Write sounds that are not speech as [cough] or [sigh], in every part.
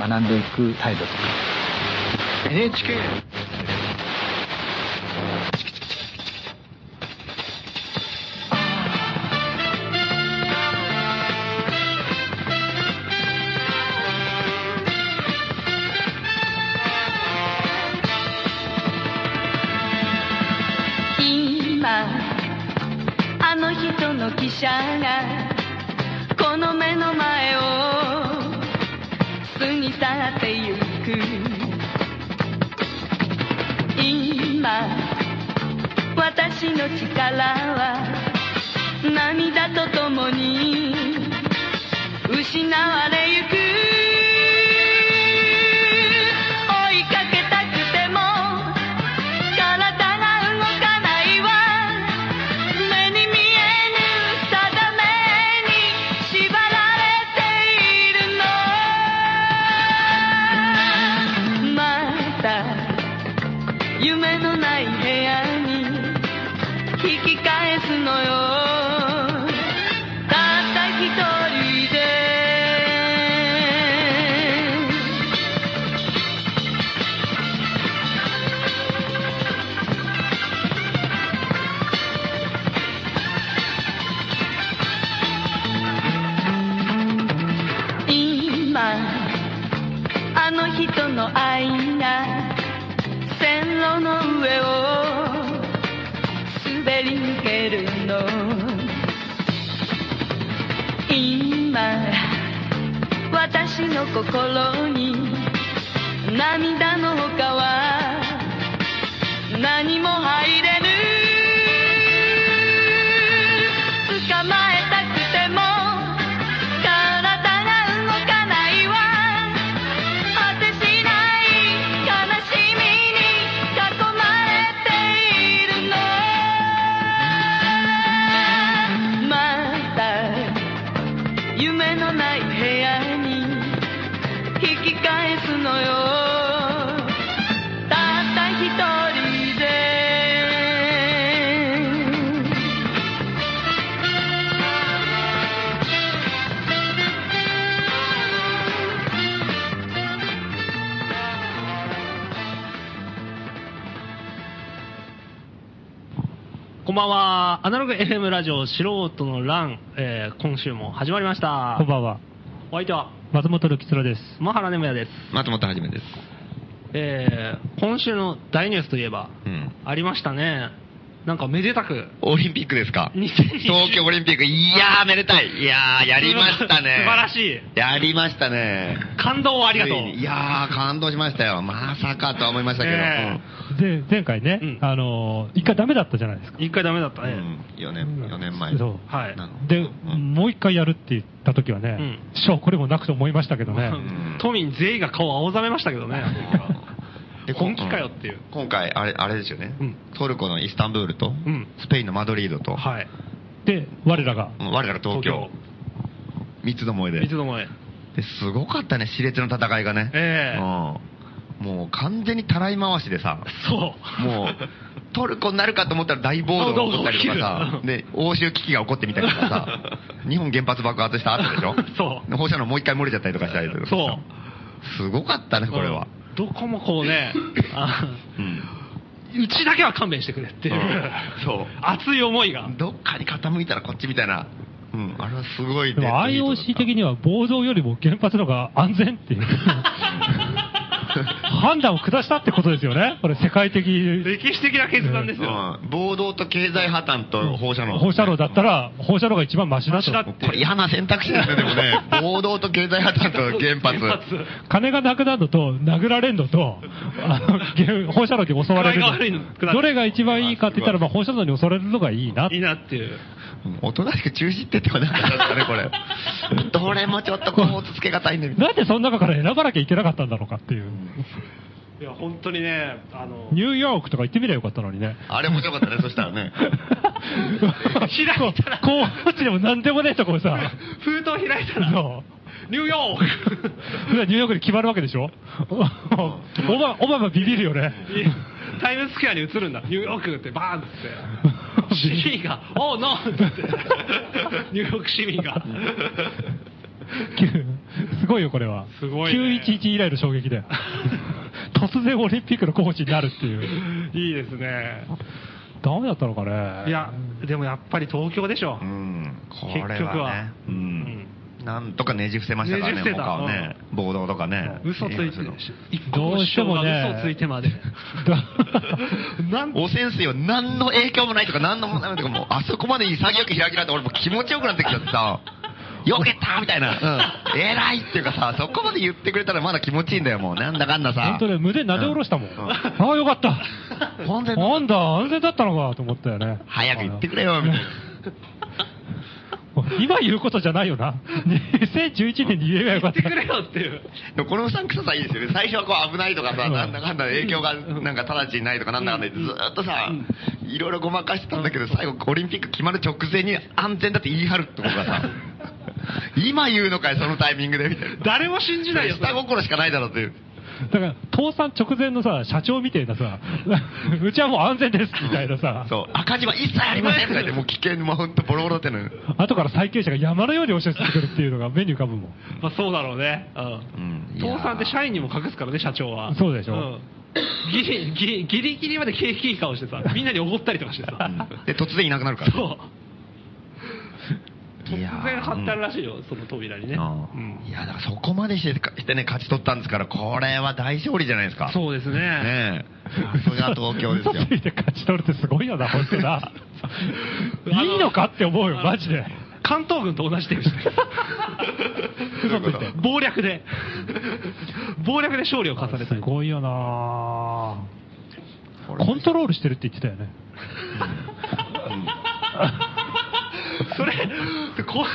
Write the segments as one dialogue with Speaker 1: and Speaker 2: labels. Speaker 1: 学んでいく態度とか
Speaker 2: NHK
Speaker 3: 今あの人の汽車がこの目の前を過ぎ去ってゆく今私の力は涙とともに失われゆく追いかけたくても体が動かないわ目に見えぬ定めに縛られているのまた夢のない部屋に引き返すのよたった一人で今あの人の愛が線路の上を滑り抜けるの今私の心に涙の他は何も入れぬ捕まえたくても体が動かないわ果てしない悲しみに囲まれているのまた夢のない部屋に引き返すのよたった一人で
Speaker 4: こんばんは。アナログ FM ラジオ素人のラン、えー、今週も始まりました。
Speaker 5: こんばんは。
Speaker 4: お相手は、
Speaker 5: 松本るきつらです。
Speaker 4: マハラネムヤです。
Speaker 6: 松本はじめです。
Speaker 4: えー、今週の大ニュースといえば、
Speaker 6: うん。
Speaker 4: ありましたね。なんかめでたく、
Speaker 6: オリンピックですか
Speaker 4: 2020
Speaker 6: 東京オリンピック、いやー、めでたい。いやー、やりましたね。
Speaker 4: 素晴らしい。
Speaker 6: やりましたね。
Speaker 4: 感動をありがとう
Speaker 6: つ。いにいやー、感動しましたよ。まさかとは思いましたけど。
Speaker 4: ね
Speaker 5: で、前回ね、
Speaker 4: うん
Speaker 5: あのー、一回ダメだったじゃないですか。
Speaker 4: 一回ダメだった
Speaker 6: う
Speaker 4: ね。
Speaker 6: ん、4年、4年前。
Speaker 5: そう
Speaker 4: はい
Speaker 6: なの
Speaker 5: で、
Speaker 6: うん
Speaker 5: もう一回やるって言った時は
Speaker 4: う
Speaker 5: ね
Speaker 4: ん、
Speaker 5: しょうこれもなくと思いましたけどね。
Speaker 6: ん
Speaker 4: 都民全員が顔を青ざめましたけどね。 [laughs]
Speaker 6: で
Speaker 4: 本気かよっていう。
Speaker 6: 今回、あれ、あれですよね
Speaker 4: うん。
Speaker 6: トルコのイスタンブールと
Speaker 4: ん、
Speaker 6: スペインのマドリードと、
Speaker 4: はい。
Speaker 5: で、我らが、
Speaker 6: うん我ら東京、三つどもえで。
Speaker 4: いつのもへ。
Speaker 6: ですごかったね、熾烈の戦いがね。
Speaker 4: ええ
Speaker 6: うんもう完全にたらい回しでさ、
Speaker 4: そう。
Speaker 6: もう、トルコになるかと思ったら大暴動が起こったりとかさ
Speaker 4: 暴動が起、きる
Speaker 6: で、欧州危機が起こってみたりとかさ、日本原発爆発した後でしょ
Speaker 4: そう
Speaker 6: で放射能もう一回漏れちゃったりとかしたりとか
Speaker 4: [laughs]
Speaker 6: さ
Speaker 4: そう。
Speaker 6: すごかったね、これは。
Speaker 4: うん。どこもこう
Speaker 6: [laughs]
Speaker 4: ね、あ
Speaker 6: うん
Speaker 4: うちだけは勘弁してくれっていう
Speaker 6: うん、そう
Speaker 4: 熱い思いが。
Speaker 6: どっかに傾いたらこっちみたいな。うん、あれはすごい
Speaker 5: で
Speaker 6: ね。
Speaker 5: も IOC 的には暴動よりも原発の方が安全っ
Speaker 6: [laughs]
Speaker 5: ていう。判断を下したってことですよね。これ世界的
Speaker 4: 歴史的な決断ですよ。
Speaker 6: うん、暴動と経済破綻と放射能。
Speaker 5: 放射能だったら、放射能が一番マシだと。
Speaker 4: マシだって
Speaker 6: これ嫌な選択肢ですね、でもね。暴動と経済破綻と原発。
Speaker 4: 原発
Speaker 5: 金がなくなるのと、殴られるのと、
Speaker 4: [laughs]
Speaker 5: あのげ放射能に襲われる
Speaker 4: 具合が悪いの
Speaker 5: の、どれが一番いいかって言ったら、まあ、放射能に襲われるのがいいなって
Speaker 4: いいなっていう。
Speaker 6: うんおとなしく中止って言ってもなかったですかね、これ。どれもちょっとこう、つけがたいんで、みたい
Speaker 5: なんでその中から選ばなきゃいけなかったんだろうかっていう。
Speaker 4: いや、本当にね、あの、
Speaker 5: ニューヨークとか行ってみればよかったの
Speaker 4: [laughs]
Speaker 5: にね。
Speaker 6: な。あれ面白かったね、そしたらね。
Speaker 4: 開いたら
Speaker 5: こう、こっちでもなんでもねえとこをさ、
Speaker 4: 封筒開いたら、
Speaker 5: そ
Speaker 4: ニューヨーク
Speaker 5: う。それはニューヨークで決まるわけで
Speaker 4: [laughs]
Speaker 5: しょオバオバマビビるよね。
Speaker 4: いやタイムズスクエアに移るんだ、ニューヨークってバーンって、
Speaker 6: [laughs] [laughs]
Speaker 4: 市民が、おう、ノーって、ニューヨーク市民が、
Speaker 5: すごいよ、これは。
Speaker 4: すごいね
Speaker 5: 911以来の衝撃だ
Speaker 4: [laughs]
Speaker 5: よ。突然オリンピックの候補地になるっていう。
Speaker 4: いいですね。
Speaker 5: ダメだったのかね。
Speaker 4: いや、でもやっぱり東京でしょ
Speaker 6: う。ん、これはね
Speaker 4: 結局は
Speaker 6: う
Speaker 4: うんん
Speaker 6: なんとかねじ伏せましたから
Speaker 4: ね
Speaker 6: ね、
Speaker 4: じ伏せた
Speaker 6: 他をね、暴動とかね。
Speaker 4: [laughs] 嘘ついて
Speaker 6: る。、
Speaker 4: 一個の師匠が嘘ついてま [laughs]
Speaker 5: [laughs]
Speaker 4: で。なん
Speaker 6: 汚染水は何の影響もないとか、何のもないとか、
Speaker 4: [laughs]
Speaker 6: もう、あそこまで潔く開きなって、俺もう気持ちよくなってきちゃった。よけたみたいな。うん。偉いっていうかさ、そこまで言ってくれたらまだ気持ちいいんだよ、もう。なんだかんださ
Speaker 5: 本。当ね、胸なで下ろしたもん。
Speaker 6: うん
Speaker 5: ああ、よかった。
Speaker 6: 本当に
Speaker 5: なんだ、安全だったのかと思ったよね。
Speaker 6: 早く言ってくれよ、みたいな。
Speaker 5: 今言うことじゃないよな。2011年に言えばよ
Speaker 4: 言
Speaker 5: かっ
Speaker 4: って
Speaker 5: た
Speaker 4: く。れよっていう。
Speaker 6: でもこのうさんくささいいですよね。最初はこう危ないとかさ、
Speaker 5: うん
Speaker 6: なんだかんだ影響がなんか直ちにないとかなんだかんだ言ってずーっとさ、いろいろごまかしてたんだけど、最後オリンピック決まる直前に安全だって言い張るってことがさ、
Speaker 4: [laughs]
Speaker 6: 今言うのかい、そのタイミングでみたいな。
Speaker 4: 誰も信じないよ。
Speaker 6: 下心しかないだろうっていう。
Speaker 5: だから、倒産直前のさ、社長みたいなさ、うちはもう安全です、みたいなさ、
Speaker 6: そう、赤字は一切ありませんとか言って、もう危険もほんとボロボロっての。
Speaker 4: [laughs]
Speaker 6: う
Speaker 5: 後から債権者が山のように押し寄せてくるっていうのが目に浮かぶもん。
Speaker 4: まあそうだろうね。うん。
Speaker 6: んいやー
Speaker 4: 倒産って社員にも隠すからね、社長は。
Speaker 5: そうでしょ
Speaker 4: んギリ、ギリ、ギリギリまで景気いい顔して [laughs] さ、みんなにおごったりとかしてさ。
Speaker 6: で、突然いなくなるから。
Speaker 4: そう。
Speaker 6: いやー
Speaker 4: 突然貼ったらしいよ、その扉にね。
Speaker 6: うん
Speaker 4: うん
Speaker 6: いや、だからそこまでしてかしてね、勝ち取ったんですから、これは大勝利じゃないですか。
Speaker 4: そうですね。
Speaker 6: ねえ。それが東京ですよ
Speaker 5: 嘘。
Speaker 4: [laughs]
Speaker 5: ついて勝ち取るってすごいよな、本当な。
Speaker 4: あの
Speaker 5: いいのかって思うよ、マジで。
Speaker 4: 関東軍と同じ手を [laughs] して。
Speaker 6: 嘘つ
Speaker 4: [laughs]
Speaker 6: いて
Speaker 4: 謀略で。謀略で勝利を重ねた
Speaker 5: す
Speaker 4: い。
Speaker 5: ごいよなコントロールしてるって言ってた
Speaker 4: [laughs]
Speaker 5: よね。
Speaker 4: それコ、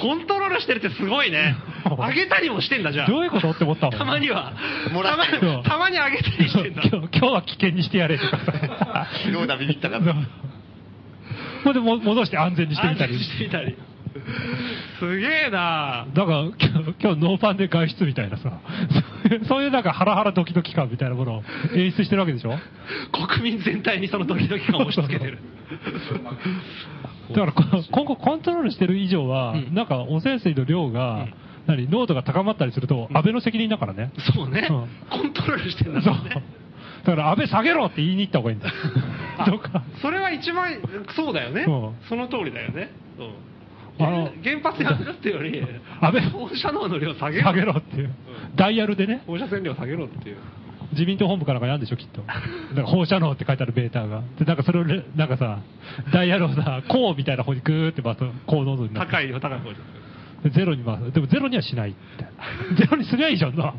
Speaker 4: コントロールしてるってすごいね。上げたりもしてんだ、じゃあ。
Speaker 5: どういうことって思ったもん。
Speaker 4: たまには。
Speaker 6: もらったて
Speaker 5: る
Speaker 4: まにたまに上げたりしてんだ。
Speaker 5: 今日今日は危険にしてやれとか
Speaker 4: [laughs]
Speaker 5: さ。
Speaker 6: 昨日だ、ビビったか
Speaker 5: そ
Speaker 6: ら
Speaker 5: う。ほんでも戻して安全にしてみたり
Speaker 4: 安。心してみたり。すげえな
Speaker 5: だから今日今日ノーパンで外出みたいなさ、そういうそういうなんかハラハラドキドキ感みたいなものを演出してるわけでしょだ
Speaker 4: 国民全体にそのドキドキ感を押し付けてる。
Speaker 5: からこ今後コントロールしてる以上は、
Speaker 4: うん
Speaker 5: なんか汚染水の量が、
Speaker 4: ん
Speaker 5: 何、濃度が高まったりすると、安倍の責任だからね。
Speaker 4: そうね。
Speaker 5: うん
Speaker 4: コントロールしてんだ
Speaker 5: そう
Speaker 4: もんね。。
Speaker 5: だから安倍下げろって言いに行った方がいいんだよ。どっか。
Speaker 4: それは一番、そうだよね
Speaker 5: うん。
Speaker 4: その通りだよね。うん
Speaker 5: あの
Speaker 4: 原発やめろってより、
Speaker 5: 安倍
Speaker 4: 放射能の量下げ
Speaker 5: 下
Speaker 4: ろ
Speaker 5: げろっていう。ダイヤルでね、
Speaker 4: 放射線量下げろっていう。
Speaker 5: 自民党本部からがやんでしょ、きっと。なんか放射能って書いてあるベータが。で、なんかそれをね、なんかさ、ダイヤルをさ、こうみたいな方にグーってまた高濃度になって
Speaker 4: 高いよ、高い方で。
Speaker 5: でゼロに回す。でもゼロにはしないって。ゼロにすりゃいいじゃんな。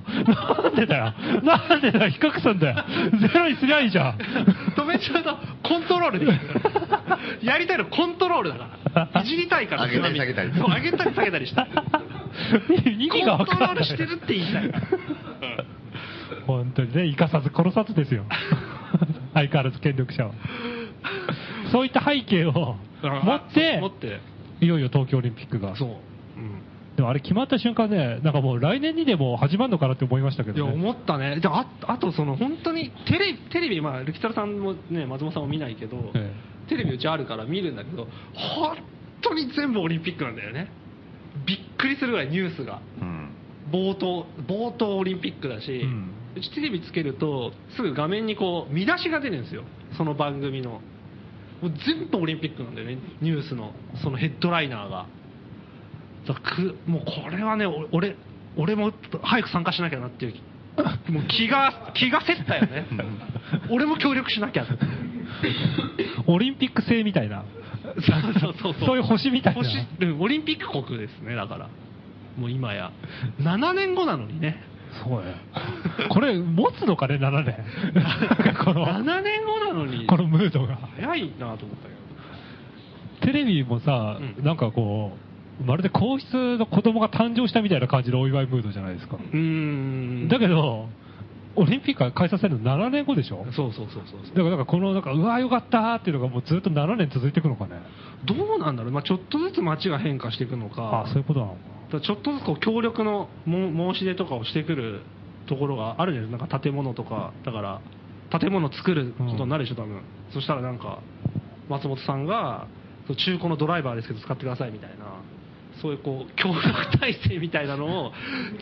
Speaker 5: なんでだよ。なんでだよ。比較すんだよ。ゼロにすりゃいいじゃん。
Speaker 4: 止めちゃうとコントロールできるから。やりたいのコントロールだから。いじりたいから。
Speaker 6: 上げたり下げたり
Speaker 4: そう、上げたり下げたりして。
Speaker 5: 意味がわかんない。
Speaker 4: コントロールしてるって言いたい
Speaker 5: 本当にね、生かさず殺さずですよ。相変わらず権力者は。そういった背景を持って、
Speaker 4: 持って。
Speaker 5: いよいよ東京オリンピックが。
Speaker 4: そう。
Speaker 5: でもあれ決まった瞬間ね、なんかもう来年にでも始まるのかなって思いましたけ
Speaker 4: いや、
Speaker 5: ど、ね、
Speaker 4: 思ったね。で、ああと、その、本当に、テレビ、テレビ、まあ、力太郎さんもね、松本さんも見ないけど、
Speaker 5: え
Speaker 4: テレビうちあるから見るんだけど、本当に全部オリンピックなんだよね。びっくりするぐらいニュースが。
Speaker 6: うん。
Speaker 4: 冒頭、冒頭オリンピックだし、う
Speaker 5: うん
Speaker 4: ちテレビつけると、すぐ画面にこう、見出しが出るんですよ。その番組の。もう全部オリンピックなんだよね、ニュースの、そのヘッドライナーが。だからくもうこれはね、お俺、俺も早く参加しなきゃなっていう気、もう気
Speaker 5: [laughs]
Speaker 4: が、気がせったよね。俺も協力しなきゃ。
Speaker 5: オリンピック制みたいな。
Speaker 4: そうそうそうそう。
Speaker 5: そういう星みたいな
Speaker 4: 星うんオリンピック国ですね、だから。もう今や。7年後なのにね。
Speaker 5: そう
Speaker 4: [laughs]
Speaker 5: ね。これ、持つのかね、7年。なんかこの、
Speaker 4: 7年後なのに
Speaker 5: このムードが。
Speaker 4: 早いなと思ったけど
Speaker 5: テレビもさ、
Speaker 4: うん
Speaker 5: なんかこう、まるで皇室の子供が誕生したみたいな感じのお祝いムードじゃないですか。
Speaker 4: うーん
Speaker 5: だけど、オリンピックが開催されるの7年後でしょ
Speaker 4: そうそうそうそうそう
Speaker 5: だからなんかこのなんか、うわよかったーっていうのがもうずっと7年続いていくのかね。
Speaker 4: どうなんだろう、まあ、ちょっとずつ街が変化していくのか
Speaker 5: あそういうことなのか
Speaker 4: だからちょっとずつこう協力のも申し出とかをしてくるところがあるじゃないですかなんか建物とかだから建物作ることになるでしょ多分、そしたらなんか松本さんがそう中古のドライバーですけど使ってくださいみたいなそういうこう協力体制みたいなのを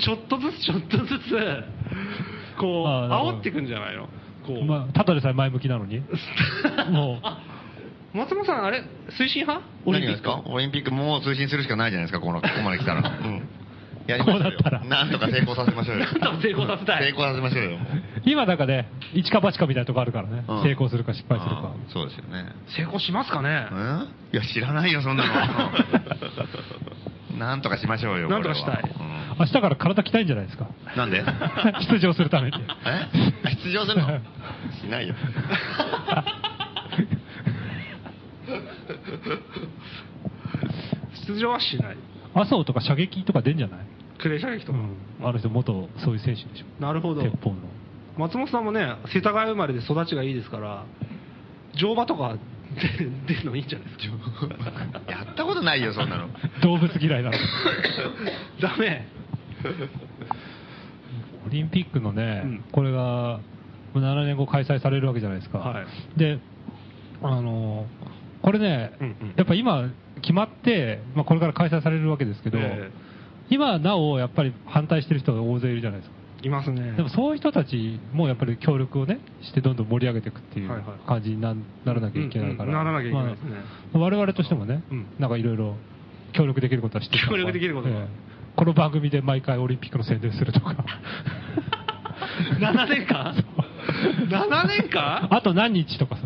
Speaker 4: ちょっとずつちょっとずつこう
Speaker 5: ああなるほど
Speaker 4: 煽っていくんじゃないのこう、
Speaker 5: まあ、ただでさえ前向きな
Speaker 4: [laughs]
Speaker 5: のに。もう
Speaker 4: あ松本さんあれ推進派オリン
Speaker 6: 何
Speaker 4: ピ
Speaker 6: が
Speaker 4: ッ
Speaker 6: です
Speaker 4: ク
Speaker 6: かオリンピックもう通信するしかないじゃないですか、このここまで来たら。
Speaker 4: [laughs]
Speaker 6: うん。やりましょ
Speaker 5: こう
Speaker 6: うよ
Speaker 5: なったら
Speaker 6: なんとか成功させましょうよ。
Speaker 4: なんと [laughs] か成功させたい
Speaker 6: 成功させましょうよ。も
Speaker 5: 今なんかね、一か八かみたいなとこあるからね、
Speaker 6: ううん
Speaker 5: 成功するか失敗するか。
Speaker 6: うんそうですよね。
Speaker 4: 成功しますかね
Speaker 6: うんいや、知らないよ、そんなの。 [laughs] なんとかしましょうよ。
Speaker 4: なんとかしたい
Speaker 6: これは
Speaker 5: 明日から体鍛えんじゃないですか。
Speaker 6: うんなんで
Speaker 5: [laughs] 出場するために。
Speaker 6: え出場するのしないよ。 [laughs]
Speaker 4: 出場はしない
Speaker 5: [laughs] 麻生とか射撃とか出んじゃない
Speaker 4: クレー射撃と
Speaker 5: う
Speaker 4: か、
Speaker 5: ん。あの人元そういう選手でし
Speaker 4: なるほ
Speaker 5: ょ。
Speaker 4: ど
Speaker 5: 鉄砲の。
Speaker 4: 松本さんもね世田谷生まれで育ちがいいですから乗馬とか [laughs] 出るのいいんじゃないですか
Speaker 6: やったことないよ、そんなの。
Speaker 5: 動物嫌いなの。
Speaker 4: [laughs] ダメ
Speaker 5: オリンピックのね、
Speaker 4: うん
Speaker 5: これが7年後開催されるわけじゃないですか。
Speaker 4: は
Speaker 5: で、あの、これね、
Speaker 4: うんうん
Speaker 5: やっぱ今決まって、まあ、これから開催されるわけですけど、
Speaker 4: え
Speaker 5: 今なおやっぱり反対してる人が大勢いるじゃないですか。
Speaker 4: いますね
Speaker 5: でもそういう人たちもやっぱり協力をね、してどんどん盛り上げていくっていう
Speaker 4: はいはい
Speaker 5: 感じになならなきゃいけないから。
Speaker 4: うんうんならなきゃいけないですね
Speaker 5: まあ我々としてもね、
Speaker 4: うん
Speaker 5: なんかいろいろ協力できることはして
Speaker 4: 協力できることは
Speaker 5: この番組で毎回オリンピックの宣伝するとか。
Speaker 4: 7年間 ?7 年間
Speaker 5: [laughs] あと何日とかさ。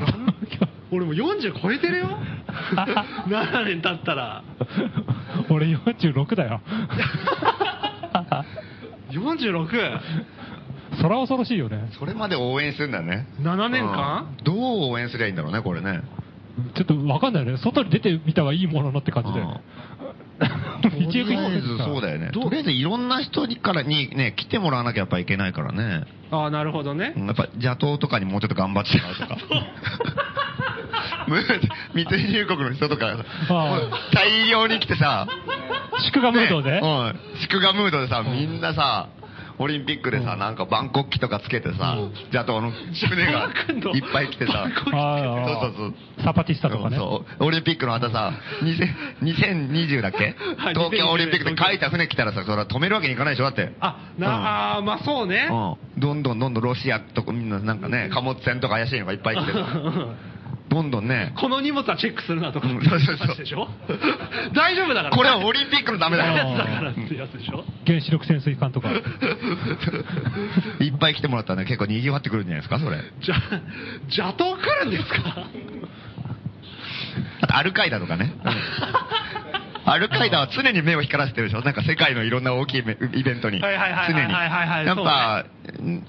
Speaker 4: なん [laughs] 俺もう40超えてるよ7年経ったら
Speaker 5: [laughs] 俺46
Speaker 4: [laughs]
Speaker 5: だよ。 [laughs]
Speaker 4: 46
Speaker 5: そら恐ろしいよね。
Speaker 6: それまで応援するんだね。
Speaker 4: 7年間
Speaker 6: うんどう応援すりゃいいんだろうね、これね。
Speaker 5: ちょっとわかんないよね。外に出てみたはいいもののって感じだよね。
Speaker 6: と
Speaker 5: [laughs]
Speaker 6: りあえずそうだよね。
Speaker 4: どう
Speaker 6: とりあえずいろんな人にからにね、来てもらわなきゃやっぱいけないからね。
Speaker 4: ああなるほどね
Speaker 6: うんやっぱ邪党とかにもうちょっと頑張ってもらう
Speaker 5: [laughs]
Speaker 6: とか。む三井入国の人とか、
Speaker 5: あ
Speaker 6: 大量に来てさ、
Speaker 5: 祝賀ムード
Speaker 6: ね
Speaker 5: で。
Speaker 6: うん。祝賀ムードでさ、みんなさ、オリンピックでさ、なんか万国旗とかつけてさ、邪党の船がいっぱい来てさ、
Speaker 5: あ
Speaker 6: そうそう
Speaker 5: あサパティスタとかね。
Speaker 6: そうオリンピックのあ
Speaker 4: [laughs]
Speaker 6: たさ、2000 2020だっけ
Speaker 4: はい
Speaker 6: 東京オリンピックで書いた船来たらさ、それは止めるわけにいかないでしょ、だって。
Speaker 4: あ
Speaker 6: うん
Speaker 4: な、あーまあそうね [laughs]
Speaker 6: うんどんどんどんどんロシアとかみんななんかね、貨物船とか怪しいのがいっぱい来
Speaker 4: [laughs]
Speaker 6: てさ、どんどんね、
Speaker 4: この荷物はチェックするなとか、
Speaker 6: うんそうそうそう
Speaker 4: 話でしょ大丈夫だから
Speaker 6: これはオリンピックのためだ
Speaker 5: あ
Speaker 4: や
Speaker 5: ー
Speaker 4: つだか
Speaker 6: よ。
Speaker 4: らってやつでしょ
Speaker 5: 原子力潜水艦と
Speaker 6: [laughs]
Speaker 5: か。
Speaker 6: いっぱい来てもらったらね、結構賑わってくるんじゃないですか、それ。
Speaker 4: じゃ邪道来るんですか
Speaker 6: あと、アルカイダとかね。アルカイダは常に目を光らせてるでしょなんか世界のいろんな大きいイベイベントに。常
Speaker 4: はいはいはいはい
Speaker 6: に。
Speaker 4: はいはいはい
Speaker 6: やっぱ、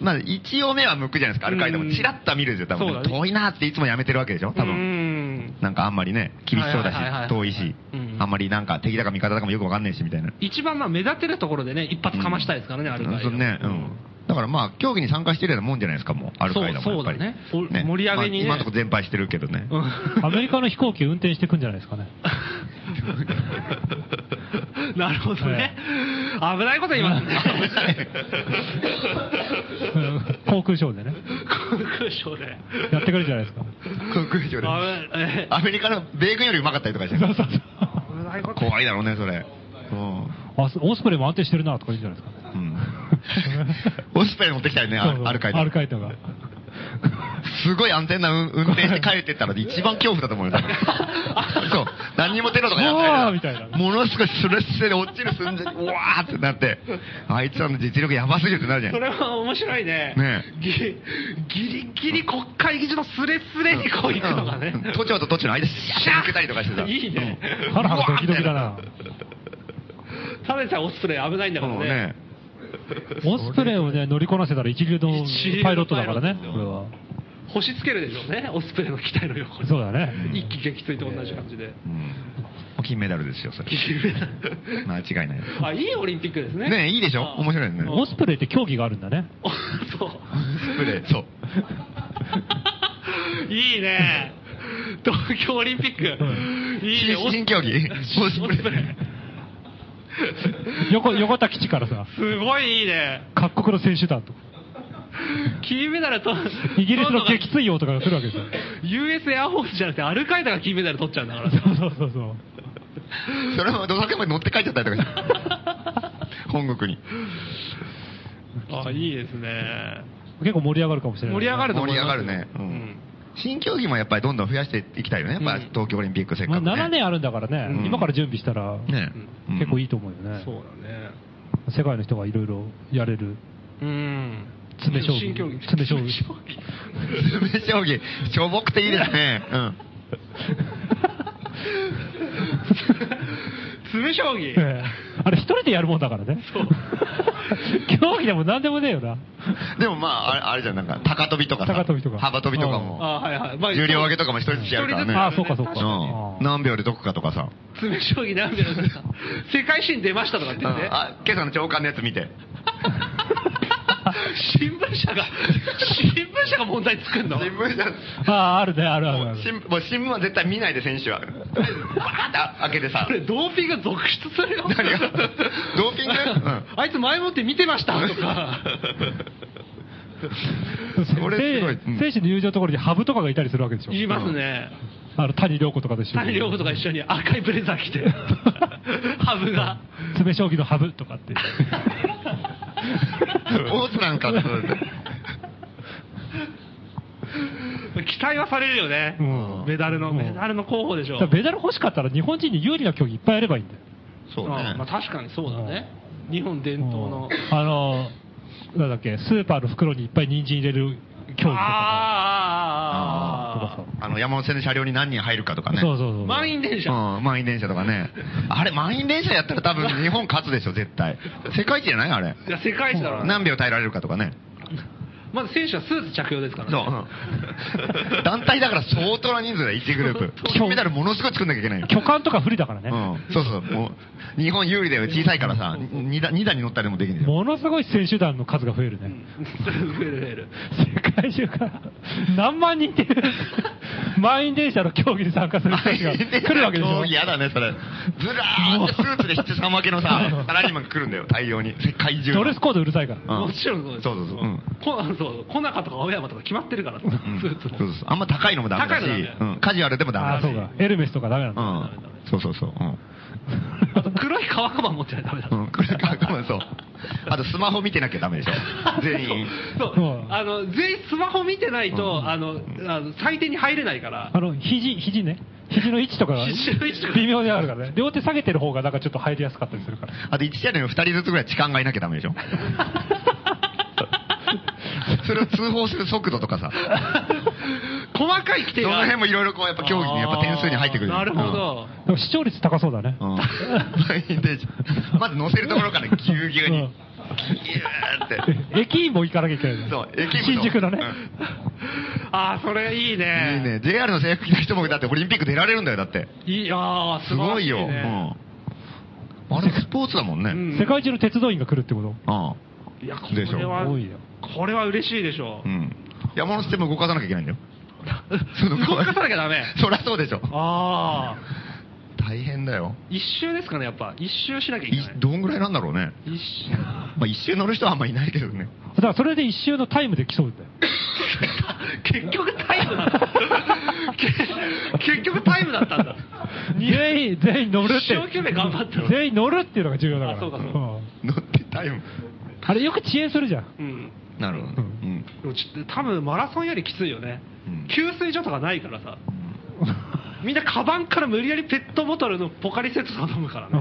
Speaker 6: まあ一応目は向くじゃないですか、アルカイダ
Speaker 4: うん
Speaker 6: も。チラッとは見るんですよ、多
Speaker 4: そう
Speaker 6: 分。
Speaker 4: だね
Speaker 6: 遠いなっていつもやめてるわけでしょ多
Speaker 4: うー
Speaker 6: 分。
Speaker 4: ん
Speaker 6: なんかあんまりね、厳しそう
Speaker 4: は
Speaker 6: だ
Speaker 4: いはいはいはい
Speaker 6: し、遠いし
Speaker 4: うん、
Speaker 6: あんまりなんか敵だか味方だかもよくわかんないし、みたいな。
Speaker 4: 一番まあ目立てるところでね一発かましたいですからね、ある
Speaker 6: うんそうね、うん。だからまあ、競技に参加してるようなもんじゃないですか、もう。アルカイダもやっぱり。
Speaker 4: そうそうだねお盛り上げにね
Speaker 6: まあ今のとこ全敗してるけどね。 [laughs]
Speaker 5: アメリカの飛行機運転していくんじゃないですかね。 [laughs]
Speaker 4: なるほどね、危ないこと言いますね
Speaker 5: うん航空ショーでね。
Speaker 4: 航空ショーで
Speaker 5: やってくるんじゃないですか。
Speaker 6: 航空機上
Speaker 4: 危
Speaker 6: で
Speaker 4: ない
Speaker 6: [laughs] アメリカの米軍よりうまかったりとかしてる
Speaker 4: 危ないこと
Speaker 6: 怖いだろうね、それ。うん。
Speaker 5: あそうオスプレイも安定してるなとかいいんじゃないですかね。 [laughs]
Speaker 6: うん。オスプレイ持ってきたよね、
Speaker 5: そうそう
Speaker 6: アルカイダ。
Speaker 5: アルカイダが。
Speaker 6: すごい安全な運運転して帰ってったら一番恐怖だと思うよ。多
Speaker 5: [laughs]
Speaker 6: 分そう。何にもテロとかや
Speaker 5: わーみ
Speaker 6: らない
Speaker 5: た
Speaker 6: か
Speaker 5: いな
Speaker 6: らものすごいスレッスレで落ちる寸前、うわーってなって、あいつらの実力やばすぎるってなるじゃ
Speaker 4: [laughs]
Speaker 6: ん
Speaker 4: そ。れは面白いね
Speaker 6: ね
Speaker 4: ぎギリギリ国会議事のスレスレにこう行くのがね、
Speaker 6: うん都庁と都庁の間、シャー抜けたりとかしてさ。
Speaker 4: いいね、
Speaker 5: ハラハラドキドキだ
Speaker 6: [laughs]
Speaker 5: な。
Speaker 4: ただでさえオスプレイ危ないんだ
Speaker 6: う
Speaker 4: から
Speaker 6: ん。
Speaker 4: ね
Speaker 6: ね。
Speaker 5: オスプレイをね、乗りこなせたら一流の
Speaker 4: 一流の
Speaker 5: パイロットだからね、
Speaker 4: パイロッ
Speaker 5: こ
Speaker 4: ト
Speaker 5: れは。
Speaker 4: 星つけるでしょうねオスプレイの機体の横に
Speaker 5: そうだね。
Speaker 4: 一気撃墜と同じ感じで、
Speaker 6: うん。金メダルですよ、そ
Speaker 5: [laughs]
Speaker 6: れ。間違いない。
Speaker 4: [laughs] あいいオリンピックですね
Speaker 6: ねいいでしょ面白いよね。
Speaker 5: オスプレイって競技があるんだね。
Speaker 4: お [laughs] そう
Speaker 6: スプレー、そ
Speaker 4: [laughs]
Speaker 6: う。
Speaker 4: いいね東京オリンピックいいね
Speaker 6: 新
Speaker 4: オス
Speaker 6: 新競技オス
Speaker 4: オ
Speaker 6: プ
Speaker 4: スプレ
Speaker 6: レ
Speaker 4: イ
Speaker 6: イ。
Speaker 5: 横、横田基地からさ、
Speaker 4: すごいいいね
Speaker 5: 各国の選手団とか。
Speaker 4: 金メダルと
Speaker 5: イギリスの撃墜王とかが来るわけですよ。
Speaker 4: US エアフォースじゃなくてアルカイダが金メダル取っちゃうんだから
Speaker 5: そうそうそうそう。
Speaker 6: それも土佐まで乗って帰っちゃったり
Speaker 5: [laughs]
Speaker 6: とかして本国に。
Speaker 4: [laughs] あいいですね
Speaker 5: 結構盛り上がるかもしれない。
Speaker 4: 盛り上がると思います
Speaker 6: 盛り上がるねうん
Speaker 4: うん
Speaker 6: 新競技もやっぱりどんどん増やしていきたいよね。やっぱ
Speaker 4: うん
Speaker 6: 東京オリンピックせっ
Speaker 5: ま
Speaker 6: か
Speaker 5: あ、
Speaker 6: くね。
Speaker 5: 7年あるんだからね、
Speaker 6: うん
Speaker 5: 今から準備したら、
Speaker 6: ね
Speaker 5: うん結構いいと
Speaker 6: と
Speaker 5: 思うよね。
Speaker 4: そうだね
Speaker 5: 世界の人がいろいろやれる。
Speaker 4: うん
Speaker 5: 詰将棋
Speaker 4: 新競技
Speaker 5: 詰将棋
Speaker 6: 思う。詰将棋、しょぼくていいですね。うん。
Speaker 4: [laughs] 詰将棋
Speaker 5: ええあれ一人でやるもんだからね。競技でも何でもねえよな。
Speaker 6: でもまあ、あれあれじゃん、なんか、高跳びとかさ
Speaker 5: 高跳びとか
Speaker 6: 幅跳びとか
Speaker 4: あ
Speaker 6: も、
Speaker 4: はいはい、ま
Speaker 6: 重量上げとかも一人ずつやるからね。
Speaker 5: ああ、そうかそう
Speaker 6: う
Speaker 5: か。
Speaker 6: ん
Speaker 4: 確かに
Speaker 5: ああ
Speaker 6: 何秒でどこかとかさ。
Speaker 4: 詰将棋なんでなんですか世界新出ましたとかって
Speaker 6: うん
Speaker 4: 言って、ね、
Speaker 6: あ、今朝の朝刊のやつ見て。
Speaker 4: 新聞社が新聞社が問題作る
Speaker 6: 新
Speaker 4: の
Speaker 6: 聞社、
Speaker 5: ああ、あるね、あるあるあ
Speaker 6: もう
Speaker 5: る。
Speaker 6: 新もう新聞は絶対見ないで、選
Speaker 4: [laughs]
Speaker 6: 手は。バーって開けてさ
Speaker 4: こ。れドーピング続出するよ
Speaker 6: 何がドーピングうん
Speaker 4: あいつ前もって見てましたとか
Speaker 6: 俺すごいう
Speaker 5: 選
Speaker 6: ん
Speaker 5: 手選手入場のところにハブとかがいたりするわけでしょ。
Speaker 4: 言いますね
Speaker 5: あの谷涼子とかと一緒に。
Speaker 4: 谷涼子とか一緒に赤いブレザー着てハブが
Speaker 5: 詰将棋のハブとかって。
Speaker 6: ポーズなんかって。
Speaker 4: 期待はされるよね、
Speaker 5: うん
Speaker 4: メダルの
Speaker 5: うん
Speaker 4: メダルの候補でしょ
Speaker 5: だからメダル欲しかったら日本人に有利な競技いっぱいやればいいんだよ。
Speaker 6: そう
Speaker 4: あ
Speaker 6: ね
Speaker 4: あ。まあ、確かにそうだね、日本伝統の、
Speaker 5: うんあの、なんだっけ、スーパーの袋にいっぱい人参入れる競技とか。
Speaker 4: あーあーあーあー
Speaker 5: とか
Speaker 6: あの、山手線の車両に何人入るかとかね。
Speaker 5: そうそうそう。
Speaker 4: 満員電車、
Speaker 6: うん、満員電車とかね。あれ、満員電車やったら多
Speaker 4: [laughs]
Speaker 6: 分日本勝つでしょ、絶対。世界一じゃないあれ。
Speaker 4: いや世界一だろうね
Speaker 6: 何秒耐えられるかとかね。
Speaker 4: まず選手はスーツ着用ですか
Speaker 6: そ
Speaker 4: ら
Speaker 6: う。
Speaker 4: ね [laughs]
Speaker 6: うん [laughs] 団体だから相当な人数だよ、1グループ。金メダルものすごい作んなきゃいけないよ。
Speaker 5: 巨漢とか不利だから
Speaker 6: う
Speaker 5: ね。
Speaker 6: ん、そうそう。もう、日本有利だよ、小さいからさ。2段二段に乗ったりもできるよ。
Speaker 5: ものすごい選手団の数が増えるね。
Speaker 4: 増える増える
Speaker 5: 世界中から何万人っていう満員電車の競技に参加する人たちが来るわけでし
Speaker 6: も
Speaker 5: ょ
Speaker 6: う。嫌だね、それ。ずらーってスーツで七三分けのさ、サラリーマンが来るんだよ、大量に。世界中の。
Speaker 5: ドレスコードうるさいから。
Speaker 6: うん
Speaker 4: もちろんそうです
Speaker 6: そうそうそううん
Speaker 4: こそう小中とか青山とか決まってるから、ス
Speaker 6: うん
Speaker 4: ーツも
Speaker 6: そうそうそうあんま高いのもダメだし、
Speaker 4: 高いのダメ
Speaker 6: うんカジュアルでもダメ
Speaker 5: ああ、
Speaker 6: だし。
Speaker 5: そうか。エルメスとかダメなんだ。
Speaker 6: うん。そうそうそう。
Speaker 4: あと黒い革カバン持ってないとダメだ、
Speaker 6: うん。うん。これか、ごめんそう。あとスマホ見てなきゃダメでしょ。全員。
Speaker 4: そう
Speaker 5: そう
Speaker 4: あの全員スマホ見てないと、あのあの採点に入れない
Speaker 6: [laughs]
Speaker 4: から
Speaker 5: あの、肘、肘ね。肘の位置とかが
Speaker 4: 肘の位置とか
Speaker 5: 微妙であるからね。両手下げてる方がなんかちょっと入りやすかったりするから。
Speaker 6: あと1車両に2人ずつぐらい痴漢がいなきゃダメでしょ。それを通報する速度とかさ。
Speaker 4: 細かい規定
Speaker 6: その
Speaker 4: がある
Speaker 6: 辺もいろいろこう、やっぱ競技にやっぱ点数に入ってくる。
Speaker 4: あーなるほど、
Speaker 5: でも視聴率高そうだね。
Speaker 6: うん。うん。満員電車まず乗せるところからぎゅうぎゅうに。
Speaker 5: う
Speaker 6: ぎゅ
Speaker 5: ん
Speaker 6: ーって。
Speaker 5: 駅員も行かなきゃいけないね。
Speaker 6: そう、駅部
Speaker 5: 新宿のね。
Speaker 6: うん
Speaker 4: ああそれいいね
Speaker 6: いいね。JR の制服着た人もだってオリンピック出られるんだよ、だって。
Speaker 4: いいあー
Speaker 6: す
Speaker 4: 素晴
Speaker 6: ご
Speaker 4: らし
Speaker 6: いよ。
Speaker 4: ね
Speaker 6: うん。あれスポーツだもんね。
Speaker 4: うん
Speaker 5: 世界中の鉄道員が来るってこと
Speaker 6: あ
Speaker 4: いやこ
Speaker 6: でしょ
Speaker 4: れは
Speaker 5: 多いよ
Speaker 4: これは嬉しいでしょ
Speaker 6: あ。うん。山の手も動かさなきゃいけないんだよ。その
Speaker 4: [laughs]
Speaker 6: 代
Speaker 4: 動
Speaker 6: わ
Speaker 4: か
Speaker 6: り
Speaker 4: さなきゃダメ
Speaker 6: そりゃそうでしょ。
Speaker 4: ああ
Speaker 6: 大変だよ。
Speaker 4: 一周ですかねやっぱ一周しなきゃいけ
Speaker 6: い
Speaker 4: ない
Speaker 6: どんぐらいなんだろうね。
Speaker 4: 一周
Speaker 6: まあ一周乗る人はあんまいないけどね。
Speaker 5: だからそれで一周のタイムで競うんだよ。
Speaker 4: [laughs] 結局タイムなんだけ結局タイムだったんだ
Speaker 5: 全員、全員乗るって。
Speaker 4: 一生懸命頑張ったの
Speaker 5: 全員乗るっていうのが重要だから。
Speaker 4: あそうかそうか
Speaker 5: ん
Speaker 6: 乗ってタイム。
Speaker 5: あれよく遅延するじゃん。
Speaker 4: うん
Speaker 6: なるほど。う
Speaker 5: うん
Speaker 6: ん。
Speaker 4: でもちょっと多分マラソンよりきついよね、
Speaker 6: うん
Speaker 4: 給水所とかないからさみんなカバンから無理やりペットボトルのポカリセット頼むからね、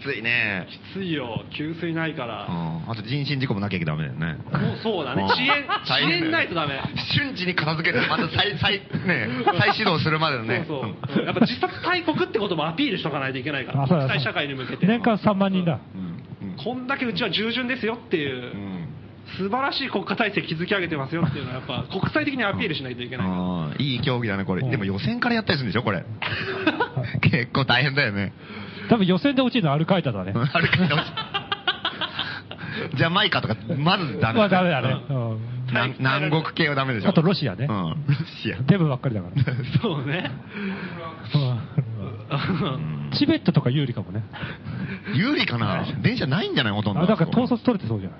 Speaker 6: きついね。
Speaker 4: きついよ給水ないか
Speaker 6: う
Speaker 4: ら、
Speaker 6: ん。あと人身事故もなきゃいけないダメだよね。
Speaker 4: もうそうだね
Speaker 6: うん
Speaker 4: 遅延遅
Speaker 6: 大変だよ
Speaker 4: 延ないとダメ
Speaker 6: 瞬時に片付けて、また再、再、
Speaker 5: [laughs]
Speaker 6: ね、再始動するまでのね。
Speaker 4: そううんそう、やっぱ自殺大国ってこともアピールしとかないといけないから、
Speaker 5: あそう
Speaker 4: 国
Speaker 5: だ
Speaker 4: 際社会に向けて、
Speaker 5: 年間3万人だ。
Speaker 6: うん
Speaker 4: こんだけうちは従順ですよっていう、
Speaker 6: うん
Speaker 4: 素晴らしい国家体制築き上げてますよっていうのは、やっ
Speaker 6: [laughs]
Speaker 4: ぱ国際的にアピールしないといけないか。
Speaker 6: あーいい競技だね、これ。
Speaker 5: うん
Speaker 6: でも予選からやったりするんでしょ、
Speaker 5: [laughs]
Speaker 6: これ。結構大変だよね。
Speaker 5: 多分予選で落ちるのはアルカイダだね。
Speaker 6: 歩かれて
Speaker 5: [laughs]
Speaker 6: ほしいジャマイカとか、まずダメ
Speaker 5: まあダメだね。
Speaker 6: う
Speaker 5: うんん
Speaker 6: 南南国系はダメでしょ。
Speaker 5: あとロシアね
Speaker 6: うん、ロシア。
Speaker 5: デブばっかりだから
Speaker 4: [laughs] そうね、
Speaker 5: ら。
Speaker 6: ら。うん
Speaker 5: チベットとか有利かもね。
Speaker 6: 有利かな電車ないんじゃないほとんど。
Speaker 5: あだから統
Speaker 6: そ
Speaker 5: 率取れてそうじゃない。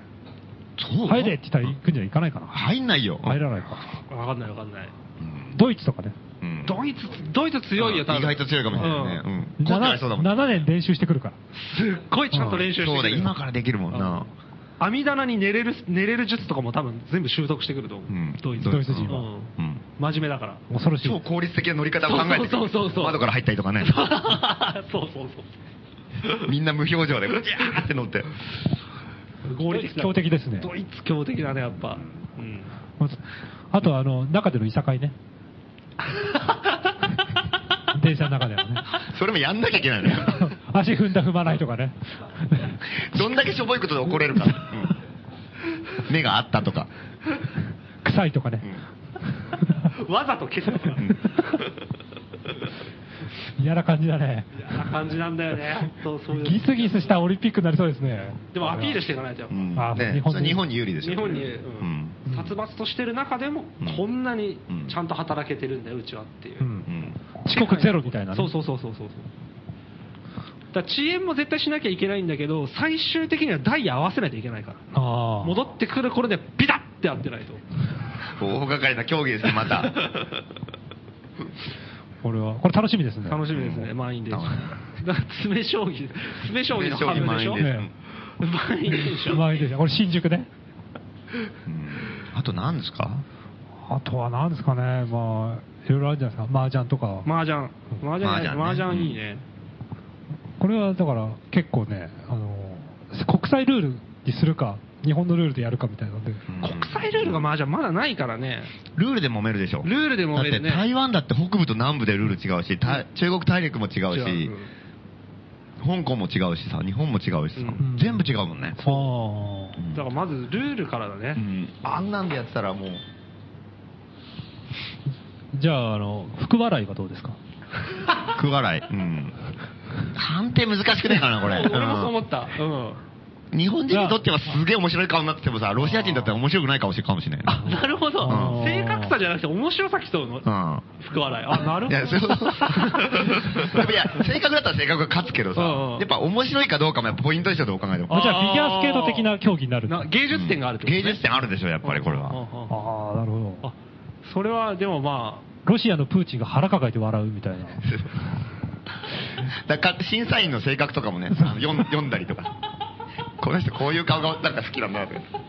Speaker 6: う
Speaker 5: 入れって言ったら行くんじゃない行かないかな。
Speaker 6: 入んないよ。
Speaker 5: 入らないか。
Speaker 4: 分かんない分かんない、
Speaker 6: うん
Speaker 5: ドイツとかね。
Speaker 6: うん
Speaker 4: ドイツ、ドイツ強いよ、多分
Speaker 6: 意外と強いかもしれないね。うん。今度はそうだもん。
Speaker 5: 7年練習してくるから。
Speaker 4: うんすっごいちゃんと練習して
Speaker 6: そう
Speaker 4: く
Speaker 6: だ、
Speaker 4: る
Speaker 6: 今からできるもんな。
Speaker 4: 網棚に寝れる寝れる術とかも多分全部習得してくると思う、
Speaker 6: うん
Speaker 4: ドイツ
Speaker 5: ドイツ人
Speaker 4: う
Speaker 5: は
Speaker 4: ん
Speaker 6: うん。
Speaker 4: 真面目だから
Speaker 5: 恐ろしい。
Speaker 6: 超効率的な乗り方を考えて
Speaker 4: そうそうそうそう
Speaker 6: 窓から入ったりと [laughs] かね。
Speaker 4: [laughs] そうそう
Speaker 6: みんな無表情で、ギャーって乗って。
Speaker 4: そう合理的だ
Speaker 5: [laughs] 強敵ですね
Speaker 4: ドイツ強敵だねやっぱ、
Speaker 5: [laughs]
Speaker 4: うん、
Speaker 5: まずあと、あの、中でのいさかいね。電車の中では
Speaker 4: [laughs]
Speaker 5: ね。
Speaker 6: それもやんなきゃいけないのよ。 [laughs]
Speaker 5: 足踏んだ踏まないとかね。
Speaker 6: どんだけしょぼいことで怒れるか。うん目があったとか。
Speaker 5: 臭いとかね。
Speaker 4: [laughs] わざと消すのかな
Speaker 5: 嫌な感じだね。
Speaker 4: 嫌な感じなんだよねそうそういう
Speaker 5: ギスギスしたオリンピックになりそうですね。
Speaker 4: でもアピールしていかないとやっ
Speaker 6: う
Speaker 4: ぱ、
Speaker 6: ん
Speaker 5: あ
Speaker 6: ね
Speaker 5: 日本に
Speaker 6: それ日本に有利でしょ。
Speaker 4: 日本に、
Speaker 6: うん。
Speaker 5: うん
Speaker 4: 殺伐としてる中でも、
Speaker 6: うん
Speaker 4: こんなに
Speaker 6: うん
Speaker 4: ちゃんと働けてるんだようちはっていう、
Speaker 5: うん
Speaker 6: うん
Speaker 5: 遅刻ゼロみたいなね
Speaker 4: そうそうそうそうそうそうだから遅延も絶対しなきゃいけないんだけど最終的には台合わせないといけないから
Speaker 5: ああ。
Speaker 4: 戻ってくる頃でビタッてやってない [laughs] と
Speaker 6: 大掛かりな競技ですね、また。
Speaker 5: これは、これ楽しみですね。
Speaker 4: 楽しみですね、
Speaker 6: うん
Speaker 4: 満員電車
Speaker 6: 楽し
Speaker 4: [laughs] だから詰め将棋詰め将棋の半分でしょ
Speaker 6: 詰め将棋満員電
Speaker 4: 満員電 [laughs]
Speaker 5: ね
Speaker 6: 車
Speaker 4: 車
Speaker 5: まあいいですよこれ新宿ね。
Speaker 6: [laughs] うんあと何ですか
Speaker 5: あとは何ですかね、まあ、いろいろあるんじゃないですか、麻雀とか。
Speaker 4: 麻雀麻雀
Speaker 6: 麻雀ね
Speaker 4: 麻雀いいね
Speaker 5: これはだから結構ね、あの、国際ルールにするか、日本のルールでやるかみたいなので、
Speaker 6: うん
Speaker 4: 国際ルールが麻雀まだないからね
Speaker 6: ルールで揉めるでしょ。
Speaker 4: ルールで揉めるね
Speaker 6: だって台湾だって北部と南部でルール違うし、た中国大陸も違う
Speaker 4: 違
Speaker 6: し
Speaker 4: う、
Speaker 6: 香港も違うしさ、日本も違うしさ、
Speaker 4: うん
Speaker 6: 全部違うもんね。
Speaker 5: あ
Speaker 6: うん
Speaker 4: だからまずルールからだね、
Speaker 6: うんあんなんでやってたら
Speaker 4: [laughs]
Speaker 6: もう、
Speaker 5: あじゃあ、あの、福笑いはどうですか
Speaker 6: 苦笑い。うん。判定難しくないかな、これ。
Speaker 4: [laughs] 俺もそう思
Speaker 6: う
Speaker 4: った、うん
Speaker 6: ん日本人にとってはすげえ面白い顔になっててもさ、ロシア人だったら面白くない顔してるかもしれない。
Speaker 4: なるほど、
Speaker 5: うん
Speaker 4: 正確さじゃなくて面白さ競うの、
Speaker 6: うん。
Speaker 4: 福笑いあなる
Speaker 6: いや、
Speaker 4: ほ
Speaker 6: そう。
Speaker 4: ど
Speaker 6: [laughs] いや、正確だったら正確が勝つけどさ
Speaker 4: うんうん、
Speaker 6: やっぱ面白いかどうかもやっぱポイントでしょ、どう考えても。
Speaker 5: あじゃあ、フィギュアスケート的な競技になる。
Speaker 4: な芸術点があるってこと、ね
Speaker 6: 芸術点あるでしょ、やっぱりこれ
Speaker 4: うんうん
Speaker 6: は。
Speaker 4: うん
Speaker 5: ああ、なるほど。
Speaker 4: あそれはでもま
Speaker 5: ロシアのプーチンが腹抱えて笑うみた [laughs] いな。
Speaker 6: だから審査員の性格とかもね、あの読ん読んだりとか。この人こういう顔がなんか好きなんだとか。
Speaker 4: あ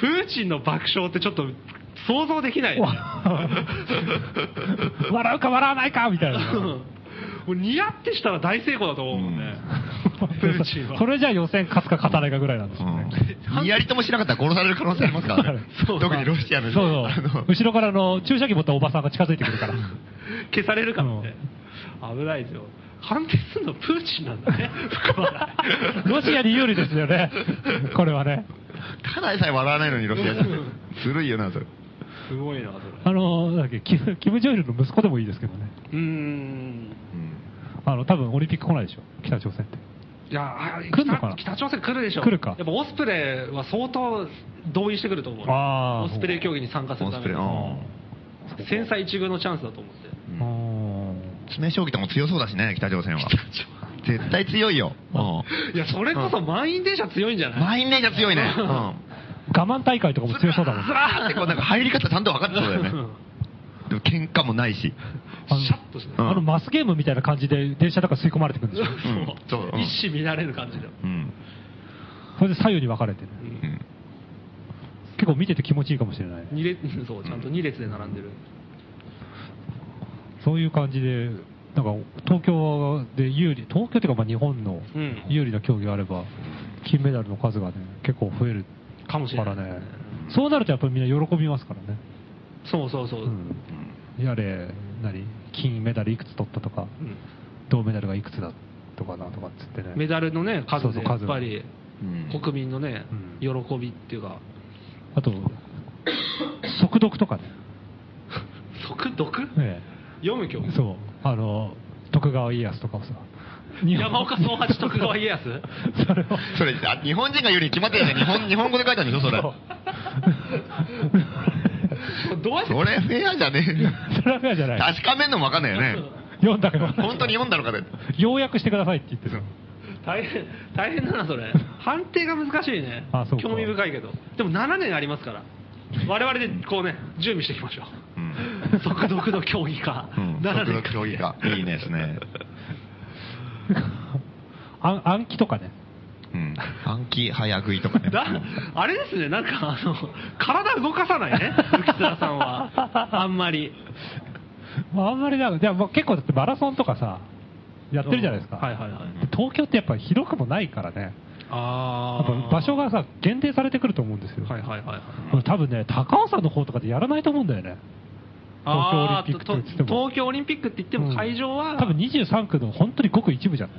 Speaker 4: プーチンの爆笑ってちょっと想像できない、
Speaker 5: 笑うか笑わないかみたいな。
Speaker 4: うん [laughs] もうニヤってしたら大成功だと思うもんね、プーチンは
Speaker 5: それじゃあ予選勝つか勝たないかぐらいなんですよね。
Speaker 6: うん。にやりともしなかったら殺される可能性ありますからね
Speaker 4: そう。
Speaker 6: 特にロシアの
Speaker 5: そう
Speaker 6: 人
Speaker 5: そう
Speaker 6: あの。
Speaker 5: 後ろからあの注射器持ったおばさんが近づいてくる [laughs] から。
Speaker 4: 消されるからね、危ないですよ判定するのプーチンなんだね福笑い
Speaker 5: ロシアに有利ですよね。これはね。
Speaker 6: ただでさえ笑わないのにロシア人。ずるいよな、それ。
Speaker 4: すごいなそれ
Speaker 5: あの、なんだっけ、キム・キム・ジョイルの息子でもいいですけどね。
Speaker 4: うーん
Speaker 5: あの、多分オリンピック来ないでしょ。北朝鮮って。
Speaker 4: いやあ
Speaker 5: 来んのかな
Speaker 4: 北北朝鮮来るでしょ
Speaker 5: 来るか
Speaker 4: やっぱオスプレイは相当動員してくると思う
Speaker 5: あー
Speaker 4: オスプレイ競技に参加するために
Speaker 6: オ
Speaker 4: 繊細一遇のチャンスだと思って
Speaker 6: うん
Speaker 5: あ
Speaker 6: 詰め将棋とかも強そうだしね、北朝鮮は。絶対強いよ。
Speaker 4: いやそれこそ満員電車強いんじゃない、
Speaker 6: 満員電車強いね。うん。
Speaker 5: ー我慢大会とかも強そうだもん
Speaker 6: ず。らーってこうなんか入り方ちゃんと分かって [laughs] そうだよね。でも喧嘩もないし。
Speaker 5: あの
Speaker 4: シャッとして
Speaker 6: うん
Speaker 5: あのマスゲームみたいな感じで電車の中吸い込まれてくるんですよ。
Speaker 6: ん
Speaker 4: そ
Speaker 6: そう
Speaker 4: う
Speaker 6: うん
Speaker 4: 一糸乱れる感じだよ、
Speaker 6: うん。
Speaker 5: それで左右に分かれてる。
Speaker 4: うん
Speaker 6: うん
Speaker 5: 結構見てて気持ちいいかもしれない。
Speaker 4: 二列そうちゃんと2列で並んでる、
Speaker 5: そういう感じで、なんか東京で有利、東京というかまあ日本の
Speaker 4: うん
Speaker 5: 有利な競技があれば、金メダルの数がね、結構増える
Speaker 4: かもしれ
Speaker 5: か
Speaker 4: な
Speaker 5: ら
Speaker 4: い
Speaker 5: ね。そうなるとやっぱりみんな喜びますからね。
Speaker 4: そうそうそう、
Speaker 5: うんやれ、何、金メダルいくつ取ったとか、
Speaker 4: うん
Speaker 5: 銅メダルがいくつだとかなとかっつってね。
Speaker 4: メダルのね数
Speaker 5: そうそ
Speaker 4: で
Speaker 5: う
Speaker 4: やっ
Speaker 5: 数
Speaker 4: ぱり
Speaker 6: うん
Speaker 4: 国民のね、
Speaker 5: うん
Speaker 4: 喜びっていうか
Speaker 5: あと、速読とかね。
Speaker 4: 速読
Speaker 5: え
Speaker 4: 読む今
Speaker 5: え
Speaker 4: 日
Speaker 5: そう。あの、徳川家康とかもさ。日本
Speaker 4: 山岡宗八徳川家康
Speaker 5: [laughs] それを。
Speaker 6: それ、あ日本人が言うに決まってるじゃん。日本、日本語で書いたんでしょ、それ。
Speaker 4: どうやって
Speaker 6: それフェアじゃね
Speaker 5: それはフェアじゃ
Speaker 6: え。
Speaker 5: ない。
Speaker 6: 確かめんのも分かんないよね。
Speaker 5: 読んだけど。
Speaker 6: 本当に読んだのかで。
Speaker 5: 要約してくださいって言ってる。
Speaker 4: 大変大変だなそれ判定が難しいね
Speaker 5: あそうか
Speaker 4: 興味深いけどでも7年ありますから我々でこうね準備していきましょう
Speaker 6: うん
Speaker 4: 速読の競技化
Speaker 6: うん。
Speaker 4: なら
Speaker 6: 速
Speaker 4: で
Speaker 6: 度競技がいいですね。
Speaker 5: あん暗記とかね。
Speaker 6: うん。暗記早食いとかね。
Speaker 4: だあれですね、なんかあの、体動かさないね、浮田さんは。あんまり。
Speaker 5: まあ、あんまりなんか、いやまあ結構だってマラソンとかさ、やってるじゃないですか。
Speaker 4: はいはいはい。
Speaker 5: 東京ってやっぱ広くもないからね、や
Speaker 4: あ
Speaker 5: っぱ場所がさ、限定されてくると思うんですよ。
Speaker 4: はいはいはいはい。
Speaker 5: これ多分ね、高尾山の方とかでやらないと思うんだよね。
Speaker 4: あー
Speaker 5: 東京オリンピックって
Speaker 4: とと東京オリンピックって言
Speaker 5: 言っても
Speaker 4: っても会場は、
Speaker 5: 多分23区の本当にごく一部じゃない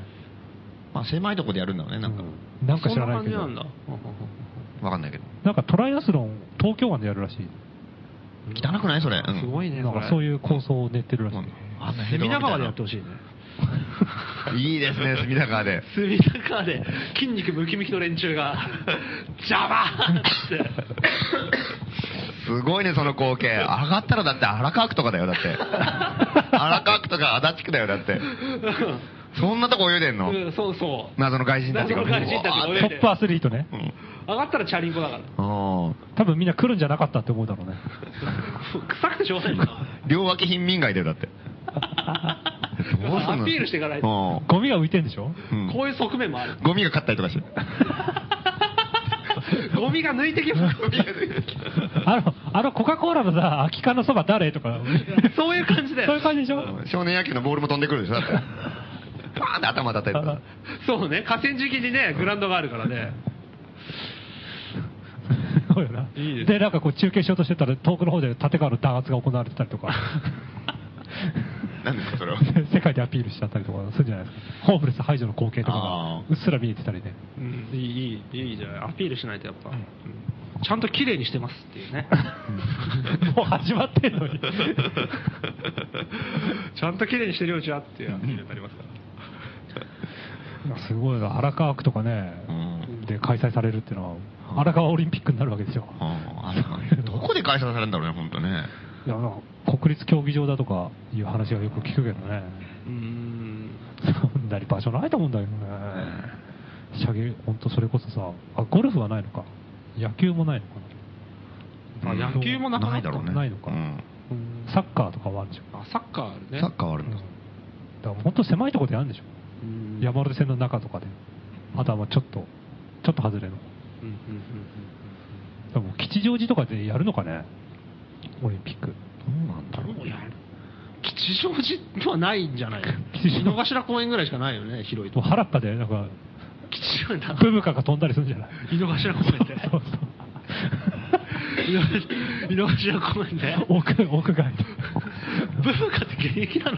Speaker 6: まあ狭いとこでやるんだろうね、なんか。
Speaker 5: うんなんか知らないけど。
Speaker 4: そ
Speaker 5: なん
Speaker 4: な感じなんだ。
Speaker 6: わかんないけど。
Speaker 5: んかトライアスロン、東京湾でやるらしい。
Speaker 6: 汚くないそれ。うん。
Speaker 4: すごいね、。
Speaker 5: なんかそういうう構想を練ってるらしい。
Speaker 6: うん
Speaker 4: あんな隅田川でやってほしいね。
Speaker 6: いいです [laughs] ね、隅田川で。
Speaker 4: 隅田川で筋肉ムキムキの連中
Speaker 6: [laughs]
Speaker 4: が、邪魔って。
Speaker 6: すごいね、その光景。上がったらだって荒川区とかだよ、だって。荒川区とか足立区だよ、だって。そんなとこ泳いでんの
Speaker 4: うん、そうそう。
Speaker 6: 謎の外人たちが。
Speaker 4: 謎の外人たちが
Speaker 6: う
Speaker 5: ト
Speaker 6: わーっ
Speaker 4: 泳い
Speaker 6: て
Speaker 4: で
Speaker 5: ップアスリートね。
Speaker 6: うん
Speaker 4: 上がったらチャリンコだから。
Speaker 6: あ
Speaker 5: 多分みんな来るんじゃなかったって思うだろうね。
Speaker 4: 臭くてしょうがないか。
Speaker 6: ー両脇貧民街だよ、だって。どうすん
Speaker 4: [laughs]
Speaker 6: の
Speaker 4: アピールしていかないと
Speaker 6: うん
Speaker 5: ゴミが浮いてん
Speaker 4: [laughs]
Speaker 5: でしょ
Speaker 6: うん
Speaker 4: こういう側面もある。
Speaker 6: ゴミが勝ったりとかして。 [laughs]
Speaker 4: ゴミが抜いてき
Speaker 6: [laughs]
Speaker 4: ます。
Speaker 5: あの、あのコカ・コーラのさ、空き缶のそば誰とか。
Speaker 4: そういう感じだ
Speaker 5: そうい
Speaker 4: よ
Speaker 5: う。感じでしょ
Speaker 6: うん少年野球のボールも飛んでくるでしょ、だって。パーンって頭叩い
Speaker 4: [laughs]
Speaker 6: てた。
Speaker 4: そうね、河川敷にね、グラウンドがあるからね。
Speaker 5: そうよない
Speaker 4: いです
Speaker 5: で、なんかこう中継しようとしてたら、遠くの方で立川の弾圧が行われてたりと
Speaker 4: [laughs]
Speaker 5: か。
Speaker 6: 何ですか、それは。
Speaker 5: [laughs] 世界でアピールしちゃったりとかするんじゃないですか。ホームレス排除の光景とかが
Speaker 6: あー
Speaker 5: うっすら見えてたりね。
Speaker 4: うん、いい、いい、いいじゃない。アピールしないとやっぱ。うんちゃんと綺麗にしてますっていうね。
Speaker 5: [laughs] もう始まってんの
Speaker 4: [laughs]
Speaker 5: に。
Speaker 4: ちゃんと綺麗にしてるようちはっていうアピールになりますから。
Speaker 5: すごいな、荒川区とかね、
Speaker 6: うん
Speaker 5: で開催されるっていうのは、荒川オリンピックになるわけですよ。
Speaker 6: うんあれかねどこで開催されるんだろうね、本当ね。
Speaker 5: いや、なんか国立競技場だとかいう話はよく聞くけどね。
Speaker 4: うーん。
Speaker 5: そんなに場所ないと思うんだけどね。射撃、本当それこそさ、あ、ゴルフはないのか。野球もないのか
Speaker 4: あ野球もなくな
Speaker 6: な
Speaker 4: っ
Speaker 6: い
Speaker 4: た
Speaker 6: だろうね。
Speaker 5: ないのか
Speaker 6: うん
Speaker 5: な。サッカーとかはあるでしょ。
Speaker 4: あ、サッカーあるね。
Speaker 6: サッカーはある
Speaker 5: うんん
Speaker 6: だ
Speaker 5: だ。から本当狭いとこでやるんでしょ。
Speaker 4: うん
Speaker 5: 山手線の中とかで。あとはまあちょっと、ちょっと外れの。
Speaker 4: うんうんうん
Speaker 5: でも吉祥寺とかでやるのかね。オリンピック。
Speaker 6: どうなんだろ
Speaker 4: うん
Speaker 6: う。
Speaker 4: どうやる吉祥寺はないんじゃない
Speaker 5: 吉祥
Speaker 4: 井の頭公園ぐらいしかないよね、広い
Speaker 5: も
Speaker 4: と
Speaker 5: う。原っぱで、なんか、
Speaker 4: 吉祥寺
Speaker 5: ブブカが飛んだりするんじゃない
Speaker 4: 井の頭公園で
Speaker 5: そうそ
Speaker 4: [laughs]
Speaker 5: う
Speaker 4: 井の頭公園で
Speaker 5: 屋屋外と
Speaker 4: [laughs] ブブカって現役なの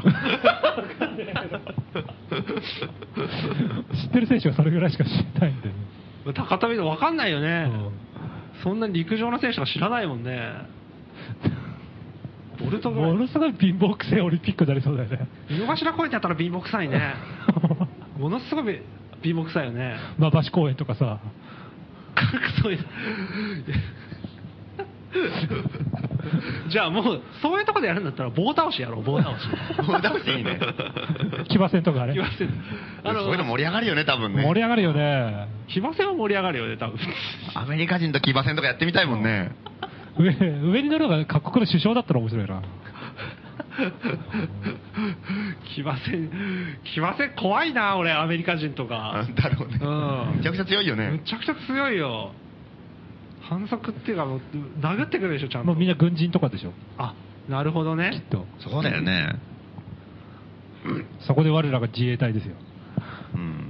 Speaker 5: 知ってる選手はそれぐらいしか知らないんで、
Speaker 4: [laughs] 高跳びの分かんないよね、そんな陸上の選手が知らないもんねボルトぐらい
Speaker 5: ものすごい貧乏くせえオリンピックになりそうだよね
Speaker 4: 井の頭公園ってやったら貧乏くさい [laughs]
Speaker 5: [laughs]
Speaker 4: ねものすごい貧乏くさいよね
Speaker 5: 馬橋公園とかさ
Speaker 4: そういう [laughs] じゃあもうそういうとこでやるんだったら棒倒しやろう棒倒し [laughs]
Speaker 6: もう倒していいね。
Speaker 5: 騎馬戦とかあれ
Speaker 4: 騎馬戦 [laughs] あの
Speaker 6: そういうの盛り上がるよね、多分ね。
Speaker 5: 盛り上がるよね
Speaker 4: 騎馬戦は盛り上がるよね多分
Speaker 6: アメリカ人と騎馬戦とかやってみたいもんね。
Speaker 5: 上上に乗るのが各国の首相だったら面白いな
Speaker 4: 騎馬戦騎馬戦怖いな俺アメリカ人とか
Speaker 6: だろうね
Speaker 4: うん。
Speaker 6: めちゃくちゃ強いよ
Speaker 4: め
Speaker 6: ね。
Speaker 4: ちゃくちゃ強いよ反則っていうかもう殴ってくるでしょちゃんと
Speaker 5: もうみんな軍人とかでしょ
Speaker 4: あなるほどね
Speaker 5: きっと
Speaker 6: そうだよね。
Speaker 5: そこで我らが自衛隊ですよ
Speaker 4: [laughs]
Speaker 6: うん。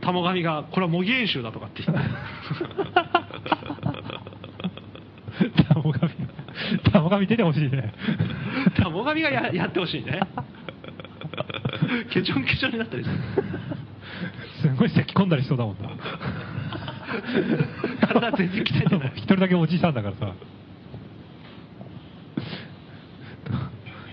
Speaker 4: 玉神がこれは模擬演習だとかって言って
Speaker 5: 玉神玉神出てほしいね
Speaker 6: [laughs]
Speaker 4: タモガミがややってほしいね。ケチョンケチョンになった
Speaker 5: [laughs]
Speaker 4: りする。
Speaker 5: すごい咳込んだりしそうだもんな
Speaker 4: 体全然鍛えてない。
Speaker 5: [laughs] 一人だけおじいさんだからさ。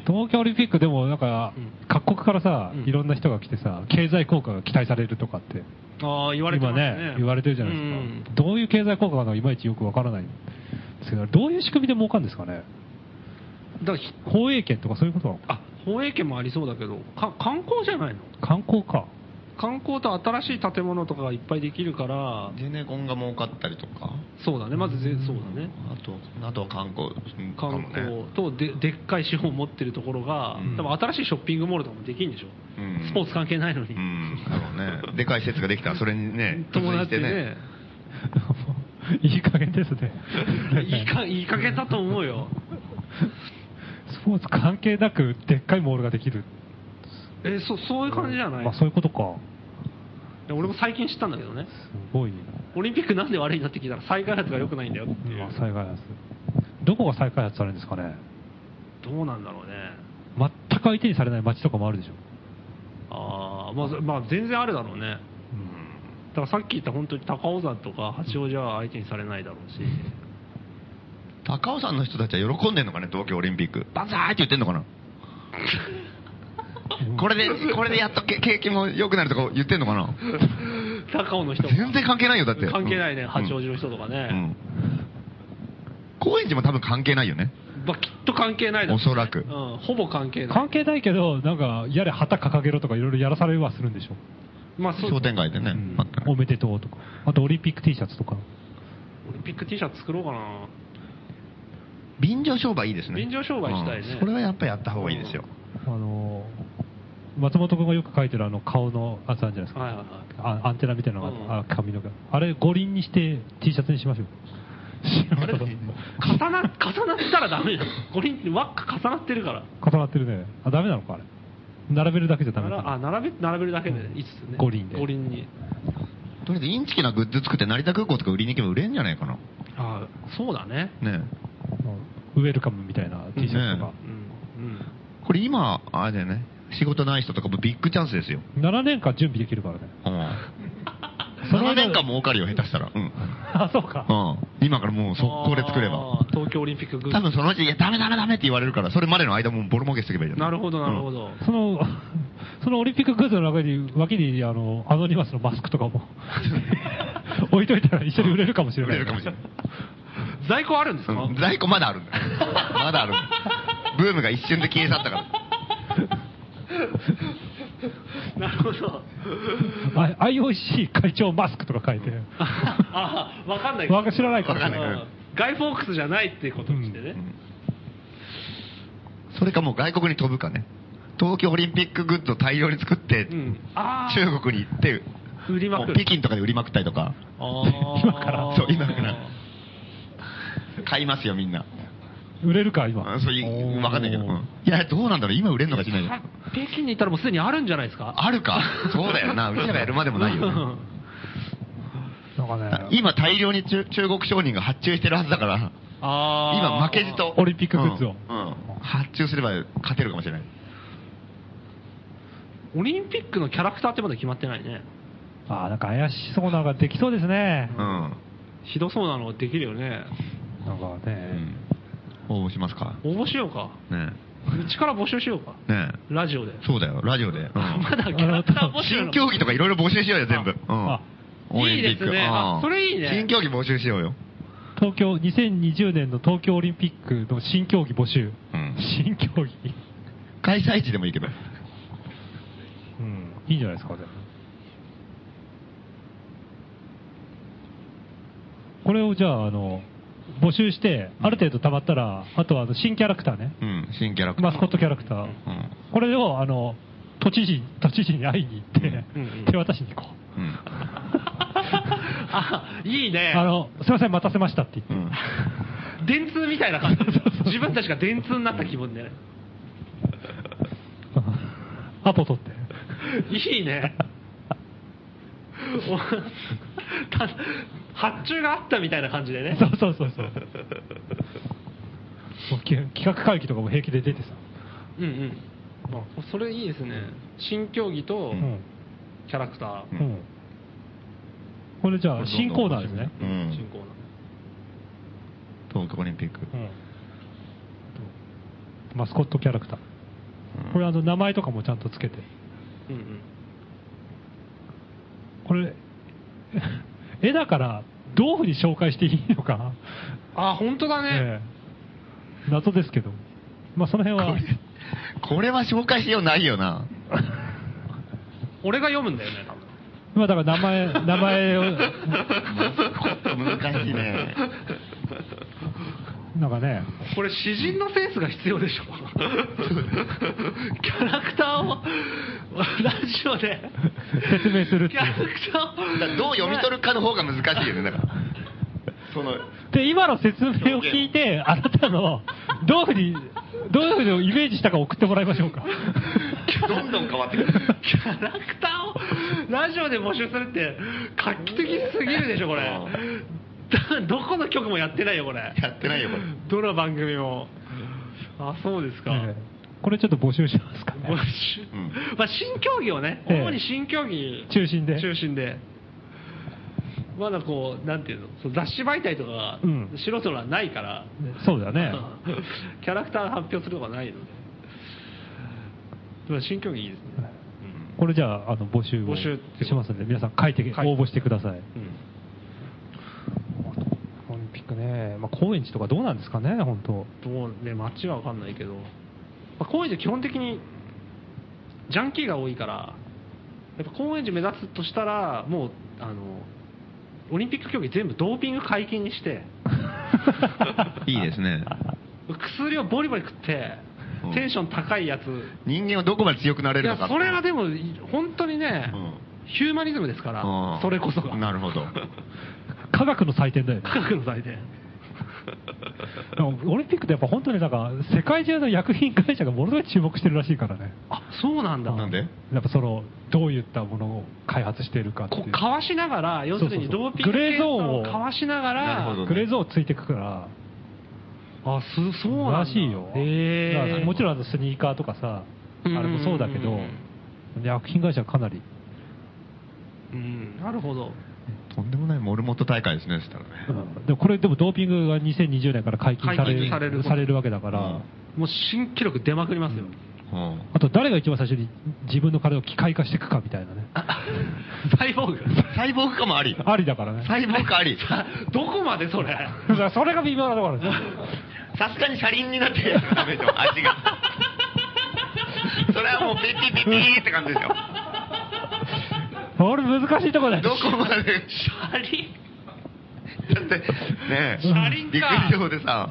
Speaker 5: 東京オリンピックでもなんか
Speaker 4: うん、
Speaker 5: 各国からさ
Speaker 4: うん、
Speaker 5: いろんな人が来てさ、経済効果が期待されるとかって、
Speaker 4: ああ、言われて
Speaker 5: 今
Speaker 4: ます
Speaker 5: ね、言われてるじゃない
Speaker 4: うん
Speaker 5: ですか。どういう経済効果なのかいまいちよくわからないんですけど、どういう仕組みで儲かるんですかね
Speaker 4: うんだからひ
Speaker 5: 放映権とかそういうことなの
Speaker 4: あ、放映権もありそうだけど、か観光じゃないの
Speaker 5: 観光か。 [laughs]
Speaker 4: 観光と新しい建物とかがいっぱいできるから、
Speaker 6: でね、今が儲かったりとか、
Speaker 4: そうだね、まずぜそうだね。
Speaker 6: あと、あとは観光、うんかも
Speaker 4: 観
Speaker 6: ね
Speaker 4: 光とででっかい資本を持ってるところが、
Speaker 6: うん
Speaker 4: 多分新しいショッピングモールとかもできるんでしょ、
Speaker 6: うん
Speaker 4: スポーツ関係ないのに、
Speaker 6: うん、だろうね。でかい施設ができたら、それにね、
Speaker 4: [laughs] 友達で
Speaker 6: 付随
Speaker 4: ね。
Speaker 5: いい加減ですね。
Speaker 4: [laughs] いいかいい加減だと思うよ
Speaker 5: スポーツ関係なく、でっかいモールができる。
Speaker 4: えそそういう感じじゃない、
Speaker 5: まあ、そういうことか。
Speaker 4: で俺も最近知ったんだけどね
Speaker 5: すごい。
Speaker 4: オリンピックなんで悪いなって聞いたら再開発が良くないんだよっていう、
Speaker 5: まあ、再開発。どこが再開発されるんですかね。
Speaker 4: どうなんだろうね
Speaker 5: 全く相手にされない街とかもあるでしょ。
Speaker 4: あー、まあ、まあ全然あるだろうねだからさっき言った本当に高尾山とか八王子は相手にされないだろ
Speaker 6: [laughs]
Speaker 4: うし
Speaker 6: 高尾山の人たちは喜んでんのかね、東京オリンピック。バンザーイって言ってんの
Speaker 4: [laughs]
Speaker 6: かな。これで、これでやっとけ景気も良くなるとか言ってんのかな。
Speaker 4: 高尾の人も
Speaker 6: 全然関係ないよ、だって。
Speaker 4: 関係ないね、
Speaker 6: うん
Speaker 4: 八王子の人とか
Speaker 6: う
Speaker 4: ね、
Speaker 6: ん高円寺も多分関係ないよね。
Speaker 4: まあ、きっと関係ないだろうね
Speaker 6: おそらく
Speaker 4: うん、ほぼ関係ない
Speaker 5: 関係ないけど、なんか、やれ旗掲げろとかいろいろやらされはするんでしょ。
Speaker 4: まあ、そう
Speaker 6: 商店街でね。
Speaker 5: うん
Speaker 6: まったく
Speaker 5: おめでとうとか。あと、オリンピック T シャツとか。
Speaker 4: オリンピック T シャツ作ろうかな
Speaker 6: 便乗商売いいですね。
Speaker 4: 便乗商売したいね
Speaker 6: うんそれはやっぱやった方がいいですよ。
Speaker 5: あのー、松本君がよく描いてるあの顔のやつあるじゃないですか。
Speaker 4: はいはい
Speaker 5: あアンテナみたいなのがあって、
Speaker 4: うん
Speaker 5: あ髪の毛あれ五輪にして T シャツにしましょう
Speaker 4: あ
Speaker 5: [laughs]
Speaker 4: れ重な重なったらダメだ五輪って輪っか重なってるから
Speaker 5: 重なってるねあダメなのかあれ並べるだけじゃダメ
Speaker 4: な
Speaker 5: なの
Speaker 4: らあ並べ並べるだけで5つね
Speaker 5: 五輪で
Speaker 4: 五輪に
Speaker 6: とりあえずインチキなグッズ作って成田空港とか売りに行けば売れんじゃないかな。
Speaker 4: あそうだね
Speaker 6: ね
Speaker 5: ウェルカムみたいな T シャツとか
Speaker 6: ね、
Speaker 4: うん
Speaker 6: これ今、あれだよね。仕事ない人とかもビッグチャンスですよ。
Speaker 5: 7年間準備できるからね
Speaker 4: [laughs]
Speaker 6: うん。
Speaker 5: その
Speaker 6: 7
Speaker 5: 間
Speaker 6: 年間儲かるよ、下手したら。うん。
Speaker 5: あそうか
Speaker 6: うん。今からもう速攻で作れば。
Speaker 4: あー東京オリンピックグッズ
Speaker 6: 多分そのうち、いや、ダメダメダメって言われるから、それまでの間もうボロ儲けしてけばいいじゃん。
Speaker 4: なるほどなるほど、
Speaker 5: その [laughs] そのオリンピックグッズの中に脇にあのアノニマスのマスクとか
Speaker 6: [laughs]
Speaker 5: も置いといたら一緒に売れるかもしれ
Speaker 6: 売
Speaker 5: ない
Speaker 6: [laughs] れるかもしれない。
Speaker 4: 在庫あるんですか、
Speaker 6: うん在庫まだあるん
Speaker 4: [laughs]
Speaker 6: だよ。まだあるんだよ。ブームが一瞬で消え去ったから。
Speaker 4: なるほど
Speaker 5: あ IOC 会長マスクとか書い
Speaker 6: [laughs]
Speaker 5: て
Speaker 4: あ分かんないけど
Speaker 5: わか知らないから
Speaker 6: わかんないから
Speaker 4: うんガイ・フォークスじゃないってことにしてね、
Speaker 6: うんそれかもう外国に飛ぶかね。東京オリンピックグッズを大量に作って、
Speaker 4: うんああ
Speaker 6: 中国に行って、
Speaker 4: 売りまく
Speaker 6: もう
Speaker 4: る
Speaker 6: 北京とかで売りまくったりとか、
Speaker 4: あー
Speaker 5: 今から
Speaker 6: そう今から買いますよ、みんな。
Speaker 5: 売れるか今
Speaker 6: あそういう、わかんないけど。うんいや、どうなんだろう、今売れるのかしないよ。
Speaker 4: 北京に行ったらもうすでにあるんじゃないですか
Speaker 6: あるか。そうだよな、うちらがやるまでもないよね、
Speaker 5: なんかね
Speaker 6: 今大量に中中国商人が発注してるはずだから、
Speaker 4: [laughs] あー
Speaker 6: 今負けじと。
Speaker 5: オリンピックグッズを
Speaker 6: うんうん発注すれば勝てるかもしれない。
Speaker 4: オリンピックのキャラクターってまだ決まってないね
Speaker 5: ああ、なんか怪しそうなのができそうですね。
Speaker 6: うん。
Speaker 4: ひどそうなのできるよね
Speaker 5: なんか
Speaker 6: う
Speaker 5: ね、
Speaker 6: ん。応募しますか。
Speaker 4: 応募しようか
Speaker 6: ね
Speaker 4: うちから募集しようか
Speaker 6: え。ね
Speaker 4: ラジオで
Speaker 6: え。そうだよ、ラジオで。うん
Speaker 4: [laughs] まだキャラクター募集
Speaker 6: 新
Speaker 4: の
Speaker 6: 競技とかいろいろ募集しようよ、全部。うん
Speaker 5: あ
Speaker 6: オリ
Speaker 4: い
Speaker 6: ンピック
Speaker 4: いですねあ
Speaker 6: うん
Speaker 4: それいいね
Speaker 6: 新競技募集しようよ。
Speaker 5: 東京、2020年の東京オリンピックの新競技募集。
Speaker 6: うん
Speaker 5: 新競技、
Speaker 6: 開催地でもいいけど。
Speaker 5: うん、いいんじゃないですかね。これをじゃあ、あの、募集して、ある程度溜まったら、あとはあの新キャラクターね。
Speaker 6: うん、新キャラクター。
Speaker 5: マスコットキャラクター。
Speaker 6: うん。
Speaker 5: これを、あの、都知事、都知事に会いに行って
Speaker 4: うんうんうん、
Speaker 5: 手渡しに行こう。
Speaker 6: うん。
Speaker 4: [laughs] あいいね
Speaker 5: あの、すいません、待たせましたって言って。
Speaker 6: うん。
Speaker 4: 電通みたいな感じ自分たちが電通になった気分でね
Speaker 5: [laughs] アポ取って。
Speaker 4: いい
Speaker 6: [laughs]
Speaker 4: ねおた発注があったみたいな感じでね
Speaker 5: そうそうそうそう。もうき企画会議とかも平気で出てさ。
Speaker 4: うんうんあそれいいですね新競技と
Speaker 5: うん。
Speaker 4: キャラクタ
Speaker 5: う。
Speaker 6: うんん
Speaker 5: これじゃあ、新コーナーですね。
Speaker 4: ー、
Speaker 6: うん
Speaker 4: 新コーナー
Speaker 6: 東京オリンピック。
Speaker 5: うん。マスコットキャラクター。
Speaker 6: うん
Speaker 5: これあの、名前とかもちゃんとつけて。
Speaker 4: うんうん
Speaker 5: これ、 [laughs] 絵だから、どういうふうに紹介していいのか。
Speaker 4: あ本当だね、
Speaker 5: ええ謎ですけど。まあ、その辺は。
Speaker 6: これは紹介しようないよな。
Speaker 4: 俺が読むんだよね、多分。
Speaker 5: まあだから名前、名前を、
Speaker 6: 難しいね。
Speaker 5: なんかね、
Speaker 4: [laughs] これ詩人のセンスが必要でしょキャラクターをラジオで
Speaker 5: 説明するっ
Speaker 4: キ
Speaker 5: てい
Speaker 4: ャラ
Speaker 5: う。
Speaker 4: クタ
Speaker 6: だから
Speaker 4: ーを
Speaker 6: どう読み取るかの方が難しいよね、だから。 [laughs] その、
Speaker 5: で、今の説明を聞いて、あなたの、どういうふうに、どういうふうにイメージしたか送ってもらいましょうか。
Speaker 6: どんどん変わってくる。
Speaker 4: キャラクターをラジオで募集するって画期的すぎるでしょこれだどこの局もやってないよこれ
Speaker 6: やってないよ、これ。
Speaker 4: どの番組もあそうですか、
Speaker 5: ええ [laughs] これちょっと募集しま
Speaker 4: [laughs]
Speaker 5: すかね
Speaker 4: 募。集
Speaker 6: うん
Speaker 4: まあ、新競技をね、
Speaker 5: ええ
Speaker 4: 主に新競技
Speaker 5: 中心で
Speaker 4: 中心でまだこう、なんていうの、その雑誌媒体とかが、
Speaker 5: うん
Speaker 4: 素人はないから、
Speaker 5: そうだね。
Speaker 4: [laughs] キャラクター発表するとかないので、まあ、新競技いいですね、
Speaker 5: これじゃあ、あの募集を
Speaker 4: 募集って
Speaker 5: しますんで、皆さん書いて、
Speaker 4: 書いて
Speaker 5: 応募してください。
Speaker 4: うん
Speaker 5: オリンピックね、まあ、高円寺とかどうなんですかね、本当。
Speaker 4: どうね、街は分かんないけど、まあ、高円寺、基本的にジャンキーが多いから、やっぱ高円寺目指すとしたら、もうあのオリンピック競技全部ドーピング解禁にして、
Speaker 6: [laughs] いいですね。
Speaker 4: 薬をボリボリ食って
Speaker 6: うん、
Speaker 4: テンション高いやつ、
Speaker 6: 人間はどこまで強くなれ
Speaker 4: い
Speaker 6: るの
Speaker 4: や
Speaker 6: かって
Speaker 4: それはでも、本当にね、
Speaker 6: うん
Speaker 4: ヒューマニズムですから、
Speaker 6: うん
Speaker 4: それこそが。
Speaker 6: なるほど。
Speaker 5: 科学の祭典 [laughs] だよね。
Speaker 4: 科学の祭典。
Speaker 5: でもオリンピックってやっぱ本当になんか、世界中の薬品会社がものすごい注目してるらしいからね。
Speaker 4: あそうなんだ。
Speaker 6: なんで
Speaker 5: やっぱその、どういったものを開発しているかってい
Speaker 4: こう
Speaker 5: う。
Speaker 4: かわしながら、要するに
Speaker 5: そうそ
Speaker 4: ドー
Speaker 5: うそう
Speaker 4: ピング
Speaker 5: グレー
Speaker 4: 検査
Speaker 5: ゾーンを
Speaker 4: をかわしなが
Speaker 6: なるほ
Speaker 4: ら
Speaker 6: ど、
Speaker 5: グレーゾーンついてくから、
Speaker 4: あすそうなんだ
Speaker 5: らしいよ。
Speaker 4: へ
Speaker 5: だから
Speaker 4: ー
Speaker 5: もちろんあのスニーカーとかさ、あ
Speaker 4: うんうんうん
Speaker 5: れもそうだけど、薬品会社はかなり。
Speaker 4: うん、なるほど。
Speaker 6: とんでもないモルモット大会ですね、そしたらね。
Speaker 5: でもこれでもドーピングが2020年から解禁され
Speaker 4: 解禁
Speaker 5: る
Speaker 4: される
Speaker 5: されるわけだから、
Speaker 6: うん
Speaker 4: もう新記録出まくりますよ。
Speaker 6: うん
Speaker 5: あと誰が一番最初に自分の体を機械化していくかみたいなね。
Speaker 4: [laughs] サイボーグ。
Speaker 6: 細胞化もあり。
Speaker 5: ありだからね。
Speaker 6: 細胞化あり。
Speaker 4: どこまでそれ
Speaker 5: だからそれが微妙なところです。
Speaker 6: さすがに車輪になってダメでしょ、味が。それはもうピッピピピーって感じでしょ。
Speaker 5: 俺難しいところだ
Speaker 6: ど
Speaker 5: よ。
Speaker 6: こまで。
Speaker 4: 車輪
Speaker 6: だって、ねえ、
Speaker 4: 車輪か
Speaker 6: 陸上でさ、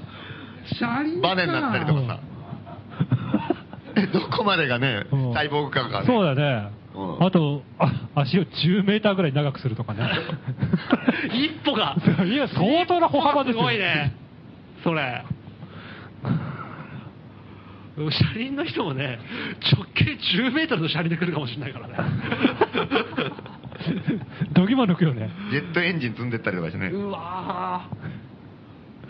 Speaker 4: 車輪か
Speaker 6: バネになったりとかさ。えどこまでがね、
Speaker 5: うん
Speaker 6: 細胞化がね。
Speaker 5: そうだね。
Speaker 6: うん
Speaker 5: あとあ、足を10メーターぐらい長くすると
Speaker 4: [laughs]
Speaker 5: かね。
Speaker 4: [laughs] 一歩が。
Speaker 5: いや、相当な歩幅です
Speaker 4: す
Speaker 5: よ。
Speaker 4: ごいね。それ。車輪の人もね、直径10メートルの車輪で来るかもしれない
Speaker 5: [laughs]
Speaker 4: からね。
Speaker 5: どぎも抜くよね。
Speaker 6: ジェットエンジン積んでったりとかしてね。
Speaker 4: うわ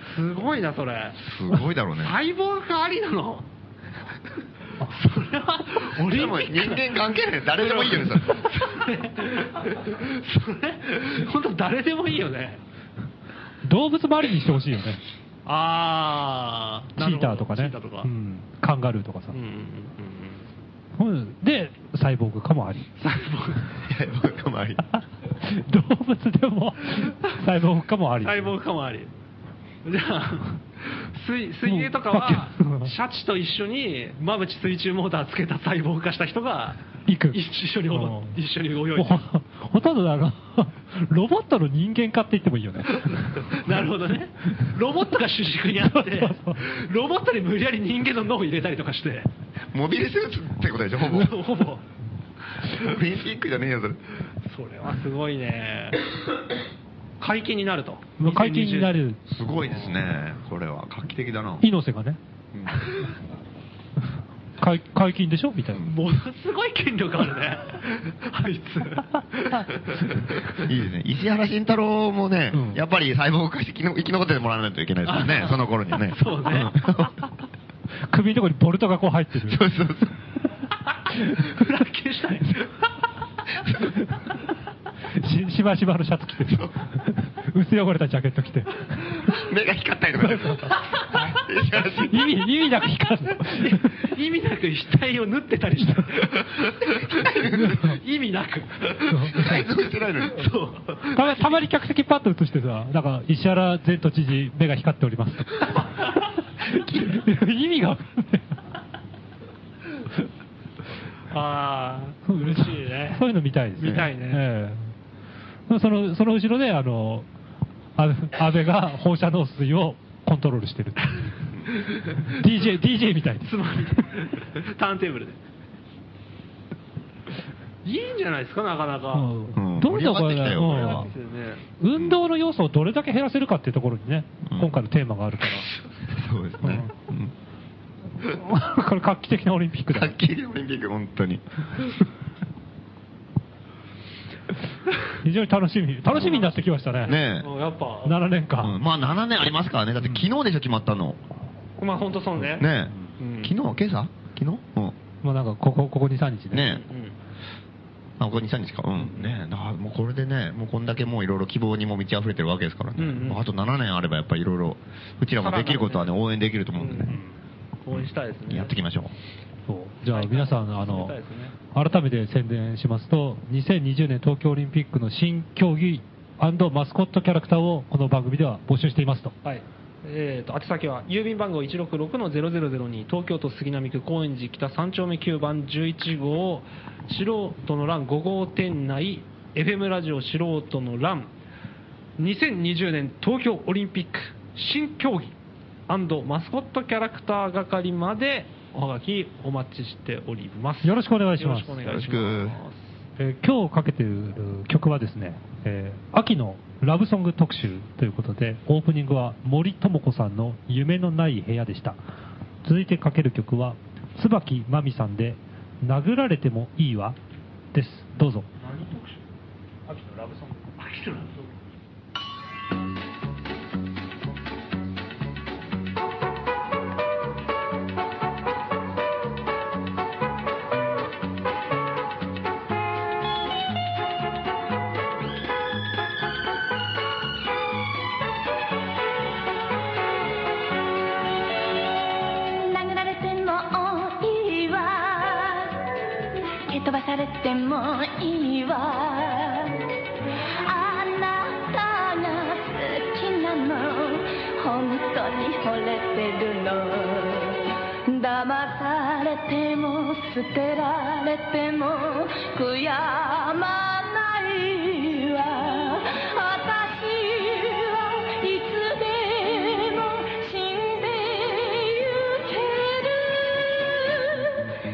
Speaker 4: ーすごいな、それ。
Speaker 6: すごいだろうね。
Speaker 4: 細胞化ありなのそれはオリ
Speaker 6: で
Speaker 4: ン
Speaker 6: も
Speaker 4: ピック
Speaker 6: 人間関係ない。誰でもいいよね、それ。
Speaker 4: それそれ本当誰でもいいよね
Speaker 5: 動物周りにしてほしいよね。
Speaker 4: ああ
Speaker 5: チーターとか
Speaker 4: チ
Speaker 5: ね。
Speaker 4: ーターとか、
Speaker 5: うん。カンガルーとかさ
Speaker 4: うんうん。うん
Speaker 5: うんで、サイボーグ化もあり。
Speaker 4: 細胞
Speaker 6: 細胞化もあり。
Speaker 5: [laughs] 動物でも細胞化もあり。
Speaker 4: 細胞化もありじゃあ水水泳とか
Speaker 5: もう
Speaker 4: はシャチと一緒に馬淵水中モーターつけた細胞化した人が
Speaker 5: 行く。
Speaker 4: 一緒に
Speaker 5: う
Speaker 4: お
Speaker 5: ん
Speaker 4: 一緒に泳い
Speaker 5: [laughs] もう
Speaker 4: で
Speaker 5: ほほとんどあの、ロボットの人間化って言ってもいいよね。
Speaker 4: なるほどねロボットが主軸にあって
Speaker 5: そうそう
Speaker 4: ロボットに無理やり人間の脳を入れたりとかして
Speaker 6: モビルスーツってことでしょ、ほぼ。オ
Speaker 4: ほぼ
Speaker 6: リンピックじゃねえよ、それ。
Speaker 4: それはすごいね解禁になると
Speaker 5: もう解禁になる。
Speaker 6: すごいですね、これは。画期的だな。
Speaker 5: 猪瀬がね、
Speaker 6: うん
Speaker 5: [laughs] 解解禁でしょみたいな。
Speaker 4: ものすごい権力あるねあ
Speaker 5: [laughs]
Speaker 4: いつ
Speaker 6: [laughs]
Speaker 4: [laughs]
Speaker 6: いいですね。石原慎太郎もね、
Speaker 5: うん
Speaker 6: やっぱり細胞化して生きの生き残ってもらわないといけないですよね、その頃にはね。
Speaker 4: そうね
Speaker 5: 首のところにボルトがこう入ってる。
Speaker 6: [laughs] そうそうそう。
Speaker 4: フラッキーしたい
Speaker 5: ししばしばのシャツ着て、
Speaker 4: [laughs]
Speaker 5: 薄汚れたジャケット着て。
Speaker 6: 目が光ったりとかね。石原慎
Speaker 5: 意味、意味なく光る。
Speaker 4: [laughs] 意味なく額を縫ってたり
Speaker 6: [laughs]
Speaker 4: して意味なく
Speaker 6: 改造してないのに。
Speaker 4: そう
Speaker 5: たまたまに客席パッと映してさ、なんか石原前都知事、目が光っております。
Speaker 4: [laughs]
Speaker 5: 意味が分かんない。
Speaker 4: ああ、嬉しいね。
Speaker 5: そういうの見たいですね。
Speaker 4: 見たいね
Speaker 5: ええその、その後ろで、あの、あ安倍が放射能水をコントロー
Speaker 4: [laughs]
Speaker 5: ルしてる。DJ、DJ みたいです
Speaker 4: つ。まり、ターンテーブルで。いいんじゃないですか、なかなか。
Speaker 5: うん
Speaker 6: うん
Speaker 5: どんどんこ
Speaker 6: 盛
Speaker 5: れ
Speaker 6: り上がってき
Speaker 5: ね、
Speaker 6: たよ
Speaker 5: うん
Speaker 6: これは
Speaker 4: ですよね。
Speaker 5: 運動の要素をどれだけ減らせるかっていうところにね、
Speaker 6: うん
Speaker 5: 今回のテーマがあるから。 [laughs]
Speaker 6: そうですね。うん
Speaker 5: これ画期的なオリンピックだ
Speaker 6: は
Speaker 5: よ
Speaker 6: っきりオリンピック、本当に。
Speaker 5: 非常に楽しみ、楽しみになってきましたね。
Speaker 6: ね
Speaker 4: うんやっぱ、
Speaker 5: 7年
Speaker 6: え。
Speaker 5: 間。
Speaker 6: うんまあ7年ありますからね。だって昨日でしょ、決まったの。
Speaker 4: まあ本当そうね。
Speaker 6: ねえ
Speaker 4: うん。
Speaker 6: 昨日今朝昨日うん。
Speaker 5: もうなんか、ここ、ここ2、3日ね。
Speaker 6: ね
Speaker 4: う
Speaker 6: え。
Speaker 4: ん
Speaker 6: あ、これ2、3日か。うん。ねえ。だからもうこれでね、もうこんだけもういろいろ希望にも満ち溢れてるわけですからね。
Speaker 4: うんうん
Speaker 6: あと7年あればやっぱりいろいろ、うちらもできることはね、
Speaker 4: さらなるね
Speaker 6: 応援できると思うんでね。
Speaker 4: 応援したいですね。
Speaker 6: やっていきましょう。
Speaker 5: そうじゃあ皆さん、あの
Speaker 4: そうですね、
Speaker 5: 改めて宣伝しますと、2020年東京オリンピックの新競技マスコットキャラクターをこの番組では募集していますと。
Speaker 4: はい。えー、と宛先は郵便番号166の0002東京都杉並区高円寺北3丁目9番11号素人の欄5号店内 FM ラジオ素人の欄2020年東京オリンピック新競技マスコットキャラクター係までおはがきお待ちしております
Speaker 5: よろしくお願いします
Speaker 4: よろしくお願いし
Speaker 6: よろし
Speaker 4: ます
Speaker 5: えー今日かけている曲はですね、えー秋のラブソング特集ということで、オープニングは森友子さんの夢のない部屋でした。続いてかける曲は、椿真美さんで、殴られてもいいわです。どうぞ。
Speaker 4: 何特集秋のラブソング秋のラブソング
Speaker 7: 殴られてもいいわ蹴飛ばされてもいいわあなたが好きなの本当に惚れてるの騙されても捨てられても悔やまないわ私はいつでも死んでゆ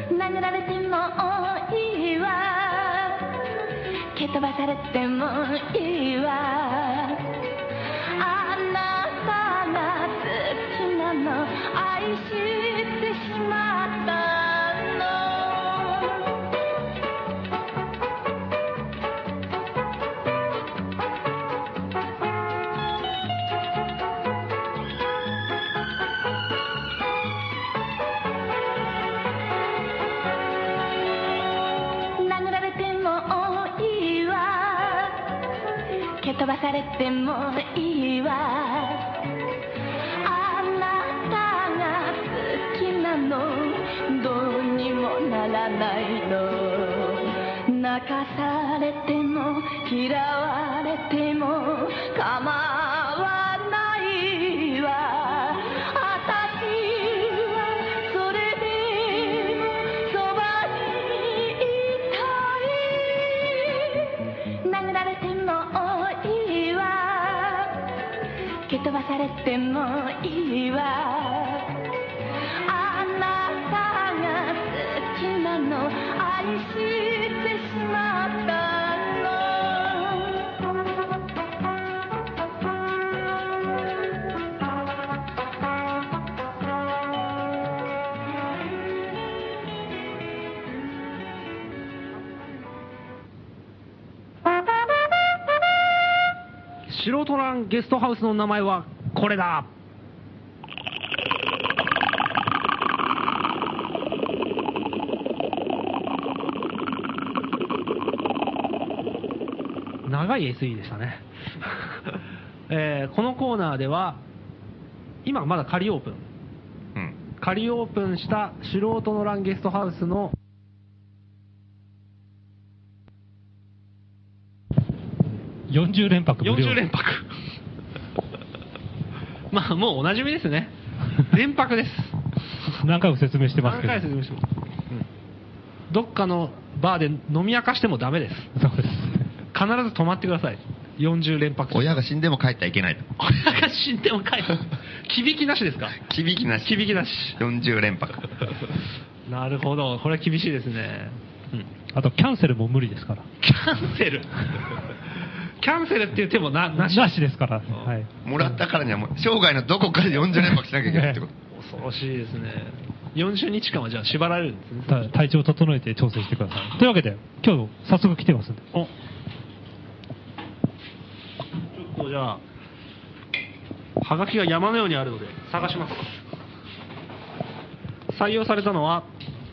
Speaker 7: ける殴られてもいいわ蹴飛ばされてもいいわあなたが好きなの愛してしまったの殴られてもいいわ蹴飛ばされてもいいわあなたが好きなのどうにもならないの泣かされても嫌われても構わないわ私はそれでもそばにいたい殴られてもいいわ蹴飛ばされてもいいわあなたが好きなの愛してしまったの
Speaker 4: 素人ランゲストハウスの名前はこれだ長い SE でしたね、 [laughs] えーこのコーナーでは今まだ仮オープン
Speaker 6: うん。
Speaker 4: 仮オープンした素人のランゲストハウスの
Speaker 5: 40連泊無料。
Speaker 4: 40連泊 [laughs] まあもうおなじみですね連泊です
Speaker 5: 何回も説明してま
Speaker 4: 何
Speaker 5: すけど。
Speaker 4: 回説明しても、どっかのバーで飲み明かしてもダメです。
Speaker 5: そうです。
Speaker 4: 必ず泊まってください。40連泊。
Speaker 6: 親が死んでも帰ってはいけないと。
Speaker 4: 親が死んでも帰る。きびきなしですか
Speaker 6: 厳しなし。
Speaker 4: きびきなし。
Speaker 6: 40連泊。
Speaker 4: なるほど。これは厳しいですね。うん
Speaker 5: あと、キャンセルも無理ですから。
Speaker 4: キャンセル。キャンセルっていう手もな、なし。
Speaker 5: なしですから。
Speaker 4: ん
Speaker 5: はい。
Speaker 6: もらったからにはもう、生涯のどこかで40連泊しなきゃいけないってこと。
Speaker 4: 恐ろしいですね。40日間はじゃあ縛られるんですね。
Speaker 5: た体調を整えて調整してください。というわけで、今日早速来てますんで。
Speaker 4: おちょっとじゃあ、はがきが山のようにあるので、探します。採用されたのは、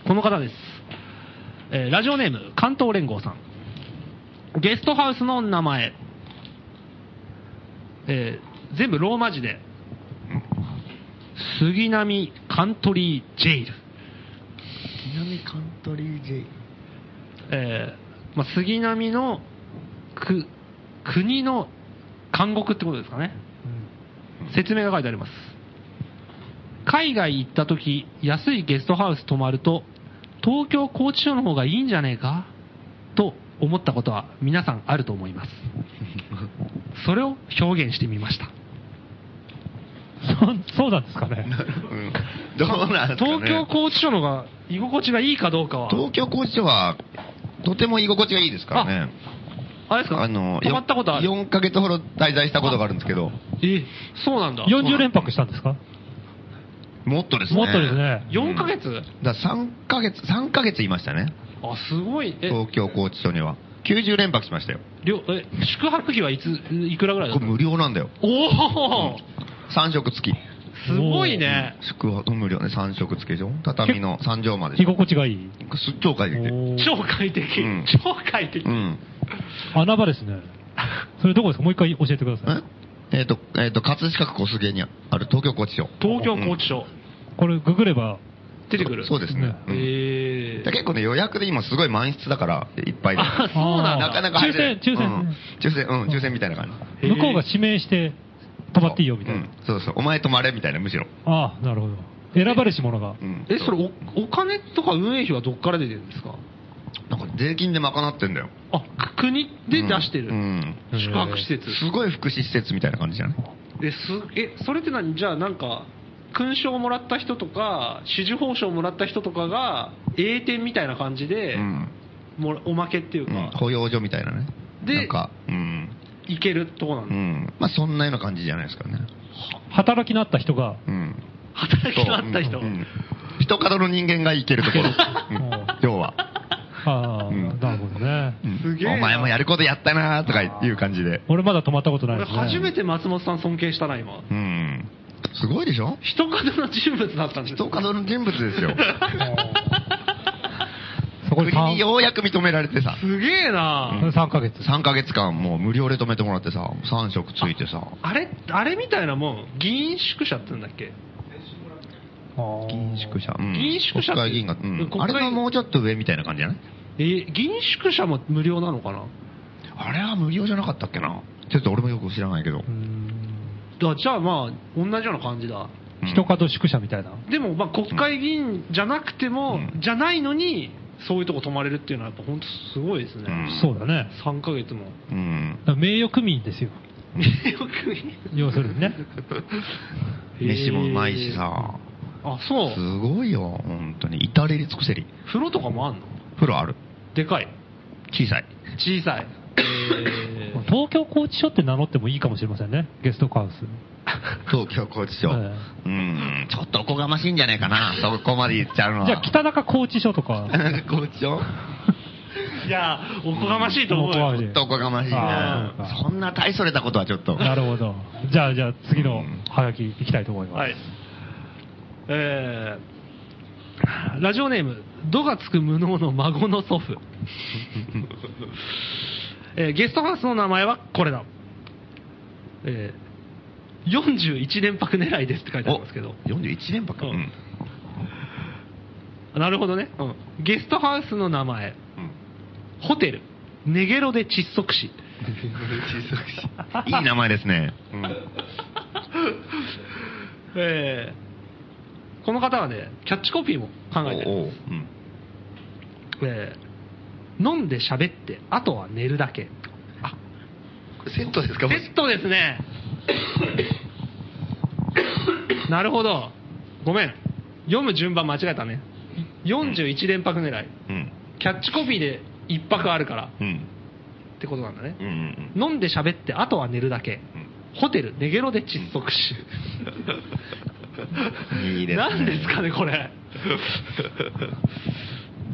Speaker 4: この方です。えーラジオネーム、関東連合さん。ゲストハウスの名前。えー全部ローマ字で、杉並カントリージェイル。
Speaker 6: 南カントリー J。
Speaker 4: えーまあ、杉並のく国の監獄ってことですかね、説明が書いてあります海外行った時安いゲストハウス泊まると東京拘置所の方がいいんじゃねえかと思ったことは皆さんあると思
Speaker 5: [laughs]
Speaker 4: いますそれを表現してみました
Speaker 5: そそうなんですかね。
Speaker 6: うん。どうなんですかね
Speaker 4: 東京拘置所の方が居心地がいいかどうかは
Speaker 6: 東京拘置所は、とても居心地がいいですからね。
Speaker 4: あれですか
Speaker 6: あの、
Speaker 4: 泊まったことある
Speaker 6: 4ヶ月ほど滞在したことがあるんですけど、
Speaker 4: えそうなんだ
Speaker 5: 40連泊したんですか
Speaker 6: もっとですね。
Speaker 5: もっとですね。
Speaker 4: 4ヶ月、
Speaker 6: だから3ヶ月、3ヶ月いましたね。
Speaker 4: あすごいえ
Speaker 6: 東京拘置所には。90連泊しましたよ。
Speaker 4: 料え宿泊費はいついくらぐらいだ
Speaker 6: こ
Speaker 4: っ
Speaker 6: れ
Speaker 4: た
Speaker 6: 無料なんだよ。
Speaker 4: おお
Speaker 6: 3食付き。
Speaker 4: すごいね
Speaker 6: 宿泊無料ね、3食付きでしょ畳の3畳まで
Speaker 5: 居
Speaker 6: しょ
Speaker 5: 心地がいい。
Speaker 6: すっ超快適で。う
Speaker 5: おー
Speaker 4: 超快適、
Speaker 6: うん
Speaker 4: 超快適、
Speaker 6: ん。
Speaker 5: 穴場ですね。それどこですかもう一回教えてください。
Speaker 6: ええっと、えっと、葛飾区小菅にある東京拘置所。
Speaker 4: 東京拘置所、
Speaker 5: これググれば、
Speaker 4: 出てくる
Speaker 6: そうですね。うん
Speaker 4: え
Speaker 6: で結構ね、予約で今すごい満室だから、いっぱいで。
Speaker 4: あそうなんだ
Speaker 6: なかなか入れない
Speaker 5: 抽選抽選
Speaker 6: うん抽選、うん、抽選みたいな感じ。
Speaker 4: へー
Speaker 5: 向こうが指名して泊まっていいよみたい
Speaker 6: うん
Speaker 5: な。
Speaker 6: そうそう、お前泊まれみたいな、むしろ。
Speaker 5: ああ、なるほど。選ばれし者が
Speaker 6: う。ん
Speaker 4: えそれおお金とか運営費はどっから出てるんですか
Speaker 6: なんか税金で賄ってんだよ。
Speaker 4: あく国で出してる、
Speaker 6: うん。
Speaker 5: うん
Speaker 4: 宿泊施設
Speaker 6: すごい福祉施設みたいな感じじゃない
Speaker 4: えすえそれって何じゃあなんか勲章をもらった人とか紫綬褒章をもらった人とかが栄転みたいな感じで、
Speaker 6: うん。
Speaker 4: もらおまけっていう
Speaker 6: う
Speaker 4: か、
Speaker 6: ん保養所みたいなね。
Speaker 4: で
Speaker 6: なんか、うん。
Speaker 4: いけるとこなん
Speaker 6: う
Speaker 4: だ、
Speaker 6: ん。まあそんなような感じじゃないですかね。
Speaker 5: 働きのあった人が、
Speaker 4: [laughs]
Speaker 6: うん。
Speaker 4: 働きがあった人、
Speaker 6: うんうん人角の人間が行ける
Speaker 4: [laughs]
Speaker 6: ところ。うん要は。
Speaker 5: ああ、
Speaker 6: うん
Speaker 5: なるほどね。
Speaker 6: うん
Speaker 4: すげえな
Speaker 6: お前もやることやったなーとかいう感じで。
Speaker 5: 俺まだ泊まったことない
Speaker 4: 俺
Speaker 5: ですね。
Speaker 4: 初めて松本さん尊敬したな今
Speaker 6: うん。すごいでしょ
Speaker 4: 人角の人物だったんです
Speaker 6: 人角の人物で
Speaker 4: [laughs]
Speaker 6: すよ。
Speaker 5: そこに
Speaker 6: 国に
Speaker 5: 3
Speaker 6: ようやく認められてさ。
Speaker 4: すげえな、
Speaker 5: [laughs] ヶ月。
Speaker 6: 3ヶ月間もう無料で止めてもらってさ、3食ついてさ。
Speaker 4: あれあれみたいなもん議員宿舎って言うんだっけ
Speaker 6: 議員宿舎。うん
Speaker 4: 議員宿舎って
Speaker 6: 国会議員が、うん
Speaker 4: 国会
Speaker 6: あれがもうちょっと上みたいな感じじゃない
Speaker 4: えー議員宿舎も無料なのかな
Speaker 6: あれは無料じゃなかったっけなちょっと俺もよく知らないけど。
Speaker 5: うん
Speaker 4: だじゃあまあ同じような感じだ
Speaker 6: うん
Speaker 5: 人角宿舎みたいな。
Speaker 4: でもまあ国会議員じゃなくても、
Speaker 6: うん
Speaker 4: じゃないのにそういうとこ泊まれるっていうのはやっぱ本当すごいですね、
Speaker 6: うん
Speaker 5: そうだね。
Speaker 4: 3ヶ月も
Speaker 6: うん
Speaker 5: だ。から名誉区民ですよ。
Speaker 4: よくいい
Speaker 5: 要するにね。
Speaker 6: [laughs] 飯もうまいしさ。
Speaker 4: あそう
Speaker 6: すごいよ、本当に。至れり尽くせり。
Speaker 4: 風呂とかもあんの
Speaker 6: 風呂ある。
Speaker 4: でかい
Speaker 6: 小 [laughs] さい。
Speaker 4: 小さ [laughs] い、えー
Speaker 5: 東京拘置所って名乗ってもいいかもしれませんね。ゲストハウス。
Speaker 6: 東京拘置所。
Speaker 5: はいう
Speaker 6: ーん、ちょっとおこがましいんじゃないかな。そこまで言っちゃうのは。
Speaker 5: じゃあ、
Speaker 6: [laughs]
Speaker 5: 北中拘置所とか。
Speaker 4: [laughs]
Speaker 6: 拘置所
Speaker 4: いやー、おこがましいと思うよ。
Speaker 5: うん
Speaker 6: ちょっとおこがましい
Speaker 5: あ
Speaker 6: ね
Speaker 5: ーそうか。
Speaker 6: そんな大それたことはちょっと。
Speaker 5: なるほど。じゃあ、じゃあ次
Speaker 6: う
Speaker 5: の
Speaker 6: ん
Speaker 5: ハガキいきたいと思います。
Speaker 4: はい。えー、ラジオネーム、度がつく無能の孫の祖 [laughs] 父。えーゲストハウスの名前はこれだ。えー、41連泊狙いですって書いてありますけど。
Speaker 6: 41連泊。
Speaker 4: う
Speaker 6: うんん。
Speaker 4: なるほどね、うんゲストハウスの名前、ホテル、ネゲロで窒息
Speaker 5: [laughs]
Speaker 4: 死。
Speaker 6: いい名前ですね。うん
Speaker 4: えーこの方はね、キャッチコピーも考えてる。
Speaker 6: おうおううん
Speaker 4: えー飲んで喋って、あとは寝るだけ。
Speaker 6: セットですか
Speaker 4: セットです
Speaker 6: [laughs]
Speaker 4: ね。なるほど。ごめん。読む順番間違えたね。41連泊狙い。
Speaker 6: うん。
Speaker 4: キャッチコピーで1泊あるから
Speaker 6: うん。うん
Speaker 4: ってことなんだね。
Speaker 6: うんうん。
Speaker 4: 飲んで喋って、あとは寝るだけ。ホテル、寝ゲロで窒息死。
Speaker 6: いいですね。
Speaker 4: 何ですかね、これ。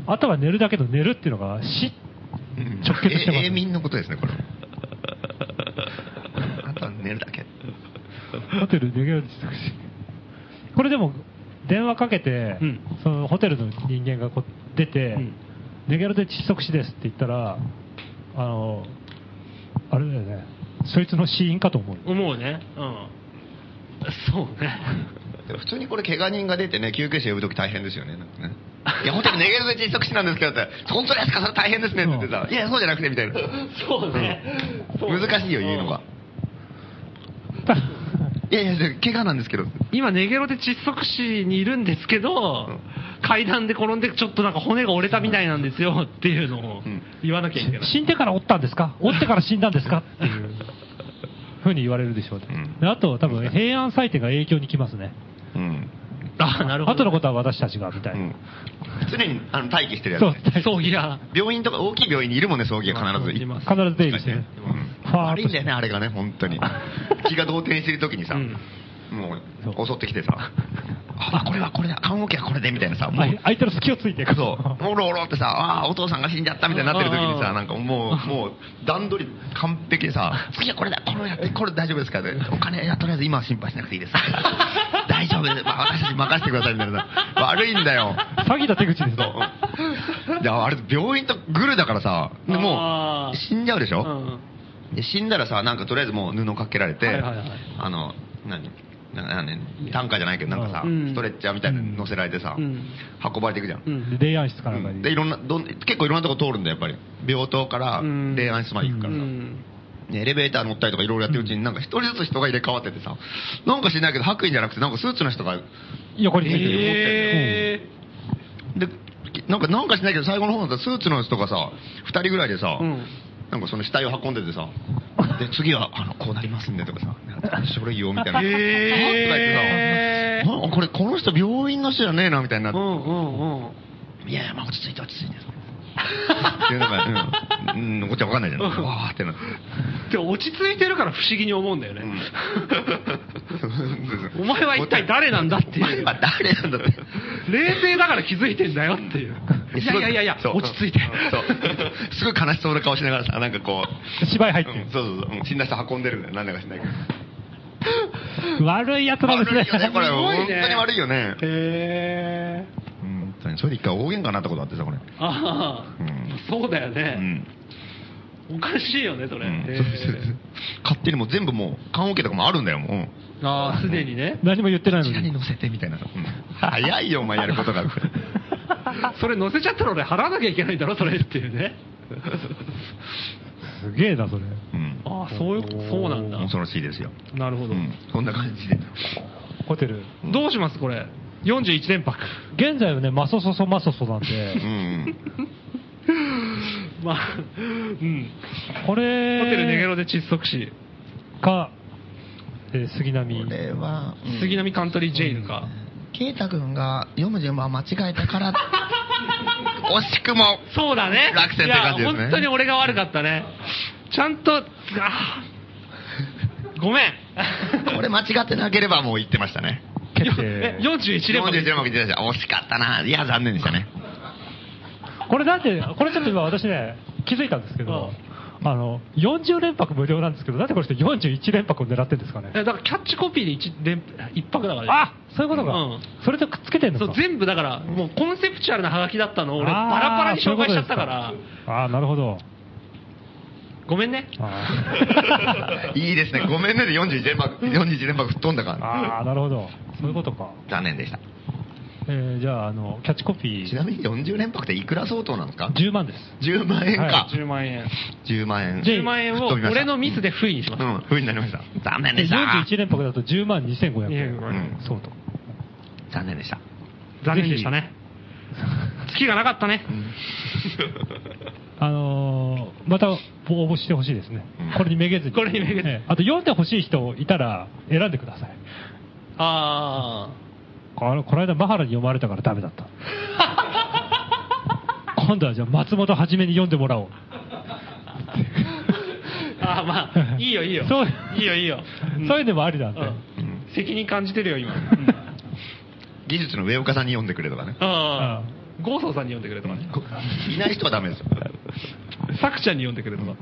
Speaker 5: あとは寝るだけど寝るっていうのが死
Speaker 6: うん
Speaker 5: 直結してます
Speaker 6: え永眠のことですね、こ [laughs] れ。あとは寝るだけ。
Speaker 5: ホテルできるしこれでも電話かけて、
Speaker 4: うん
Speaker 5: そのホテルの人間がこう出て、
Speaker 4: うん
Speaker 5: 寝ゲロで窒息死ですって言ったらあのあれだよねそいつの死因かと
Speaker 4: [laughs]
Speaker 5: 思う
Speaker 4: 思うね。うん。そうね。
Speaker 6: でも普通にこれ、怪我人が出てね、救急車呼ぶとき大変ですよね、なんかね。いや、ホテル寝れるで窒息死なんですけどって、本当ですか、それ大変ですねって言ってさ、いや、そうじゃなくてみたいな。
Speaker 4: そうね。そうね
Speaker 6: 難しいよ、言うのが。
Speaker 5: た
Speaker 6: いやいやで、怪我なんですけど。
Speaker 4: 今、ネゲロで窒息死にいるんですけど、階段で転んで、ちょっとなんか骨が折れたみたいなんですよっていうのを
Speaker 6: うん
Speaker 4: 言わなきゃいけない。
Speaker 5: 死んでから折ったんですか折ってから死んだんですかっていうふうに言われるでしょうね、
Speaker 6: うん
Speaker 5: であと多分平安祭典が影響にきますね
Speaker 6: うん。
Speaker 4: あ、なるほど。
Speaker 5: 後のことは私たちがみた
Speaker 6: う
Speaker 5: いな、
Speaker 6: ん。常にあの待機してるやつ、
Speaker 5: そう
Speaker 6: ね。
Speaker 4: 葬儀屋。
Speaker 6: 病院とか、大きい病院にいるもんね、葬儀が必ず。
Speaker 4: います
Speaker 5: 必ず出入りしてね
Speaker 6: うん
Speaker 5: ファーッと
Speaker 6: 悪いんだよね、あれがね、本当に。気が動転してる時にさ、
Speaker 4: うん
Speaker 6: も
Speaker 5: そう
Speaker 6: う襲ってきてさ、あ、これはこれだ、棺桶はこれで、みたいなさ、も、
Speaker 5: あいう相手の隙をついてい [laughs] く
Speaker 6: そう、おろおろってさ、ああ、お父さんが死んじゃったみたいになってる時に
Speaker 4: あー
Speaker 6: さ、なんかもう、もう、段取り完璧でさ、次はこれだ、これやって、これ大丈夫ですかね、お金はとりあえず今は心配しなくていいです。大丈夫です、まあ、私たちに任せてくださいみたいなさ、悪いんだよ。
Speaker 5: 詐欺の手口です
Speaker 6: そ
Speaker 5: よ
Speaker 6: う。いや、あれ、病院とグルだからさ、でも
Speaker 4: あー
Speaker 6: う、死んじゃうでしょ、
Speaker 4: うん
Speaker 6: で死んだらさなんかとりあえずもう布かけられて、
Speaker 4: はいはいはい
Speaker 6: あの何な何担架じゃないけどなんかさ、
Speaker 4: うん
Speaker 6: ストレッチャーみたいなの乗せられてさ、
Speaker 4: うん
Speaker 6: 運ばれていくじゃん、
Speaker 4: う
Speaker 6: うん
Speaker 4: ん。
Speaker 5: 霊安室からかに
Speaker 6: でいろんなどん結構いろんなとこ通るんだよやっぱり病棟から
Speaker 4: うん
Speaker 6: 霊安室まで行く
Speaker 4: う
Speaker 6: からさ、
Speaker 4: ん。
Speaker 6: でエレベーター乗ったりとかいろいろやってるうちになんか一人ずつ人が入れ替わっててさなんか知んないけど白衣じゃなくてなんかスーツの人が
Speaker 5: 横についてる、
Speaker 4: え
Speaker 6: でなんかなんかしないけど最後の方のさスーツの人がさ2人ぐらいでさ、
Speaker 4: うん
Speaker 6: なんかその死体を運んで
Speaker 4: [laughs]
Speaker 6: てさで次はあのこうなりますんでとかさ書類をみたいな、
Speaker 4: へー
Speaker 6: とか言ってさなこれこの人病院の人じゃねえなみたいになっ
Speaker 4: う
Speaker 6: て、
Speaker 4: んうんうん。
Speaker 6: いやいやまあ落ち着いて落ち着いてっていうのが、うん、うん、こっちは分かんないじゃん、
Speaker 4: うん
Speaker 6: わーってなって
Speaker 4: でも落ち着いてるから不思議に思うんだよね。
Speaker 6: うん
Speaker 4: お前は一体誰なんだっていう
Speaker 6: お前は誰なんだって
Speaker 4: 冷静だから気づいてんだよっていう。いやいやいやいや、
Speaker 6: そう
Speaker 4: 落ち着いて。
Speaker 6: そうすごい悲しそうな顔しながらさなんかこう
Speaker 5: 芝居入ってる
Speaker 6: うんそうそうそううん死んだ人運んでるんだよ何だかしないけど
Speaker 5: 悪いやつらです
Speaker 6: 悪
Speaker 5: ね
Speaker 6: いよ [laughs] ねこれ
Speaker 4: すごい
Speaker 6: 本
Speaker 4: ね
Speaker 6: 当に悪いよね
Speaker 4: へー。
Speaker 6: 本当にそれで一回大喧嘩になったことあってさこれ
Speaker 4: ああ、
Speaker 6: うん
Speaker 4: そうだよ
Speaker 6: う
Speaker 4: ね、
Speaker 6: ん
Speaker 4: おかしいよね、それ、
Speaker 6: うん
Speaker 4: へー
Speaker 6: そうそうそう勝手にもう全部もう棺桶とかもあるんだよもう
Speaker 4: ああ、すでにね、
Speaker 5: 何も言ってない
Speaker 6: こ
Speaker 5: の
Speaker 6: ちらに
Speaker 4: [laughs]
Speaker 5: に
Speaker 6: 乗せてみたいなさうん早いよお前やることが
Speaker 4: それ乗せちゃったら俺、払わなきゃいけないんだろ、それっていうね、
Speaker 5: すげえなそれ
Speaker 6: うん
Speaker 4: ああ、そういう、そうなんだ、
Speaker 6: 恐ろしいですよ
Speaker 4: なるほど、
Speaker 6: うんそんな感じで
Speaker 5: ホテル
Speaker 4: どうします、これ、41連泊、
Speaker 5: 現在はねマソソソマソソなんで
Speaker 6: うん
Speaker 4: [laughs] まあ、うん、
Speaker 5: これ
Speaker 4: ホテルネゲロで窒息死、
Speaker 5: か、えー杉並
Speaker 6: これはうん
Speaker 4: 杉並カントリージェイルか、
Speaker 6: 圭太君が読む順番を間違えたから惜しくも
Speaker 4: そうだね、
Speaker 6: 落選って感じですね
Speaker 4: いや、本当に俺が悪かったね、ちゃんと、あ [laughs] ーごめん、
Speaker 6: これ間違ってなければもう言ってましたね
Speaker 5: 決
Speaker 4: [laughs] え
Speaker 5: 定
Speaker 4: 41連泊
Speaker 6: 41番言ってました惜しかったないや残念でしたね
Speaker 5: これなんでこれちょっと今私ね気づいたんですけど、あの40連泊無料なんですけどなんでこれ人41連泊を狙ってるんですかね
Speaker 4: いやだからキャッチコピーで一連一泊だからね
Speaker 5: あそういうことか、
Speaker 4: うん
Speaker 5: それとくっつけてんの
Speaker 4: そう
Speaker 5: か
Speaker 4: 全部だからもうコンセプチュアルなハガキだったのを俺
Speaker 5: あー
Speaker 4: バラバラに紹介しちゃったから
Speaker 5: そういうことですああなるほど
Speaker 4: ごめんね
Speaker 5: あ
Speaker 6: [laughs] いいですねごめんねで41連泊41連泊吹っ飛んだから
Speaker 5: あーなるほどそういうことか、
Speaker 6: 残念でした
Speaker 5: えーじゃああのキャッチコピ
Speaker 6: ち
Speaker 5: ー
Speaker 6: なみに40連泊っていくら相当なんですか
Speaker 5: 10万です
Speaker 6: 10万円か
Speaker 5: は
Speaker 4: 10万円
Speaker 6: 10万円
Speaker 5: J
Speaker 4: 10万円
Speaker 6: 吹
Speaker 4: を
Speaker 6: っ飛びました
Speaker 4: 俺のミスで不意にし
Speaker 6: う
Speaker 4: まし
Speaker 6: ん不利になりました残念で
Speaker 5: で
Speaker 6: した
Speaker 5: 41連泊だと10万2500
Speaker 4: た、
Speaker 5: 円
Speaker 6: ん
Speaker 5: 相当
Speaker 6: 残念でした
Speaker 4: 残念でしたね月がなかったね。
Speaker 5: あのーまた応募してほしいですね
Speaker 1: うん。
Speaker 5: これにめげずに。
Speaker 4: これにめげず
Speaker 5: ええあと読んでほしい人いたら選んでください。
Speaker 4: あ [laughs]
Speaker 5: あのこの間、マハラに読まれたからダメだった。今度はじゃあ、松本はじめに読んでもらおう。
Speaker 4: ーあー、まあ、いいよいいよ。
Speaker 5: そう
Speaker 4: いいよいいよ。ん
Speaker 5: そういうのもありなんで。
Speaker 4: うん責任感じてるよ、今。うん
Speaker 6: 技術の上岡さんに読んでくれとかね。
Speaker 4: ああ、ゴーソーさんに読んでくれとかね。
Speaker 6: いない人はダメですよ。
Speaker 4: サクちゃんに読んでくれとか。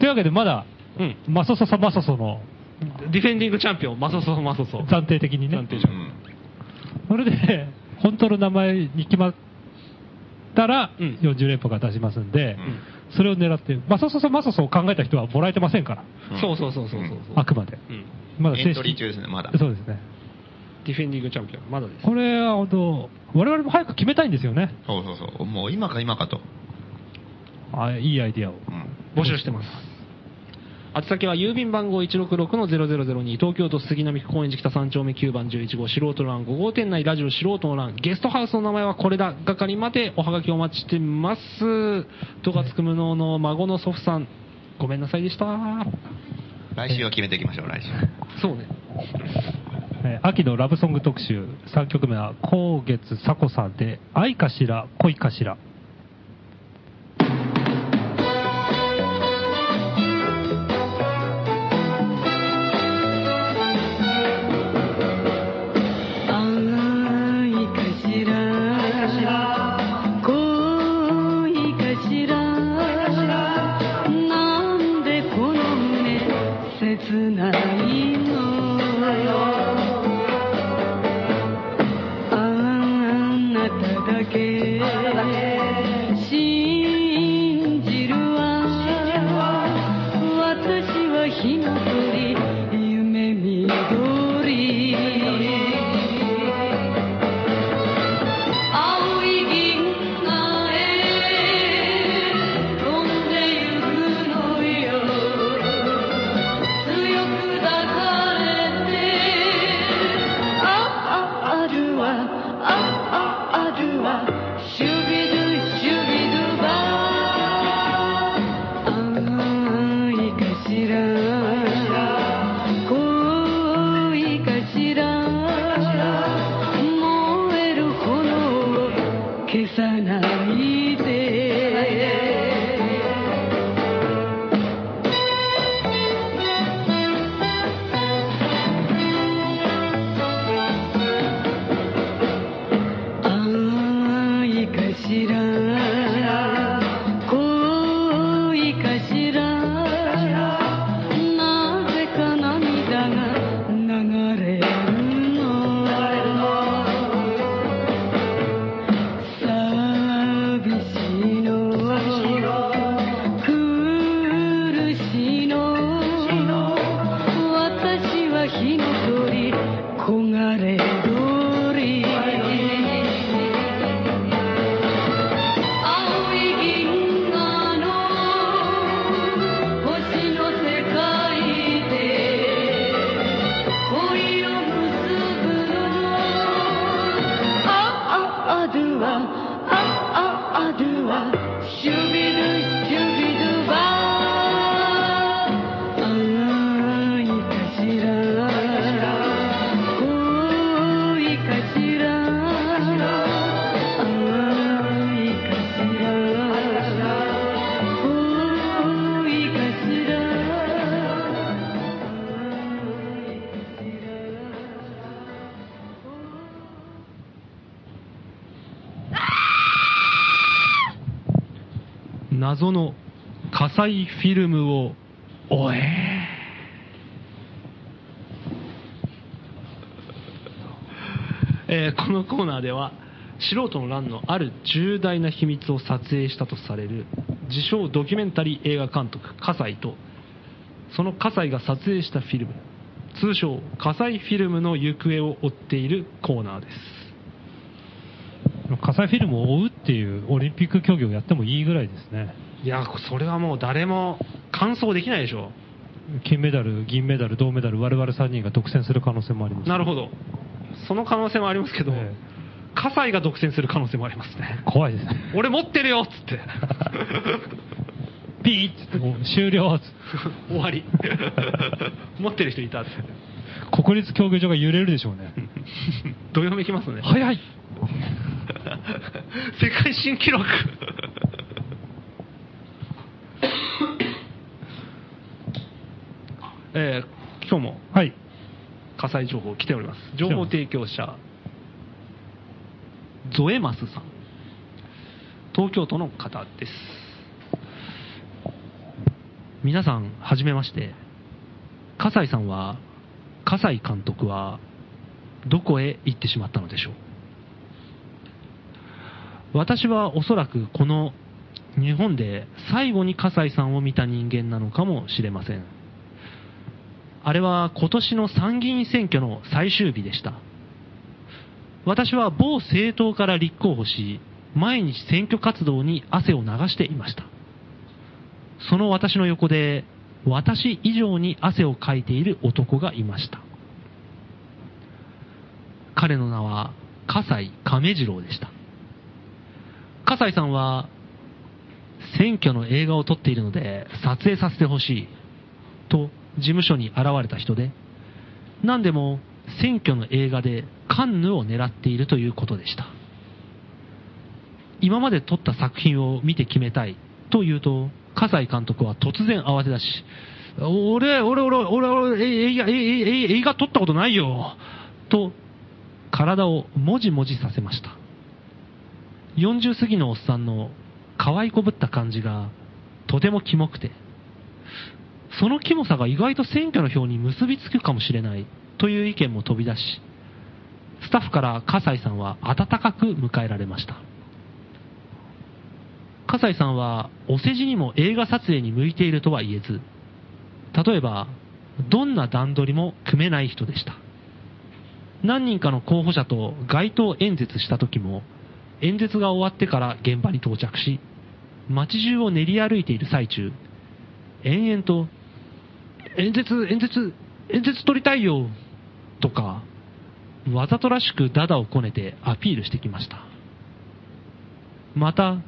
Speaker 5: というわけで、まだ、
Speaker 4: うん。
Speaker 5: マソソソマソソの
Speaker 4: ディフェンディングチャンピオン、マソソマソソ。
Speaker 5: 暫定的にね。
Speaker 4: 暫定
Speaker 6: うん
Speaker 5: それで、本当の名前に決まったら、
Speaker 4: うん
Speaker 5: 40連覇が出しますんで、
Speaker 6: ん
Speaker 5: それを狙って、マソソソマソソを考えた人はもらえてませんから、
Speaker 6: うん
Speaker 4: そうそうそうそうそうそう。
Speaker 5: あくまで。
Speaker 4: うん。
Speaker 5: まだ
Speaker 6: エントリー中ですね、まだ。
Speaker 5: そうですね。
Speaker 4: ディフェンディングチャンピオン、まだです。
Speaker 5: これは本当、我々も早く決めたいんですよね。
Speaker 6: そうそうそう。もう今か今かと。
Speaker 5: あいいアイディアを。
Speaker 6: うん
Speaker 4: 募集してます。宛先は郵便番号166-0002東京都杉並区高円寺北3丁目9番11号素人の欄5号店内ラジオ素人の欄ゲストハウスの名前はこれだ係までおはがきお待ちしてます十勝くむのの孫の祖父さんごめんなさいでした
Speaker 6: 来週は決めていきましょう、来週。
Speaker 4: そうね
Speaker 5: えー秋のラブソング特集3曲目は高月佐子さんで「愛かしら恋かしら」
Speaker 3: 甘いかしら恋かしらなんでこの胸切ないのあなただけ信じるわ私はひの鳥夢緑青い銀河へ飛んでゆくのよ強く抱かれてあああるわあああるわシュビドゥシュビドゥバ甘いかしら恋かしら燃える炎を消さないで愛かしら恋かしらなぜか涙が流れるの寂しいの苦しいの私は火の鳥焦がれ鳥青い銀河の星の世界で恋を結ぶのあああるわあああるわシュビルシュビルバー甘いかしら恋かしら甘いかしら恋かしら甘いかしら
Speaker 4: 謎の火災フィルムを終ええーこのコーナーでは素人の乱のある重大な秘密を撮影したとされる自称ドキュメンタリー映画監督葛西とその葛西が撮影したフィルム通称葛西フィルムの行方を追っているコーナーです
Speaker 5: 火災フィルムを追うっていうオリンピック競技をやってもいいぐらいですね
Speaker 4: いやそれはもう誰も完走できないでしょ
Speaker 5: 金メダル銀メダル銅メダル我々3人が独占する可能性もあります
Speaker 4: なるほど、その可能性もありますけど、
Speaker 5: え
Speaker 4: 葛西が独占する可能性もあります
Speaker 5: [laughs]
Speaker 4: ね。
Speaker 5: 怖いですね。
Speaker 4: 俺持ってるよっつって。 [laughs]
Speaker 5: ピーッつってもう終 [laughs] 了っつって
Speaker 4: 終わり。 [laughs] 持ってる人いたっつって。
Speaker 5: 国立競技場が揺れるでしょうね。
Speaker 4: どよめきますね。
Speaker 5: 早い
Speaker 4: [laughs] 世界新記録。
Speaker 5: [laughs]
Speaker 4: えー今日も
Speaker 5: はい。
Speaker 4: 火災情報来ております。情報提供者、ゾエマスさん。東京都の方です。皆さん、はじめまして。笠西さんは、笠西監督は、どこへ行ってしまったのでしょう。私はおそらくこの日本で最後に笠西さんを見た人間なのかもしれません。あれは今年の参議院選挙の最終日でした。私は某政党から立候補し、毎日選挙活動に汗を流していました。その私の横で、私以上に汗をかいている男がいました。彼の名は、笠井亀次郎でした。笠井さんは、選挙の映画を撮っているので、撮影させてほしい。と事務所に現れた人で、何でも選挙の映画でカンヌを狙っているということでした。今まで撮った作品を見て決めたいというと、葛西監督は突然慌て出し、俺、俺、俺、俺、俺、え映画、えええ映画撮ったことないよと、体をもじもじさせました。40過ぎのおっさんの可愛いこぶった感じがとてもキモくて、そのキモさが意外と選挙の票に結びつくかもしれないという意見も飛び出し、スタッフから葛西さんは温かく迎えられました。葛西さんはお世辞にも映画撮影に向いているとは言えず、例えば、どんな段取りも組めない人でした。何人かの候補者と街頭演説した時も、演説が終わってから現場に到着し、街中を練り歩いている最中、延々と、演説、演説、演説取りたいよ、とか、わざとらしくダダをこねてアピールしてきました。また、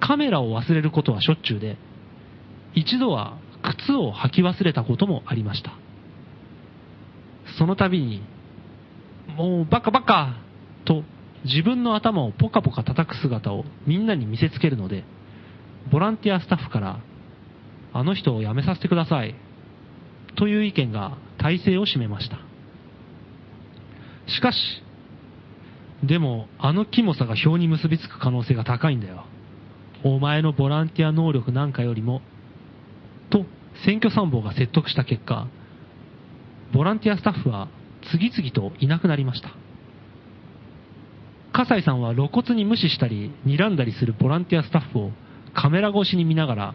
Speaker 4: カメラを忘れることはしょっちゅうで、一度は靴を履き忘れたこともありました。その度に、もうバカバカと自分の頭をポカポカ叩く姿をみんなに見せつけるので、ボランティアスタッフからあの人を辞めさせてください。という意見が体制を占めました。しかし、でもあのキモさが票に結びつく可能性が高いんだよ。お前のボランティア能力なんかよりも、と選挙参謀が説得した結果、ボランティアスタッフは次々といなくなりました。笠井さんは露骨に無視したり、睨んだりするボランティアスタッフをカメラ越しに見ながら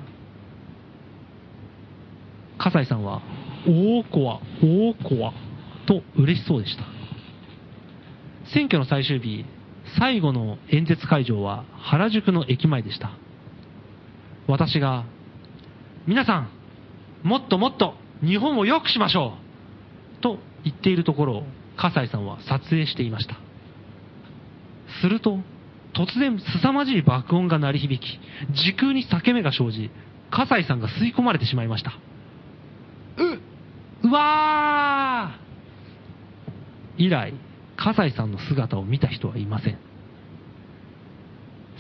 Speaker 4: 笠井さんは、大怖、大怖、と嬉しそうでした。選挙の最終日、最後の演説会場は原宿の駅前でした。私が、皆さん、もっともっと日本を良くしましょうと言っているところを、笠井さんは撮影していました。すると、突然凄まじい爆音が鳴り響き、時空に裂け目が生じ、笠井さんが吸い込まれてしまいました。うわー以来、葛西さんの姿を見た人はいません。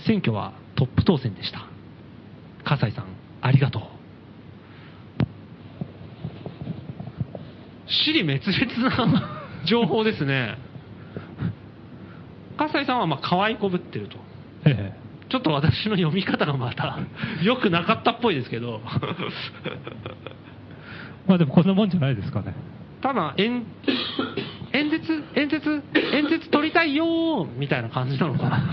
Speaker 4: 選挙はトップ当選でした。葛西さん、ありがとう。死に滅裂な情報ですね。葛西さんはまあ可愛いこぶってると。
Speaker 5: ええ。
Speaker 4: ちょっと私の読み方がまた良くなかったっぽいですけど。
Speaker 5: まあでもこんなもんじゃないですかね。
Speaker 4: ただ演演説、演説、演説取りたいよーみたいな感じなのか [laughs] な。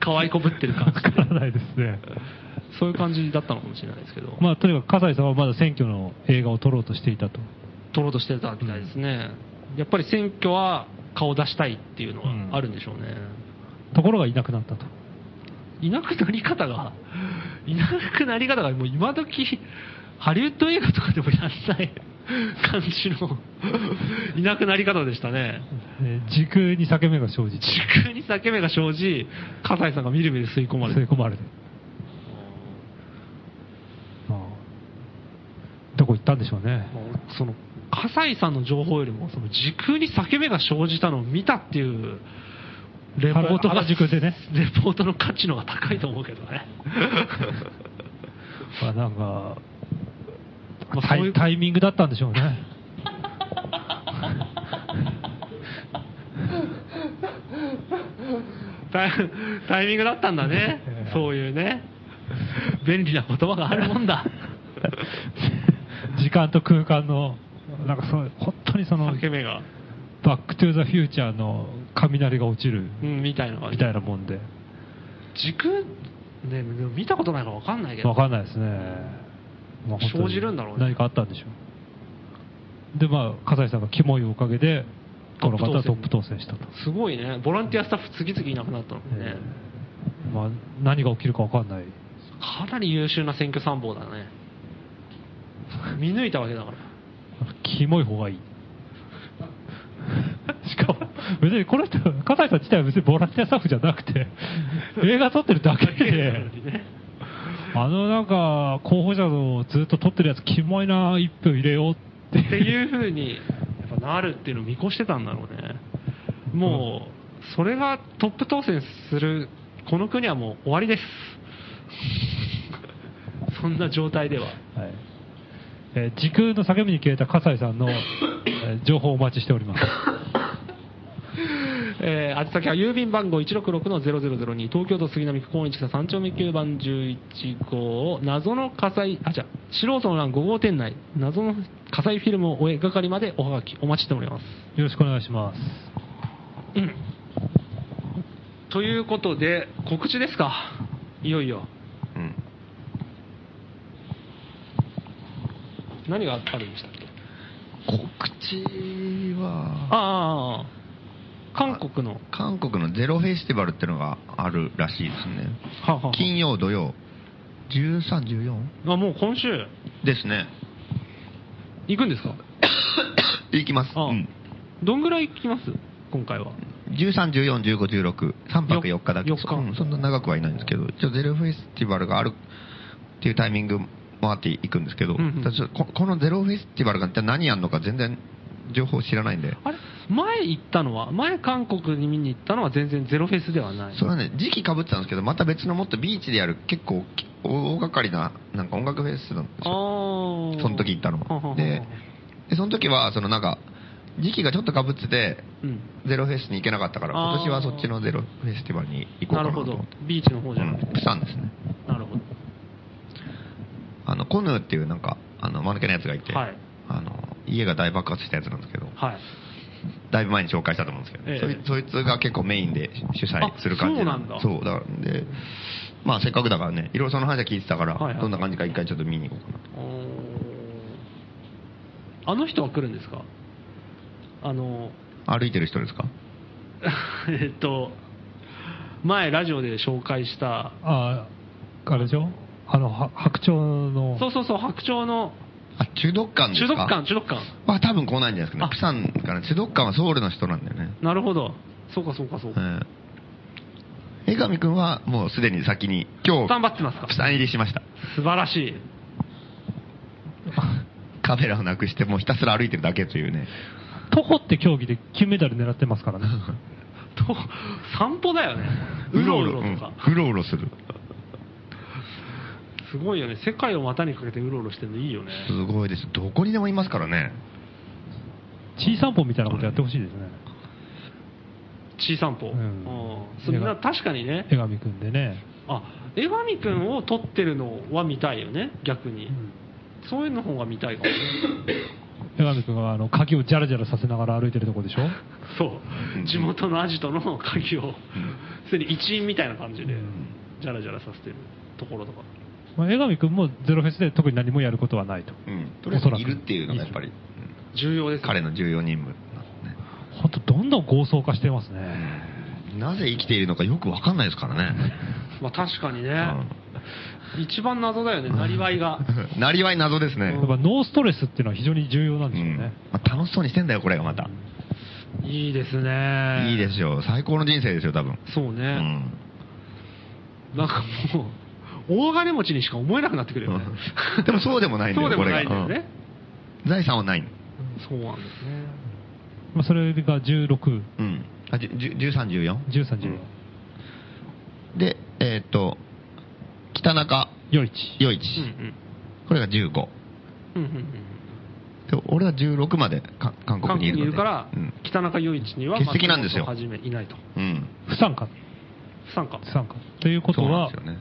Speaker 4: 可愛いこぶってる
Speaker 5: わ
Speaker 4: 感じ
Speaker 5: か。らないですね。
Speaker 4: [laughs] そういう感じだったのかもしれないですけど、
Speaker 5: まあとにかく葛西さんはまだ選挙の映画を撮ろうとしていたと。
Speaker 4: 取ろうとしてたみたいですね。やっぱり選挙は顔出したいっていうのはあるんでしょうね。
Speaker 5: ところがいなくなったと。
Speaker 4: いなくなり方が、いなくなり方がもう今時、ハリウッド映画とかでもやんない感じのいなくなり方でしたね。
Speaker 5: えー時空に裂け目が生じて、
Speaker 4: 時空に裂け目が生じ、葛西さんがみるみる吸い込まれ
Speaker 5: 吸い
Speaker 4: る。
Speaker 5: 込まれて。まあ、どこ行ったんでしょうね。
Speaker 4: その、葛西さんの情報よりも、その時空に裂け目が生じたのを見たっていう、レポートが、
Speaker 5: 原宿でね
Speaker 4: レポートの価値の方が高いと思うけどね。
Speaker 5: まあ、なんか、
Speaker 4: まあ
Speaker 5: タ
Speaker 4: そうい
Speaker 5: イ
Speaker 4: う
Speaker 5: タイミングだったんでしょ
Speaker 4: [laughs]
Speaker 5: うね。
Speaker 4: タイタイミングだったんだね。そういうね。便利な言葉があるもんだ。
Speaker 5: 時間と空間の、なんかそう、本当にその
Speaker 4: 裂、け目が。
Speaker 5: バックトゥーザフューチャーの雷が落ちる
Speaker 4: うん、みたいな感
Speaker 5: み
Speaker 4: じ。
Speaker 5: たいなもんで、
Speaker 4: 時空、ね、でも見たことないから分かんないけど。
Speaker 5: わかんないですね。まあ本当に
Speaker 4: 生じるんだろうね
Speaker 5: 何かあったんでしょう。で、まあ、葛西さんがキモいおかげで、この方はトップ当選したと。
Speaker 4: すごいね。ボランティアスタッフ次々いなくなったのね。
Speaker 5: えーまあ、何が起きるかわかんない。
Speaker 4: かなり優秀な選挙参謀だね。見抜いたわけだから。
Speaker 5: キモい方がい [laughs] い。しかも、別にこの人、笠井さん自体は別にボランティアスタッフじゃなくて、映画撮ってるだけで、
Speaker 4: [laughs]
Speaker 5: あのなんか、候補者のずっと撮ってるやつ、キモいな、一票入れようって
Speaker 4: っていう風に、やっぱなるっていうのを見越してたんだろうね。もう、それがトップ当選する、この国はもう終わりです。そんな状態では。
Speaker 5: はいえー時空の叫びに消えた笠井さんの、えー情報をお待ちしております。
Speaker 4: [laughs] えー、宛先は郵便番号166-0002東京都杉並区高円寺3丁目9番11号謎の火災あじゃあ素人の欄5号店内謎の火災フィルムをお描かりまでおはがきお待ちしております
Speaker 5: よろしくお願いします。
Speaker 4: ということで告知ですかいよいよ
Speaker 6: うん
Speaker 4: 何があるんでしたっけ
Speaker 6: 告知は、
Speaker 4: ああ韓国の
Speaker 6: 韓国のゼロフェスティバルってのがあるらしいですね。
Speaker 4: はあはあ
Speaker 6: 金曜、土曜、13、14
Speaker 4: あもう今週
Speaker 6: で
Speaker 4: [coughs]
Speaker 6: すね。
Speaker 4: 行くんです [coughs] か
Speaker 6: 行きます。
Speaker 4: ああ
Speaker 6: うん
Speaker 4: どんぐらい行きます今回は
Speaker 6: 13、14、15、16、3泊4日だけ
Speaker 4: よっか
Speaker 6: うんそんな長くはいないんですけど、一応ゼロフェスティバルがあるっていうタイミングもあって行くんですけど、
Speaker 4: うんうん
Speaker 6: ただちょっとここのゼロフェスティバルが一体何やるのか全然情報知らないんで、
Speaker 4: あれ前行ったのは、前韓国に見に行ったのは全然ゼロフェスではない。
Speaker 6: それはね、時期かぶってたんですけど、また別のもっとビーチでやる結構き大掛かりななんか音楽フェスなんです
Speaker 4: あ
Speaker 6: よ。
Speaker 4: ー
Speaker 6: その時行ったの
Speaker 4: ははは
Speaker 6: でで、その時は、そのなんか、時期がちょっとかぶってて、
Speaker 4: うん。
Speaker 6: ゼロフェスに行けなかったから、
Speaker 4: あー
Speaker 6: 今年はそっちのゼロフェスティバルに行こう
Speaker 4: な
Speaker 6: かな
Speaker 4: る
Speaker 6: と
Speaker 4: ほ
Speaker 6: 思
Speaker 4: ど
Speaker 6: って。。
Speaker 4: ビーチの方じゃなく
Speaker 6: う
Speaker 4: て。
Speaker 6: んプサンですね。
Speaker 4: なるほ
Speaker 6: あの、コヌーっていうなんか、あの、間抜けなやつがいて、
Speaker 4: はい
Speaker 6: あの、家が大爆発したやつなんですけど、
Speaker 4: ど。はい。
Speaker 6: だいぶ前に紹介したと思うんですけどね、
Speaker 4: ええ
Speaker 6: そいそいつが結構メインで主催する感じ
Speaker 4: あ
Speaker 6: そ、
Speaker 4: そう
Speaker 6: だから、で、まあせっかくだからね、いろいろその話は聞いてたから、
Speaker 4: はいはい
Speaker 6: どんな感じか一回ちょっと見に行こうかな。
Speaker 4: おーあの人は来るんですかあの、 [laughs]
Speaker 6: 歩いてる人ですか
Speaker 4: えっと、前ラジオで紹介した、
Speaker 5: あー、あれでしょあの、は白鳥の、
Speaker 4: そうそうそう、白鳥の
Speaker 6: あ、中毒館です
Speaker 4: 中
Speaker 6: か
Speaker 4: 毒館、中毒館。
Speaker 6: は多分来ないんじゃないですかね
Speaker 4: あ。
Speaker 6: プサンから中毒館はソウルの人なんだよね。
Speaker 4: なるほど。そうかそうかそうか。
Speaker 6: ええ江上くんはもうすでに先に、今
Speaker 4: 頑
Speaker 6: 日、
Speaker 4: 張ってますか
Speaker 6: プサン入りしました。
Speaker 4: 素晴らしい。
Speaker 6: カメラをなくしてもうひたすら歩いてるだけというね。
Speaker 5: 徒歩って競技で金メダル狙ってます [laughs] からね。
Speaker 4: と散歩だよね。うろうろとか。
Speaker 6: うんうろうろする。
Speaker 4: すごいよね。世界を股にかけてうろうろしてるのいいよね。
Speaker 6: すごいです。どこにでもいますからね。
Speaker 5: 小散歩みたいなことやってほしいですね。
Speaker 4: 小散歩。
Speaker 5: うん
Speaker 4: うんそれな確かにね。
Speaker 5: 江上くんでね。
Speaker 4: あ、江上くんを撮ってるのは見たいよね。逆に。そういうの方が見たいかもね。
Speaker 5: 江上くんがあの、鍵をジャラジャラさせながら歩いてるとこでしょ
Speaker 4: そう。地元のアジトの鍵を、すでに一員みたいな感じで
Speaker 5: うん、
Speaker 4: じゃらじゃらさせてるところとか。
Speaker 5: まあ江上くんもゼロフェスで特に何もやることはないと。
Speaker 6: うん。と
Speaker 5: お
Speaker 6: りあえ
Speaker 5: そら
Speaker 6: ず
Speaker 5: く
Speaker 6: いるっていうのがやっぱり、
Speaker 4: 重要です、ね。
Speaker 6: 彼の重要任務
Speaker 5: 本当どんどん豪壮化してますね。
Speaker 6: なぜ生きているのかよくわかんないですからね。
Speaker 4: まあ確かにね。一番謎だよね、なりわいが。
Speaker 6: [laughs] なりわい謎ですね
Speaker 5: やっ。ぱノーストレスっていうのは非常に重要なん
Speaker 6: う
Speaker 5: でしょうんね。
Speaker 6: まあ楽しそうにしてんだよ、これがまた。
Speaker 4: いいですね
Speaker 6: いいですよ。最高の人生ですよ、多分。
Speaker 4: そうね、
Speaker 6: うん。
Speaker 4: なんかもう大金持ちにしか思えなくなってくるよね
Speaker 6: うんでもそうでもないんだよ
Speaker 4: そうでもないんだよ
Speaker 6: これ
Speaker 4: ね
Speaker 6: が、財産はないの。
Speaker 4: うんそうなんですね
Speaker 5: まあ、それが16、
Speaker 6: うん。あ、じゅじゅ13、14?
Speaker 5: 13、14、
Speaker 6: で、えーっと、北中
Speaker 5: 41。
Speaker 6: 余一。
Speaker 4: うん
Speaker 6: これが
Speaker 4: う
Speaker 6: 15。
Speaker 4: んうんうんうん
Speaker 6: で俺は16までか
Speaker 4: 韓
Speaker 6: 韓国に
Speaker 4: 国
Speaker 6: いる
Speaker 4: にいる
Speaker 6: ので
Speaker 4: から、
Speaker 6: うん
Speaker 4: 北中余一には
Speaker 6: 欠席なんですよ
Speaker 4: はじめいないと
Speaker 6: うん。
Speaker 5: 不参加。
Speaker 4: 不参加
Speaker 5: 不参加。ということ
Speaker 6: そうなん
Speaker 5: は、
Speaker 6: ですよね。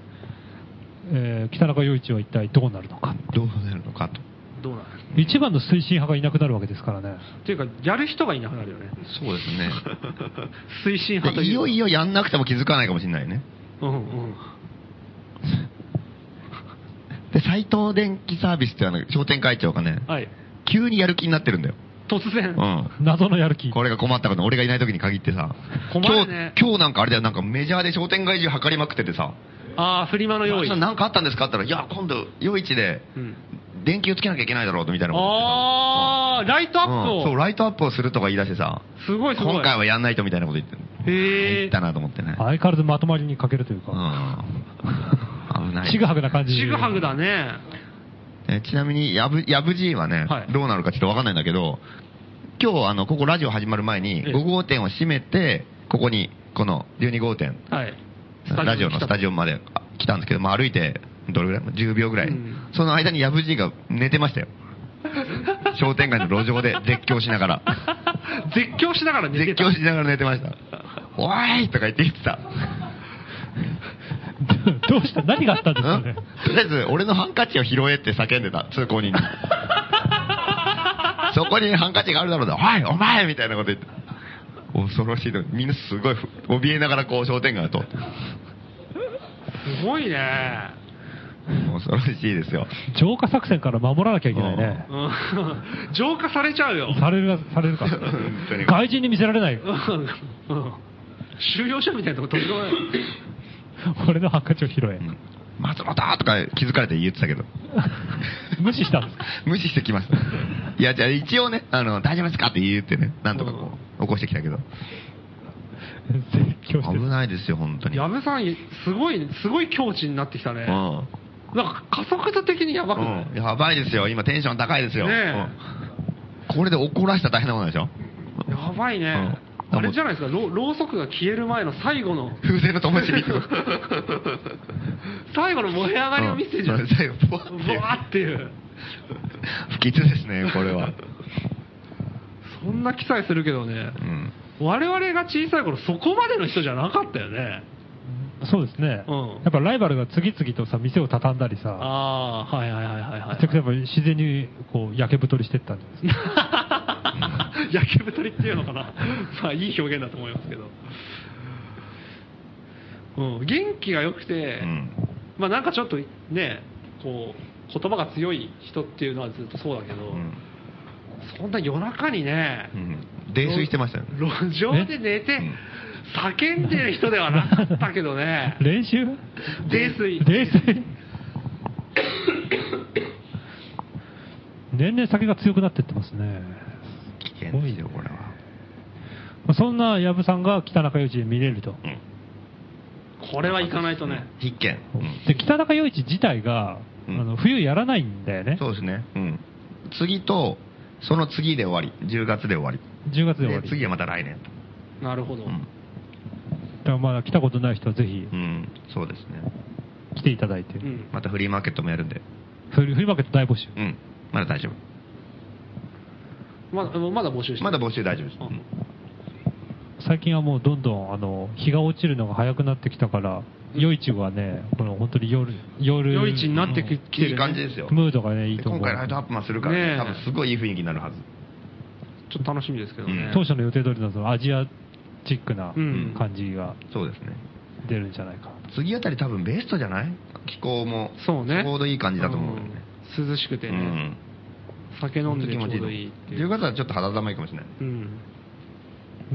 Speaker 5: えー北中陽一は一体どうなるのか。
Speaker 6: どうなるのかと。
Speaker 4: どうなる
Speaker 5: 一番の推進派がいなくなるわけですからね。
Speaker 4: っていうかやる人がいなくなるよね
Speaker 6: そうですね。
Speaker 4: [laughs] 推進派と
Speaker 6: で
Speaker 4: いう
Speaker 6: いよいよやんなくても気づかないかもしれないね。
Speaker 4: うんうん
Speaker 6: で、斎藤電機サービスっていうあの商店会長がね、
Speaker 4: はい
Speaker 6: 急にやる気になってるんだよ。
Speaker 4: 突然、
Speaker 6: う
Speaker 5: 謎のやる気。
Speaker 6: ん。これが困ったこと、俺がいない時に限ってさ。
Speaker 4: 困るね
Speaker 6: 今日、今日なんかあれだよ、なんかメジャーで商店街中測りまくっててさ。
Speaker 4: ああフリマの用意、
Speaker 6: あなんかあったんですかって言ったら、いや、今度、夜市で、
Speaker 4: うん、
Speaker 6: 電球つけなきゃいけないだろうとみたいなこと言ってさ。
Speaker 4: ああライトアップ
Speaker 6: う
Speaker 4: を
Speaker 6: ん、そう、ライトアップをするとか言い出してさ。
Speaker 4: すごいすごい
Speaker 6: 今回はやんないとみたいなこと言ってる。
Speaker 4: へ
Speaker 6: 入
Speaker 4: え
Speaker 6: ったなと思ってね。
Speaker 5: 相変わらずまとまりに欠けるという
Speaker 6: う
Speaker 5: か、
Speaker 6: ん。危ない。
Speaker 5: ちぐはぐな感じ。
Speaker 4: ちぐはぐだね
Speaker 6: えちなみに、やぶ、やぶじいはね、
Speaker 4: はい
Speaker 6: どうなるかちょっとわかんないんだけど、今日、あの、ここラジオ始まる前に、
Speaker 4: ええ
Speaker 6: 5号店を閉めて、ここに、この12号店、
Speaker 4: はい
Speaker 6: ラジオのスタジ
Speaker 4: オ
Speaker 6: オまであ来たんですけど、まあ、歩いて、どれぐらい ?10 秒ぐらい、
Speaker 4: うん
Speaker 6: その間にやぶじいが寝て
Speaker 4: [laughs]
Speaker 6: ましたよ。商店街の路上で絶叫しながら。 [laughs]
Speaker 4: 絶叫しながら寝
Speaker 6: 絶
Speaker 4: てた
Speaker 6: 叫しながら寝てました。おーいとか言って言ってた。
Speaker 5: [laughs] どうした何があったんですか
Speaker 6: うん
Speaker 5: ね。
Speaker 6: とりあえず、俺のハンカチを拾えって叫んでた、通行 [laughs] 人に。そこにハンカチがあるだろうだ、おい、お前みたいなこと言って。恐ろしいの。みんなすごいふ、怯えながらこう商店街を通って。
Speaker 4: すごいね
Speaker 6: 恐ろしいですよ。
Speaker 5: 浄化作戦から守らなきゃいけないね。
Speaker 4: うん浄化されちゃうよ
Speaker 5: されるか、されるか
Speaker 6: 当に。
Speaker 5: 外人に見せられない。
Speaker 4: うんうん収容所みたいなとこ飛び込まない
Speaker 5: 俺のハンカチを拾え
Speaker 6: う。ん松本とか気づかれて言ってたけど。
Speaker 5: [laughs] 無視したんですか
Speaker 6: 無視してきました。いや、じゃあ一応ね、あの、大丈夫ですかって言ってね、なんとかこう、起こしてきたけど。
Speaker 5: 絶叫して
Speaker 6: [laughs] 危
Speaker 5: る。
Speaker 6: ないですよ、本当に。
Speaker 4: 矢部さんすごいすごい境地になってきたね
Speaker 6: うん。
Speaker 4: なんか加速度的にやばくない、
Speaker 6: うん、やばいですよ、今テンション高いですよ。
Speaker 4: ねえ
Speaker 6: うんこれで怒らしたら大変なことでしょ
Speaker 4: やばいね、
Speaker 6: うん
Speaker 4: あれじゃないですかろうろうそくが消える前の最後の
Speaker 6: 風船の灯火。
Speaker 4: 最後の燃え上がりを見せるじゃん、
Speaker 6: うん最後ボワッていう
Speaker 4: ボワッていう
Speaker 6: 不吉ですね、これは。
Speaker 4: そんな記載するけどね
Speaker 6: うん。
Speaker 4: 我々が小さい頃そこまでの人じゃなかったよね
Speaker 5: そうですね。
Speaker 4: うん
Speaker 5: やっぱライバルが次々とさ、店を畳んだりさ、
Speaker 4: ああはいはいはいはいは
Speaker 5: め
Speaker 4: い
Speaker 5: ちゃくちゃやっぱ自然にこう、焼け太りしてったんです。
Speaker 4: [laughs] 野球太りっていうのかな [laughs] まあいい表現だと思いますけど、うん、元気が良くて、
Speaker 6: うん
Speaker 4: まあなんかちょっとねこう言葉が強い人っていうのはずっとそうだけど、
Speaker 6: うん
Speaker 4: そんな夜中にね、
Speaker 6: うん。泥酔してましたよね。
Speaker 4: 路上で寝て
Speaker 6: うん
Speaker 4: 叫んでる人ではなかったけど
Speaker 6: [laughs]
Speaker 4: ね
Speaker 5: 練習
Speaker 4: 泥酔
Speaker 5: 泥酔年々酒が強くなってってますね。
Speaker 6: 危険ですよ、これは。
Speaker 5: まあそんな藪さんが北中陽一で見れると。
Speaker 6: うん
Speaker 4: これは行かないとね、
Speaker 6: 必見。うん
Speaker 5: で、北中陽一自体が、
Speaker 6: うん
Speaker 5: あの冬やらないんだよね。
Speaker 6: そうですね。うん。次と、その次で終わり。10月で終わり。
Speaker 5: 10月で終わ
Speaker 6: で
Speaker 5: り。
Speaker 6: 次はまた来年。
Speaker 4: なるほど、
Speaker 6: う
Speaker 5: だ
Speaker 6: ん。
Speaker 5: からまだ来たことない人はぜひ
Speaker 6: うん。そうですね。
Speaker 5: 来ていただいて。
Speaker 4: うん
Speaker 6: またフリーマーケットもやるんで。
Speaker 5: フリフリーマーケット大募集。
Speaker 6: うん。まだ大丈夫。
Speaker 4: まだまだ募集して
Speaker 6: まだ募集大丈夫です。
Speaker 4: うん
Speaker 5: 最近はもうどんどんあの日が落ちるのが早くなってきたから、夜市はね、この本当に夜、夜、
Speaker 4: 夜市になってきてるね
Speaker 6: いい感じですよ。
Speaker 5: ムードがね、いいと思う。
Speaker 6: 今回ライトアップもするから、ね、
Speaker 4: ねえ
Speaker 6: 多分すごいいい雰囲気になるはず。
Speaker 4: ちょっと楽しみですけどね、
Speaker 6: うん
Speaker 5: 当初の予定通りのそのアジアチックな
Speaker 4: うん
Speaker 5: 感じが
Speaker 6: そうですね。
Speaker 5: 出るんじゃないか。
Speaker 6: 次あたり多分ベストじゃない気候も、
Speaker 4: そうね
Speaker 6: ちょうどいい感じだと思うよね。
Speaker 4: うん涼しくてね、酒飲んでちょうどいいってい
Speaker 6: 10
Speaker 4: う
Speaker 6: 月はちょっと肌寒いかもしれない。
Speaker 4: うん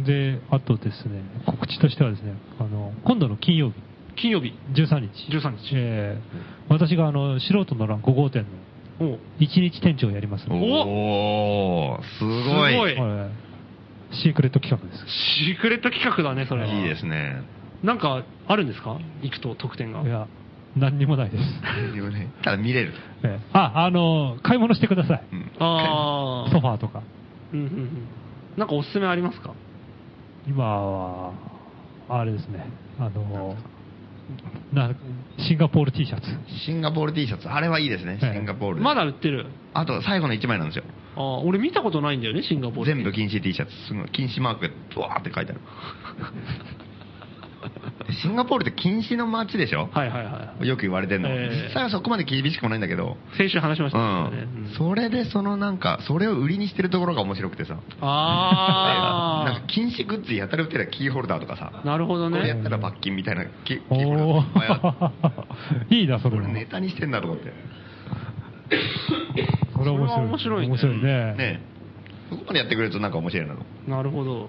Speaker 5: で、あとですね、告知としてはですね、あの、今度の金曜日、
Speaker 4: 金曜日
Speaker 5: 13日。
Speaker 4: 13日
Speaker 5: えー私があの、素人の欄5号店の
Speaker 4: おう
Speaker 5: 一日店長をやりますので
Speaker 6: おー、す
Speaker 4: すご
Speaker 6: ご
Speaker 4: い
Speaker 6: い。
Speaker 5: はいシークレット企画です。
Speaker 4: シークレット企画だね、それは。
Speaker 6: いいですね。
Speaker 4: なんか、あるんですか行くと特典が。
Speaker 5: いや、何にもないです。
Speaker 6: ただ見れる。
Speaker 5: ええあ、あの、買い物してください。
Speaker 6: うん
Speaker 4: ああ。
Speaker 5: ソファーとか。
Speaker 4: うんうんうん。なんかおすすめありますか
Speaker 5: 今は、あれですね、あの、なシンガポール T シャツ。
Speaker 6: シンガポール T シャツ、あれはいいですね、シ
Speaker 5: ええ
Speaker 6: ンガポールで。
Speaker 4: まだ売ってる。
Speaker 6: あと最後の1枚なんですよ。
Speaker 4: ああ、俺見たことないんだよね、シンガポール。
Speaker 6: 全部禁止 T シャツ、すごい禁止マークがブワーって書いてある。 [laughs] シンガポールって禁止の街でしょ、
Speaker 4: はいはいはい。
Speaker 6: よく言われてるの、
Speaker 4: ええ
Speaker 6: 実際はそこまで厳しくもないんだけど、
Speaker 4: 先週話しまし
Speaker 6: う
Speaker 4: たからね。
Speaker 6: ん
Speaker 4: うん、
Speaker 6: それでそのなんか、それを売りにしてるところが面白くてさ、 [laughs] な
Speaker 4: あ
Speaker 6: んか禁止グッズやたら売ってたキーホルダーとか
Speaker 4: あ。
Speaker 6: さ、
Speaker 4: なるほど
Speaker 6: これやっ
Speaker 4: ね。
Speaker 6: たら罰金みたいなキキー
Speaker 5: お
Speaker 6: ホルダー
Speaker 5: お
Speaker 6: いっぱいあって、
Speaker 5: ー、いい
Speaker 4: [laughs]
Speaker 5: な、それ
Speaker 6: こ
Speaker 5: も
Speaker 6: れ。ネタにしてんだと思って。
Speaker 5: それは面
Speaker 4: それ
Speaker 5: 白。
Speaker 4: はい面
Speaker 5: 面
Speaker 4: 白い
Speaker 5: 白
Speaker 4: ね
Speaker 5: いね。
Speaker 6: ねえそこまでやってくれるとなんか面白いなと。
Speaker 4: なるほど。
Speaker 5: やっ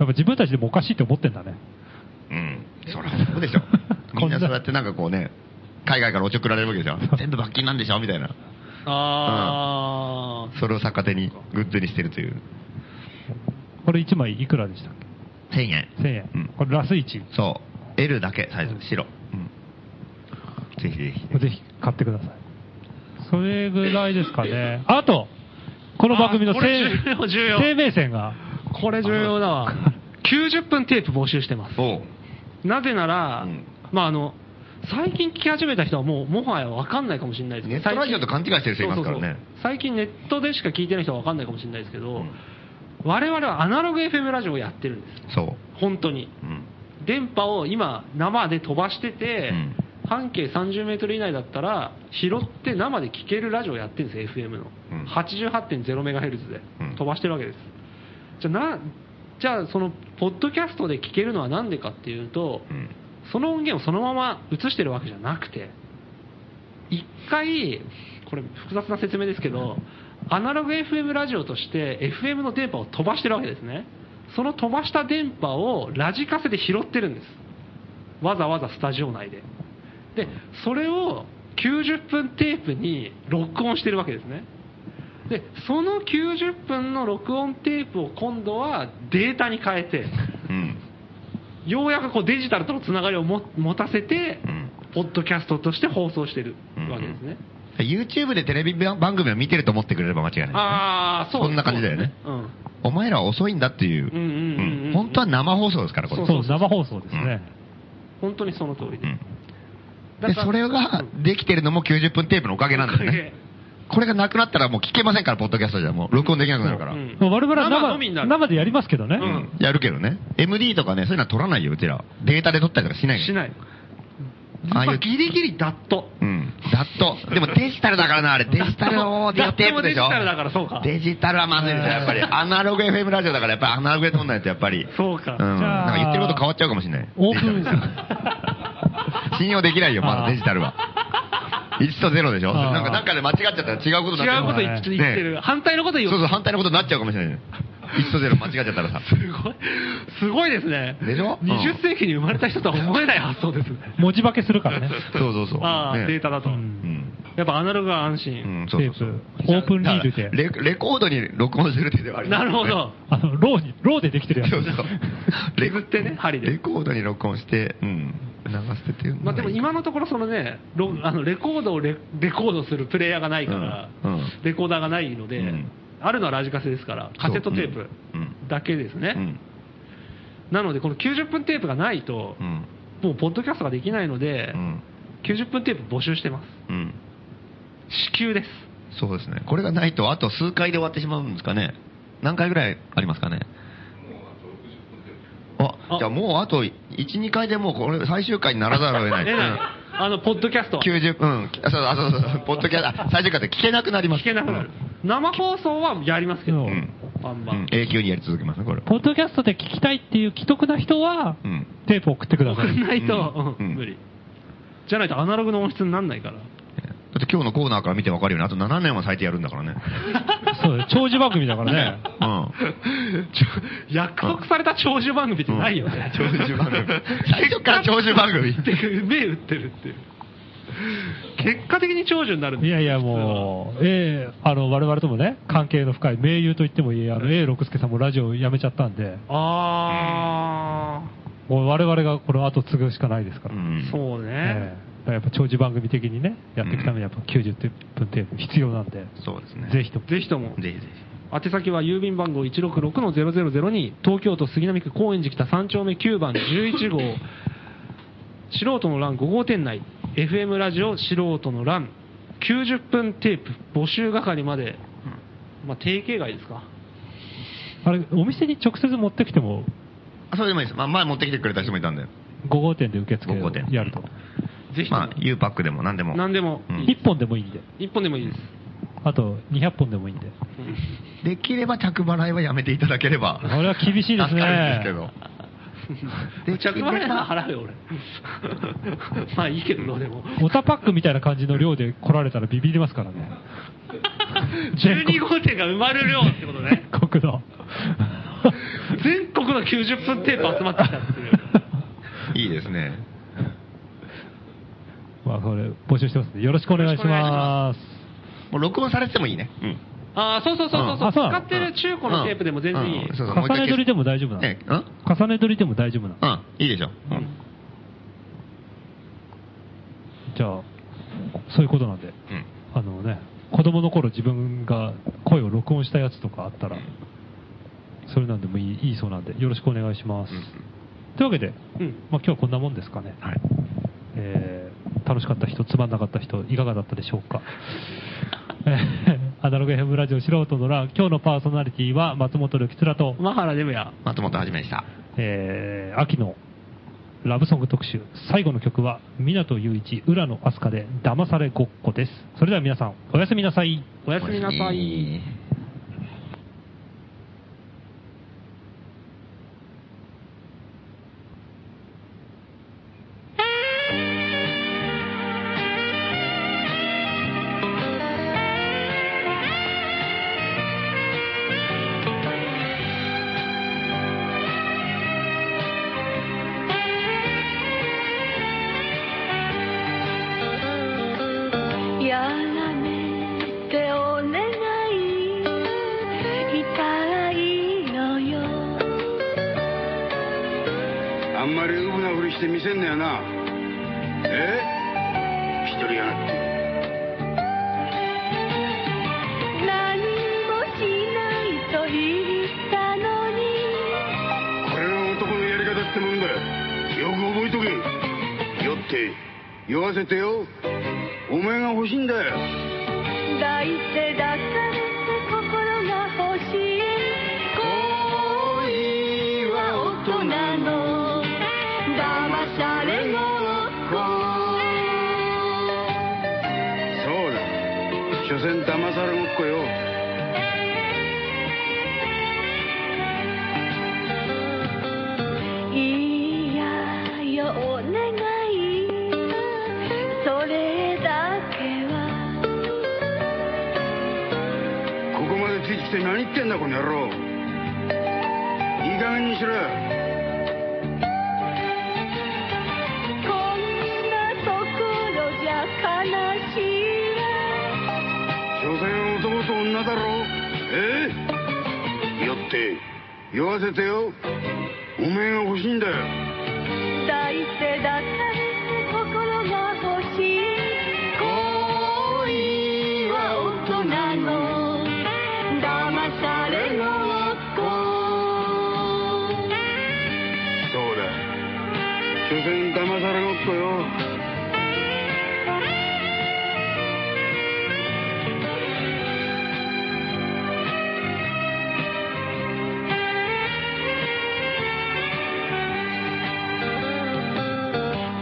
Speaker 5: ぱ自分たちでもおかしいって思ってんだね。。
Speaker 6: うん。そりゃそ
Speaker 4: [laughs]
Speaker 6: うでしょみ
Speaker 5: こ
Speaker 6: んな
Speaker 5: んな
Speaker 6: そうやってなんかこうね、海外からおちょくられるわけで
Speaker 4: [laughs]
Speaker 6: しょ。全部罰金なんでしょみたいな。
Speaker 4: ああ。
Speaker 6: それを逆手にグッズにしてるという。
Speaker 5: これ1枚いくらでしたっ
Speaker 6: 1000円。
Speaker 5: け ?1000 円。
Speaker 6: うん
Speaker 5: これラス1。
Speaker 6: そう。L だけ、サイズ。白。うん。ぜひぜひ。
Speaker 5: ぜひ買ってください。それぐらいですかね。あと、この番組の
Speaker 4: あこれ重要重要
Speaker 5: 生命線が、
Speaker 4: これ重要だ
Speaker 6: [laughs]
Speaker 4: わ。90分テープ募集してます。
Speaker 6: おう。
Speaker 4: なぜなら、
Speaker 6: うん
Speaker 4: まああの、最近聞き始めた人はもう、もはやわかんないかもしれないですけ
Speaker 6: ネ
Speaker 4: ど。
Speaker 6: ットラジオと勘違いしてる人いますから
Speaker 4: そうそう
Speaker 6: ね
Speaker 4: そ。う最近ネットでしか聞いてない人はわかんないかもしれないですけど、
Speaker 6: うん
Speaker 4: 我々はアナログ FM ラジオをやってるんです。
Speaker 6: そう。
Speaker 4: 本当に。
Speaker 6: うん。
Speaker 4: 電波を今、生で飛ばしてて、
Speaker 6: うん
Speaker 4: 半径30メートル以内だったら、拾って生で聞けるラジオをやってるんです、FM の
Speaker 6: うん。
Speaker 4: 88.0メガヘルツで
Speaker 6: うん
Speaker 4: 飛ばしてるわけです。じゃあな、じゃあその、ポッドキャストで聞けるのはなんでかっていうと、
Speaker 6: うん。
Speaker 4: その音源をそのまま映してるわけじゃなくて、一回、これ複雑な説明ですけど、アナログ FM ラジオとして FM の電波を飛ばしてるわけですね。その飛ばした電波をラジカセで拾ってるんです。わざわざスタジオ内で。で、それを90分テープに録音してるわけですね。で、その90分の録音テープを今度はデータに変えて、
Speaker 6: うん。
Speaker 4: ようやくこうデジタルとのつながりをも持たせて、
Speaker 6: うん
Speaker 4: ポッドキャストとして放送してる
Speaker 6: うん
Speaker 4: わけですね。
Speaker 6: YouTube でテレビ番組を見てると思ってくれれば間違いないですね。
Speaker 4: ああ、そう
Speaker 6: そんな感じだよね
Speaker 4: うん。
Speaker 6: お前らは遅いんだっていう。
Speaker 4: うんうんうんうん
Speaker 6: うん本当は生放送ですから、これ。
Speaker 4: そう
Speaker 5: そう、生放送ですね。
Speaker 4: 本当にその通りで
Speaker 6: う
Speaker 4: す。
Speaker 6: ん
Speaker 4: だ
Speaker 6: で、
Speaker 4: から
Speaker 6: それが
Speaker 4: うん
Speaker 6: できてるのも90分テープのおかげなんですね。これがなくなったらもう聞けませんから、ポッドキャストじゃ。もう録音できなくなるから。
Speaker 4: うん
Speaker 5: 我々は
Speaker 4: 生の
Speaker 5: 生
Speaker 4: みになる
Speaker 5: 生でやりますけどね。
Speaker 4: うん
Speaker 6: やるけどね。MD とかね、そういうのは取らないよ、うちら。データで取ったりとかしない
Speaker 4: し
Speaker 6: い。
Speaker 4: ない。
Speaker 6: ああいう
Speaker 4: まあギリギリダッ
Speaker 6: [laughs]
Speaker 4: ト。
Speaker 6: うん。ざっと。でもデジタルだからな、あれ。
Speaker 4: [laughs]
Speaker 6: デジタルを
Speaker 4: だって
Speaker 6: テー
Speaker 4: も
Speaker 6: プ
Speaker 4: デ
Speaker 6: で
Speaker 4: ジ
Speaker 6: しょ。
Speaker 4: タルだからそうか。
Speaker 6: デジタルはまずいですよ、やっぱり。アナログ FM ラジオだから、やっぱりアナログで撮んないと、やっぱり。
Speaker 4: そうか
Speaker 6: うん。なんか言ってること変わっちゃうかもしれない。
Speaker 5: オープン
Speaker 6: デジタルですから [laughs] 信用できないよ、ま
Speaker 5: あ
Speaker 6: だ
Speaker 5: ー
Speaker 6: デジタルは。1と0でしょ
Speaker 5: あー
Speaker 6: なんか、なんかで間違っちゃったら違うことになっち
Speaker 4: 違
Speaker 6: ゃ
Speaker 4: う
Speaker 6: う
Speaker 4: こと
Speaker 6: から
Speaker 4: 言って言ってる。反対のこと言
Speaker 6: そう
Speaker 4: う。
Speaker 6: そう、反対のことになっちゃうかもしれない。1と0間違っちゃったらさ。
Speaker 4: [laughs] すごい。すごいですね。
Speaker 6: でしょうん
Speaker 4: 20世紀に生まれた人とは思えない発想ですね。
Speaker 5: 文字化けするからね。
Speaker 6: そうそうそう。
Speaker 4: ああ、
Speaker 6: ね
Speaker 4: データだと
Speaker 5: う。
Speaker 6: うんん。
Speaker 4: やっぱアナログは安心。
Speaker 6: うん、
Speaker 5: テ
Speaker 6: そうそ
Speaker 5: ー
Speaker 6: うそう。
Speaker 5: プ、オープンリードで
Speaker 6: だか。らレレコードに録音する手ではありま
Speaker 4: な
Speaker 6: す
Speaker 4: る
Speaker 6: ね
Speaker 4: ほど。
Speaker 5: あの、ローに、ローでできてるやつ。
Speaker 6: そうそう。レ
Speaker 4: 削ってね針で
Speaker 6: レコードに録音して、うん、流すっていうのが
Speaker 4: まあ、でも今のところそのね、ロあのレコードをレレコードするプレイヤーがないから、
Speaker 6: うんうん
Speaker 4: レコーダーがないので、
Speaker 6: うん
Speaker 4: あるのはラジカセですから、カセットテープ
Speaker 6: うんうん
Speaker 4: だけですね、
Speaker 6: うん。
Speaker 4: なので、この90分テープがないと
Speaker 6: う、ん。
Speaker 4: もうポッドキャストができないので、
Speaker 6: うん。
Speaker 4: 90分テープ募集してます、
Speaker 6: うん。
Speaker 4: 至急です、
Speaker 6: そうですね。これがないと、あと数回で終わってしまうんですかね。何回ぐらいありますかね。
Speaker 4: あ
Speaker 6: あ、じゃあもうあと1、2回でもうこれ最終回にならざるを得ない。
Speaker 4: えないあのポッドキャスト、
Speaker 6: うん
Speaker 4: 聞
Speaker 6: 90分、あそうあそうそう、ポッドキャスト、最終回で聞けなくなります。
Speaker 4: けなくなる、生放送はやりますけど、
Speaker 5: うん
Speaker 4: バン
Speaker 6: うん。
Speaker 4: バン、
Speaker 6: うん永久にやり続けますね、これ。
Speaker 5: ポッドキャストで聞きたいっていう既得な人は、
Speaker 6: うん。
Speaker 5: テープ送ってくださ
Speaker 4: 送
Speaker 5: い。
Speaker 4: んないと、う
Speaker 6: うんん
Speaker 4: 無理、じゃないとアナログの音質にならない [laughs] から。
Speaker 6: だって今日のコーナーから見てわかるように、あと7年は最低やるんだか
Speaker 4: [laughs]
Speaker 6: らね。
Speaker 5: そうだよ長寿番組だからね。
Speaker 6: うん。
Speaker 4: ちょ約束された長寿番組ってないよね。 [laughs]
Speaker 6: 長寿番組。最初から長寿番組。
Speaker 4: で目打ってるっていう。結果的に長寿になるんです
Speaker 5: い
Speaker 4: よ
Speaker 5: やいやもう、ええあの、我々ともね、関係の深い盟友と言ってもいい、あの、A 六輔さんもラジオ辞めちゃったんで、
Speaker 4: あ
Speaker 5: もう我々がこの後継ぐしかないですから。
Speaker 4: あ、そうね、
Speaker 5: ええやっぱ長寿番組的にね、やっていくためにやっぱ90分テープ必要なんで、
Speaker 6: そうですね。
Speaker 5: ぜひとも。
Speaker 4: ぜひとも。
Speaker 6: ぜひぜ
Speaker 4: 宛先は郵便番号166-0002、東京都杉並区高円寺北3丁目9番11号、 [laughs] 素人の欄5号店内、FM ラジオ素人の欄、90分テープ募集係まで、まあ、定型外ですか。
Speaker 5: あれ、お店に直接持ってきても、
Speaker 6: ひ。あそれでもいいです。まあ、前持ってきてくれた人もいたんで。
Speaker 5: 5号店で受付
Speaker 6: 5号店
Speaker 5: やると。
Speaker 4: ぜひとも、
Speaker 6: まあ、U パックでも何でも。
Speaker 4: 何でも、
Speaker 6: うん
Speaker 5: 1本でもいいんで、
Speaker 4: 1本でもいいです。
Speaker 5: あと200本でもいいんで。
Speaker 6: できれば着払いはやめていただければ。
Speaker 5: これは厳しいですね
Speaker 6: 助かるんですけど。
Speaker 4: むちゃくちゃ
Speaker 6: [laughs] できれば
Speaker 4: 払うよ、俺。まあいいけどな、
Speaker 6: [laughs]
Speaker 4: でも。
Speaker 5: オタパックみたいな感じの量で来られたらビビりますからね。全国
Speaker 4: 12号店が埋まる量ってことね。
Speaker 5: 全国の。
Speaker 4: 全国の90分テープ集まってきたっていう。
Speaker 6: いいですね。
Speaker 5: まあ、これ、募集してますんで、よろしくお願いします。
Speaker 6: もう録音されててもいいね。うん。
Speaker 4: ああ、そうそうそうそうそう、
Speaker 5: あそうな
Speaker 4: 使
Speaker 5: の
Speaker 4: ってる中古のテープでも全然いい。
Speaker 6: うんうんそうそうもう一
Speaker 5: 重
Speaker 6: 回
Speaker 5: ね撮りでも大丈夫なの、
Speaker 6: ね、うん
Speaker 5: 重ね撮りでも大丈夫なの
Speaker 6: うん、いいでしょ。うん。
Speaker 5: じゃあ、そういうことなんで、
Speaker 6: うん
Speaker 5: あのね、子供の頃自分が声を録音したやつとかあったら、それなんでもいいいいそうなんで、よろしくお願いします。
Speaker 6: うん
Speaker 5: というわけで、
Speaker 4: うん
Speaker 5: まあ、今日はこんなもんですかね。
Speaker 6: はい。
Speaker 5: えー楽しかった人、つまんなかった人、いかがだったでしょうか。 [laughs] えーアナログ FM ラジオ素人の欄、今日のパーソナリティは松本力つらと、
Speaker 4: マハラデブヤ。
Speaker 6: 松本はじめでした。
Speaker 5: えー秋のラブソング特集、最後の曲は、湊雄一、浦野飛鳥で、騙されごっこです。それでは皆さん、おやすみなさい。
Speaker 4: おやすみなさい。
Speaker 6: い。
Speaker 7: やらめてお願いいたらいいのよ
Speaker 1: あんまりうぶなふりして見せんなよなえ一人やがって
Speaker 7: 何もしないと言ったのに
Speaker 1: これが男のやり方ってもんだよく覚えとけ酔って酔わせてよお前が欲しいんだよ
Speaker 7: 抱いて抱かれて心が欲しい恋は大人の騙されごっこ
Speaker 1: そうだ所詮騙されごっこよ
Speaker 7: いやよお願いそれだけ
Speaker 1: ここまでついてきて何言ってんだこの野郎いい加減にしろよ
Speaker 7: はこんなところじゃ悲しいわ
Speaker 1: 所詮男と女だろえ酔って酔わせてよお前が欲しいんだよ
Speaker 7: 抱いて抱かれて心が欲しい恋は大人の騙されごっこ
Speaker 1: そうだ所詮騙されごっこよ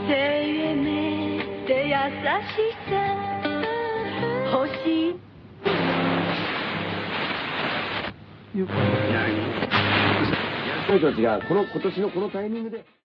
Speaker 7: せめて優しさ欲しい
Speaker 1: 何
Speaker 8: 僕たちがこの今年のこのタイミングで